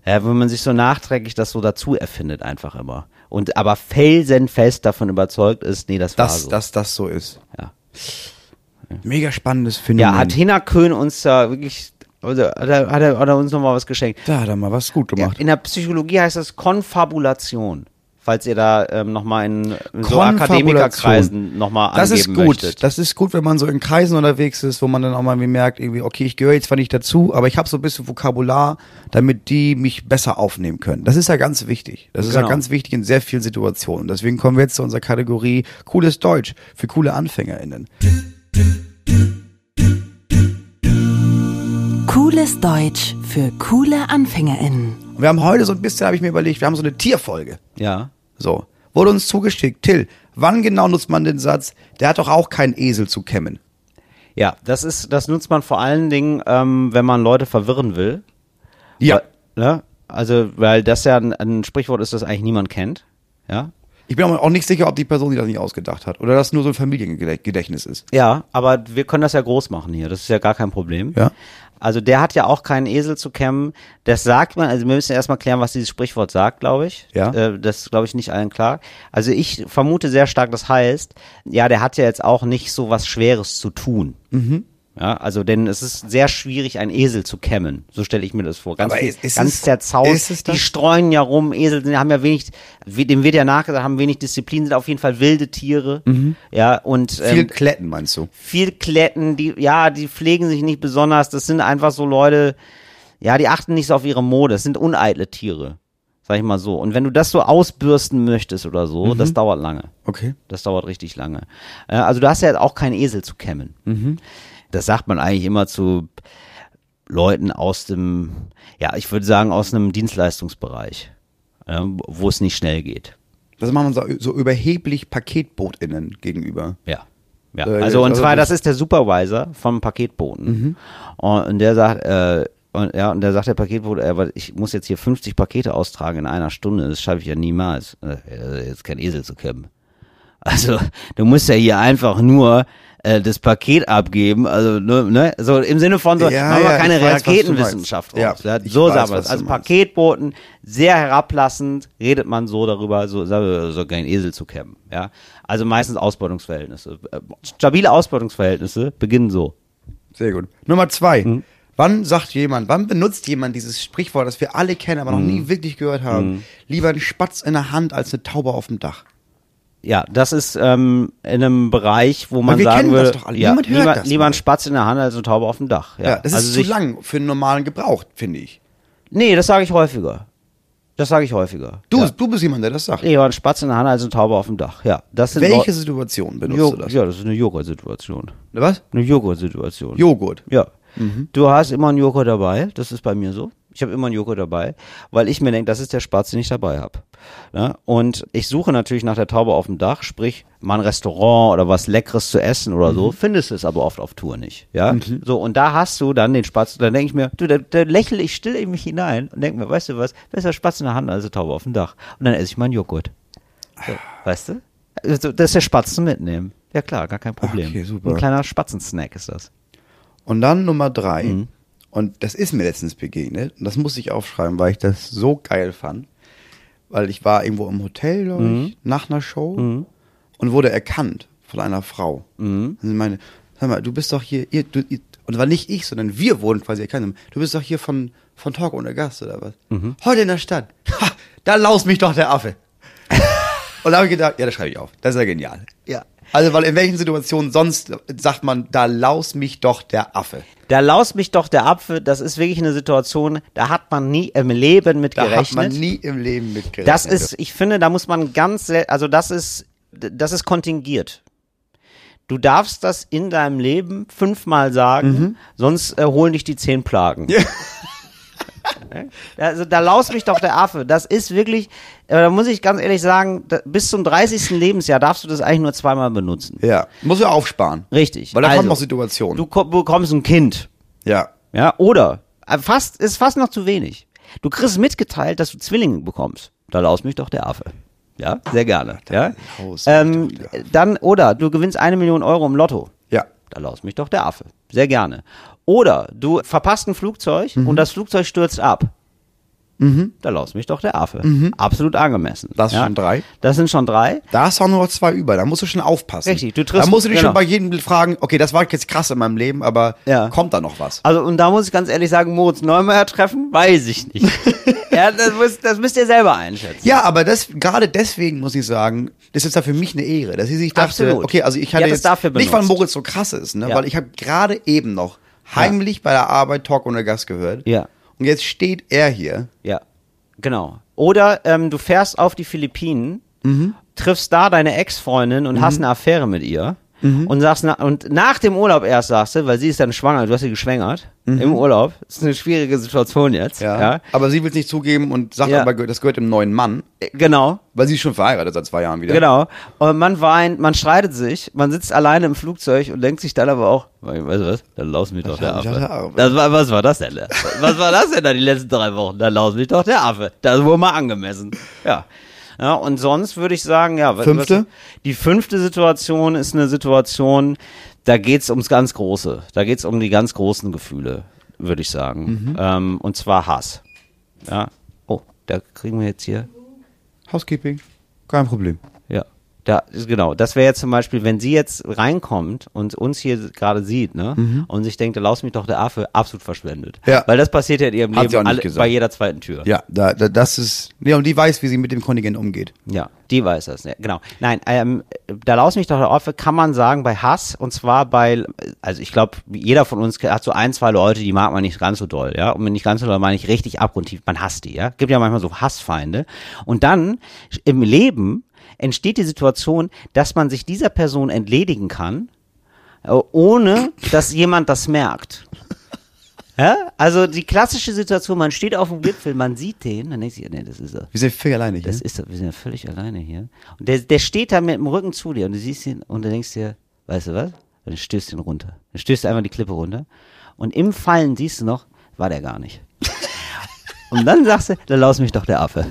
Speaker 1: Ja, wenn man sich so nachträglich das so dazu erfindet, einfach immer. Und aber felsenfest davon überzeugt ist, nee, das, war
Speaker 2: Dass,
Speaker 1: so.
Speaker 2: dass das so ist.
Speaker 1: Ja.
Speaker 2: Mega spannendes Phänomen.
Speaker 1: ja, hat Hina Köhn uns da wirklich, also hat er, hat er, hat er uns nochmal was geschenkt.
Speaker 2: da hat er mal was gut gemacht.
Speaker 1: In der Psychologie heißt das Konfabulation. Falls ihr da ähm, nochmal in so
Speaker 2: Konfabulation.
Speaker 1: Akademikerkreisen nochmal angeben
Speaker 2: Das ist gut.
Speaker 1: möchtet.
Speaker 2: Das ist gut, wenn man so in Kreisen unterwegs ist, wo man dann auch mal irgendwie merkt, irgendwie, okay, ich gehöre jetzt zwar nicht dazu, aber ich habe so ein bisschen Vokabular, damit die mich besser aufnehmen können. Das ist ja ganz wichtig. Das ist
Speaker 1: Genau.
Speaker 2: ja ganz wichtig in sehr vielen Situationen. Deswegen kommen wir jetzt zu unserer Kategorie cooles Deutsch für coole AnfängerInnen.
Speaker 3: Cooles Deutsch für coole AnfängerInnen.
Speaker 2: Und wir haben heute so ein bisschen, habe ich mir überlegt, wir haben so eine Tierfolge.
Speaker 1: ja.
Speaker 2: So. Wurde uns zugeschickt. Till, wann genau nutzt man den Satz, der hat doch auch keinen Esel zu kämmen?
Speaker 1: Ja, das ist, das nutzt man vor allen Dingen, ähm, wenn man Leute verwirren will.
Speaker 2: Ja.
Speaker 1: Weil, ne? Also, weil das ja ein, ein Sprichwort ist, das eigentlich niemand kennt. Ja.
Speaker 2: Ich bin aber auch nicht sicher, ob die Person sich das nicht ausgedacht hat oder das nur so ein Familiengedächtnis ist.
Speaker 1: Ja, aber wir können das ja groß machen hier. Das ist ja gar kein Problem.
Speaker 2: Ja.
Speaker 1: Also der hat ja auch keinen Esel zu kämmen. Das sagt man, also wir müssen erstmal klären, was dieses Sprichwort sagt, glaube ich.
Speaker 2: Ja.
Speaker 1: Äh, das ist, glaube ich, nicht allen klar. Also ich vermute sehr stark, das heißt, ja, der hat ja jetzt auch nicht so was Schweres zu tun. Mhm. Ja, also denn es ist sehr schwierig, einen Esel zu kämmen. So stelle ich mir das vor. Ganz,
Speaker 2: Aber
Speaker 1: viel,
Speaker 2: ist- ist
Speaker 1: ganz
Speaker 2: es-
Speaker 1: zerzaust.
Speaker 2: ist es das?
Speaker 1: Die streuen ja rum, Esel sind, haben ja wenig, we- dem wird ja nachgesagt, haben wenig Disziplin, sind auf jeden Fall wilde Tiere. Ja, und
Speaker 2: Mhm. Viel
Speaker 1: ähm,
Speaker 2: Kletten, meinst du?
Speaker 1: viel kletten, die, ja, die pflegen sich nicht besonders. Das sind einfach so Leute, ja, die achten nicht so auf ihre Mode. Das sind uneitle Tiere, sag ich mal so. Und wenn du das so ausbürsten möchtest oder so, das dauert lange.
Speaker 2: Okay.
Speaker 1: Das dauert richtig lange. Äh, Also du hast ja jetzt auch keinen Esel zu kämmen. Das sagt man eigentlich immer zu Leuten aus dem, ja, ich würde sagen, aus einem Dienstleistungsbereich, äh, wo es nicht schnell geht.
Speaker 2: Das machen wir so, so überheblich PaketbootInnen gegenüber.
Speaker 1: Ja. Ja,
Speaker 2: Äh,
Speaker 1: also und
Speaker 2: also Mhm.
Speaker 1: zwar,
Speaker 2: das-
Speaker 1: das ist der Supervisor vom Paketboten. Und, und der sagt, äh, und, ja, und der sagt der Paketbote, äh, aber ich muss jetzt hier 50 Pakete austragen in einer Stunde, das schaffe ich ja niemals. Äh, äh, jetzt kein Esel zu kämmen. Also, du musst ja hier einfach nur äh, das Paket abgeben, also ne, ne? so im Sinne von so,
Speaker 2: Ja,
Speaker 1: machen wir
Speaker 2: ja,
Speaker 1: keine
Speaker 2: ich weiß, was du
Speaker 1: Raketenwissenschaft
Speaker 2: meinst.
Speaker 1: draus.
Speaker 2: Ja,
Speaker 1: Ja,
Speaker 2: ich
Speaker 1: so
Speaker 2: weiß,
Speaker 1: sagen wir
Speaker 2: was
Speaker 1: es.
Speaker 2: du
Speaker 1: Also
Speaker 2: meinst.
Speaker 1: Paketboten, sehr herablassend redet man so darüber, so, so so kein Esel zu kämmen. Ja? Also meistens Ausbeutungsverhältnisse. Äh, Stabile Ausbeutungsverhältnisse beginnen so.
Speaker 2: Sehr gut. Nummer zwei.
Speaker 1: Mhm.
Speaker 2: Wann sagt jemand, wann benutzt jemand dieses Sprichwort, das wir alle kennen,
Speaker 1: Mhm.
Speaker 2: aber noch nie wirklich gehört haben? Lieber ein Spatz in der Hand als eine Taube auf dem Dach.
Speaker 1: Ja, das ist ähm, in einem Bereich, wo man
Speaker 2: wir
Speaker 1: sagen
Speaker 2: kennen das
Speaker 1: würde,
Speaker 2: doch alle.
Speaker 1: ja,
Speaker 2: Niemand hört
Speaker 1: lieber,
Speaker 2: das
Speaker 1: lieber
Speaker 2: mal.
Speaker 1: ein Spatz in der Hand als eine Taube auf dem Dach. Ja,
Speaker 2: Ja, das
Speaker 1: also
Speaker 2: ist zu
Speaker 1: sich-
Speaker 2: lang für einen normalen Gebrauch, finde ich.
Speaker 1: Nee, das sage ich häufiger. Das sage ich häufiger.
Speaker 2: Du,
Speaker 1: ja.
Speaker 2: du bist jemand, der das sagt.
Speaker 1: Eher ein Spatz in der Hand als ein Taube auf dem Dach. Ja, das sind
Speaker 2: Welche Situation benutzt
Speaker 1: Jo
Speaker 2: du das?
Speaker 1: Ja, das ist eine Joghurt-Situation.
Speaker 2: Was?
Speaker 1: Eine Joghurt-Situation.
Speaker 2: Joghurt.
Speaker 1: Ja.
Speaker 2: Mhm.
Speaker 1: Du hast immer einen Joghurt dabei, das ist bei mir so. Ich habe immer einen Joghurt dabei, weil ich mir denke, das ist der Spatz, den ich dabei habe. Ne? Und ich suche natürlich nach der Taube auf dem Dach, sprich mal ein Restaurant oder was Leckeres zu essen oder
Speaker 2: Mhm.
Speaker 1: so, findest es aber oft auf Tour nicht. Ja? So, und da hast du dann den Spatz, dann denke ich mir, du, da, da lächle ich still in mich hinein und denke mir, weißt du was, besser Spatz in der Hand als eine Taube auf dem Dach. Und dann esse ich meinen Joghurt. So, weißt du? Also, das ist der Spatz zum Mitnehmen. Ja klar, gar kein Problem.
Speaker 2: Okay, super.
Speaker 1: Ein kleiner Spatzensnack ist das.
Speaker 2: Und dann Nummer drei. Und das ist mir letztens begegnet. Und das musste ich aufschreiben, weil ich das so geil fand. Weil ich war irgendwo im Hotel, glaube ich, nach einer Show und wurde erkannt von einer Frau. Und sie meinte, sag mal, du bist doch hier, ihr, du, ihr, und war nicht ich, sondern wir wurden quasi erkannt. Du bist doch hier von, von Talk ohne Gast oder was? Heute in der Stadt. Ha, da laust mich doch der Affe. Und da habe ich gedacht, ja, das schreibe ich auf. Das ist ja genial.
Speaker 1: Ja.
Speaker 2: Also, weil in welchen Situationen sonst sagt man, da laus mich doch der Affe.
Speaker 1: Da laus mich doch der Apfel, das ist wirklich eine Situation, da hat man nie im Leben mit
Speaker 2: Da
Speaker 1: gerechnet.
Speaker 2: hat man nie im Leben mitgerechnet.
Speaker 1: das ist, ich finde, da muss man ganz, sel- also das ist, das ist kontingiert. Du darfst das in deinem Leben fünfmal sagen,
Speaker 2: Mhm.
Speaker 1: sonst äh, holen dich die zehn Plagen. Ne? Also da laus mich doch der Affe. Das ist wirklich, äh, da muss ich ganz ehrlich sagen, da, bis zum 30. Lebensjahr darfst du das eigentlich nur zweimal benutzen.
Speaker 2: Ja. Muss ja aufsparen.
Speaker 1: Richtig.
Speaker 2: Weil da
Speaker 1: also,
Speaker 2: kommen noch Situationen.
Speaker 1: Du ko- bekommst ein Kind.
Speaker 2: ja.
Speaker 1: Ja, oder äh, fast ist fast noch zu wenig. Du kriegst mitgeteilt, dass du Zwillinge bekommst. Da laus mich doch der Affe. Ja, sehr gerne. Ja.
Speaker 2: laus mich
Speaker 1: Ähm,
Speaker 2: doch der Affe.
Speaker 1: dann oder du gewinnst eine Million Euro im Lotto.
Speaker 2: Ja.
Speaker 1: Da laus mich doch der Affe. Sehr gerne. Oder du verpasst ein Flugzeug
Speaker 2: Mhm.
Speaker 1: und das Flugzeug stürzt ab. Da laus mich doch der Affe. Absolut angemessen.
Speaker 2: Mhm. Das sind schon drei.
Speaker 1: Das sind schon drei.
Speaker 2: Da hast du auch nur noch zwei über. Da musst du schon aufpassen.
Speaker 1: Richtig, du triffst-
Speaker 2: Da musst du dich
Speaker 1: genau.
Speaker 2: schon bei jedem fragen, okay, das war jetzt krass in meinem Leben, aber
Speaker 1: Ja.
Speaker 2: kommt da noch was?
Speaker 1: Also, und da muss ich ganz ehrlich sagen, Moritz Neumeier treffen, weiß ich nicht. ja, das, müsst, das müsst ihr selber einschätzen.
Speaker 2: Ja, aber das gerade deswegen muss ich sagen, das ist ja für mich eine Ehre, dass ich sich dachte,
Speaker 1: Absolut.
Speaker 2: okay, also ich
Speaker 1: Die
Speaker 2: hatte
Speaker 1: hat es
Speaker 2: jetzt
Speaker 1: dafür
Speaker 2: nicht, weil
Speaker 1: benutzt.
Speaker 2: Moritz so krass ist, ne,
Speaker 1: Ja.
Speaker 2: weil ich habe gerade eben noch heimlich bei der Arbeit Talk ohne Gast gehört.
Speaker 1: Ja.
Speaker 2: Und jetzt steht er hier.
Speaker 1: Ja, genau. Oder ähm, du fährst auf die Philippinen, triffst da deine Ex-Freundin und hast eine Affäre mit ihr und sagst na und nach dem Urlaub erst sagst du, weil sie ist dann schwanger, du hast sie geschwängert im Urlaub. Das ist eine schwierige Situation jetzt. Ja.
Speaker 2: Aber sie will es nicht zugeben und sagt
Speaker 1: Ja.
Speaker 2: aber, das gehört dem neuen Mann,
Speaker 1: Äh, Genau,
Speaker 2: weil sie ist schon verheiratet seit zwei Jahren wieder.
Speaker 1: genau. Und man weint, man streitet sich, man sitzt alleine im Flugzeug und denkt sich dann aber auch, weißt du was, dann laus mich doch der
Speaker 2: laus mich doch der
Speaker 1: Affe.
Speaker 2: Affe.
Speaker 1: Das war, was war das denn? da? Was war das denn da die letzten drei Wochen? Dann laus mich doch der Affe. Das ist wohl mal angemessen. Ja. Ja, und sonst würde ich sagen, ja. was-
Speaker 2: Fünfte?
Speaker 1: Was, die fünfte Situation ist eine Situation, da geht's ums ganz Große. Da geht's um die ganz großen Gefühle, würde ich
Speaker 2: Mhm.
Speaker 1: sagen. Ähm, und zwar Hass. Ja. Oh, da kriegen wir jetzt hier
Speaker 2: Housekeeping, kein Problem.
Speaker 1: ja. Da, genau, das wäre jetzt zum Beispiel, wenn sie jetzt reinkommt und uns hier gerade sieht, ne, und sich denkt, laus mich doch der Affe, absolut verschwendet.
Speaker 2: Mhm. Ja.
Speaker 1: Weil das passiert ja in ihrem
Speaker 2: Hat sie auch
Speaker 1: Leben
Speaker 2: nicht
Speaker 1: alle,
Speaker 2: gesagt.
Speaker 1: bei jeder zweiten Tür.
Speaker 2: Ja, da, da, das ist, ja, und die weiß, wie sie mit dem Kontingent umgeht.
Speaker 1: Ja, die weiß das, ja, genau. Nein, ähm, da laus mich doch der Affe, kann man sagen, bei Hass, und zwar bei, also ich glaube, jeder von uns hat so ein, zwei Leute, die mag man nicht ganz so doll, ja, und wenn nicht ganz so doll, meine ich richtig abgrundtief, man hasst die, ja. Gibt ja manchmal so Hassfeinde. Und dann, im Leben, entsteht die Situation, dass man sich dieser Person entledigen kann, äh, ohne dass jemand das merkt. Ja? Also die klassische Situation, man steht auf dem Gipfel, man sieht den, dann denkt sich, nee, das ist er.
Speaker 2: Wir sind völlig ne? alleine hier.
Speaker 1: Das ist, wir sind ja völlig alleine hier. Und der, der steht da mit dem Rücken zu dir und du siehst ihn und du denkst dir, weißt du was? Dann stößt du ihn runter. Dann stößt du einfach die Klippe runter. Und im Fallen siehst du noch, war der gar nicht. Und dann sagst du, dann laus mich doch der Affe.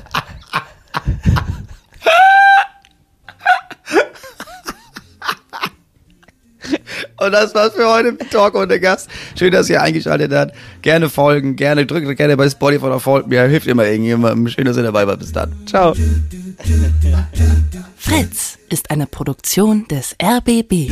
Speaker 2: Und das war's für heute mit Talk ohne Gast. Schön, dass ihr eingeschaltet habt. Gerne folgen, gerne drückt gerne bei Spotify oder folgt mir. Hilft immer irgendjemandem. Schön, dass ihr dabei wart. Bis dann.
Speaker 1: Ciao.
Speaker 3: Fritz ist eine Produktion des RBB.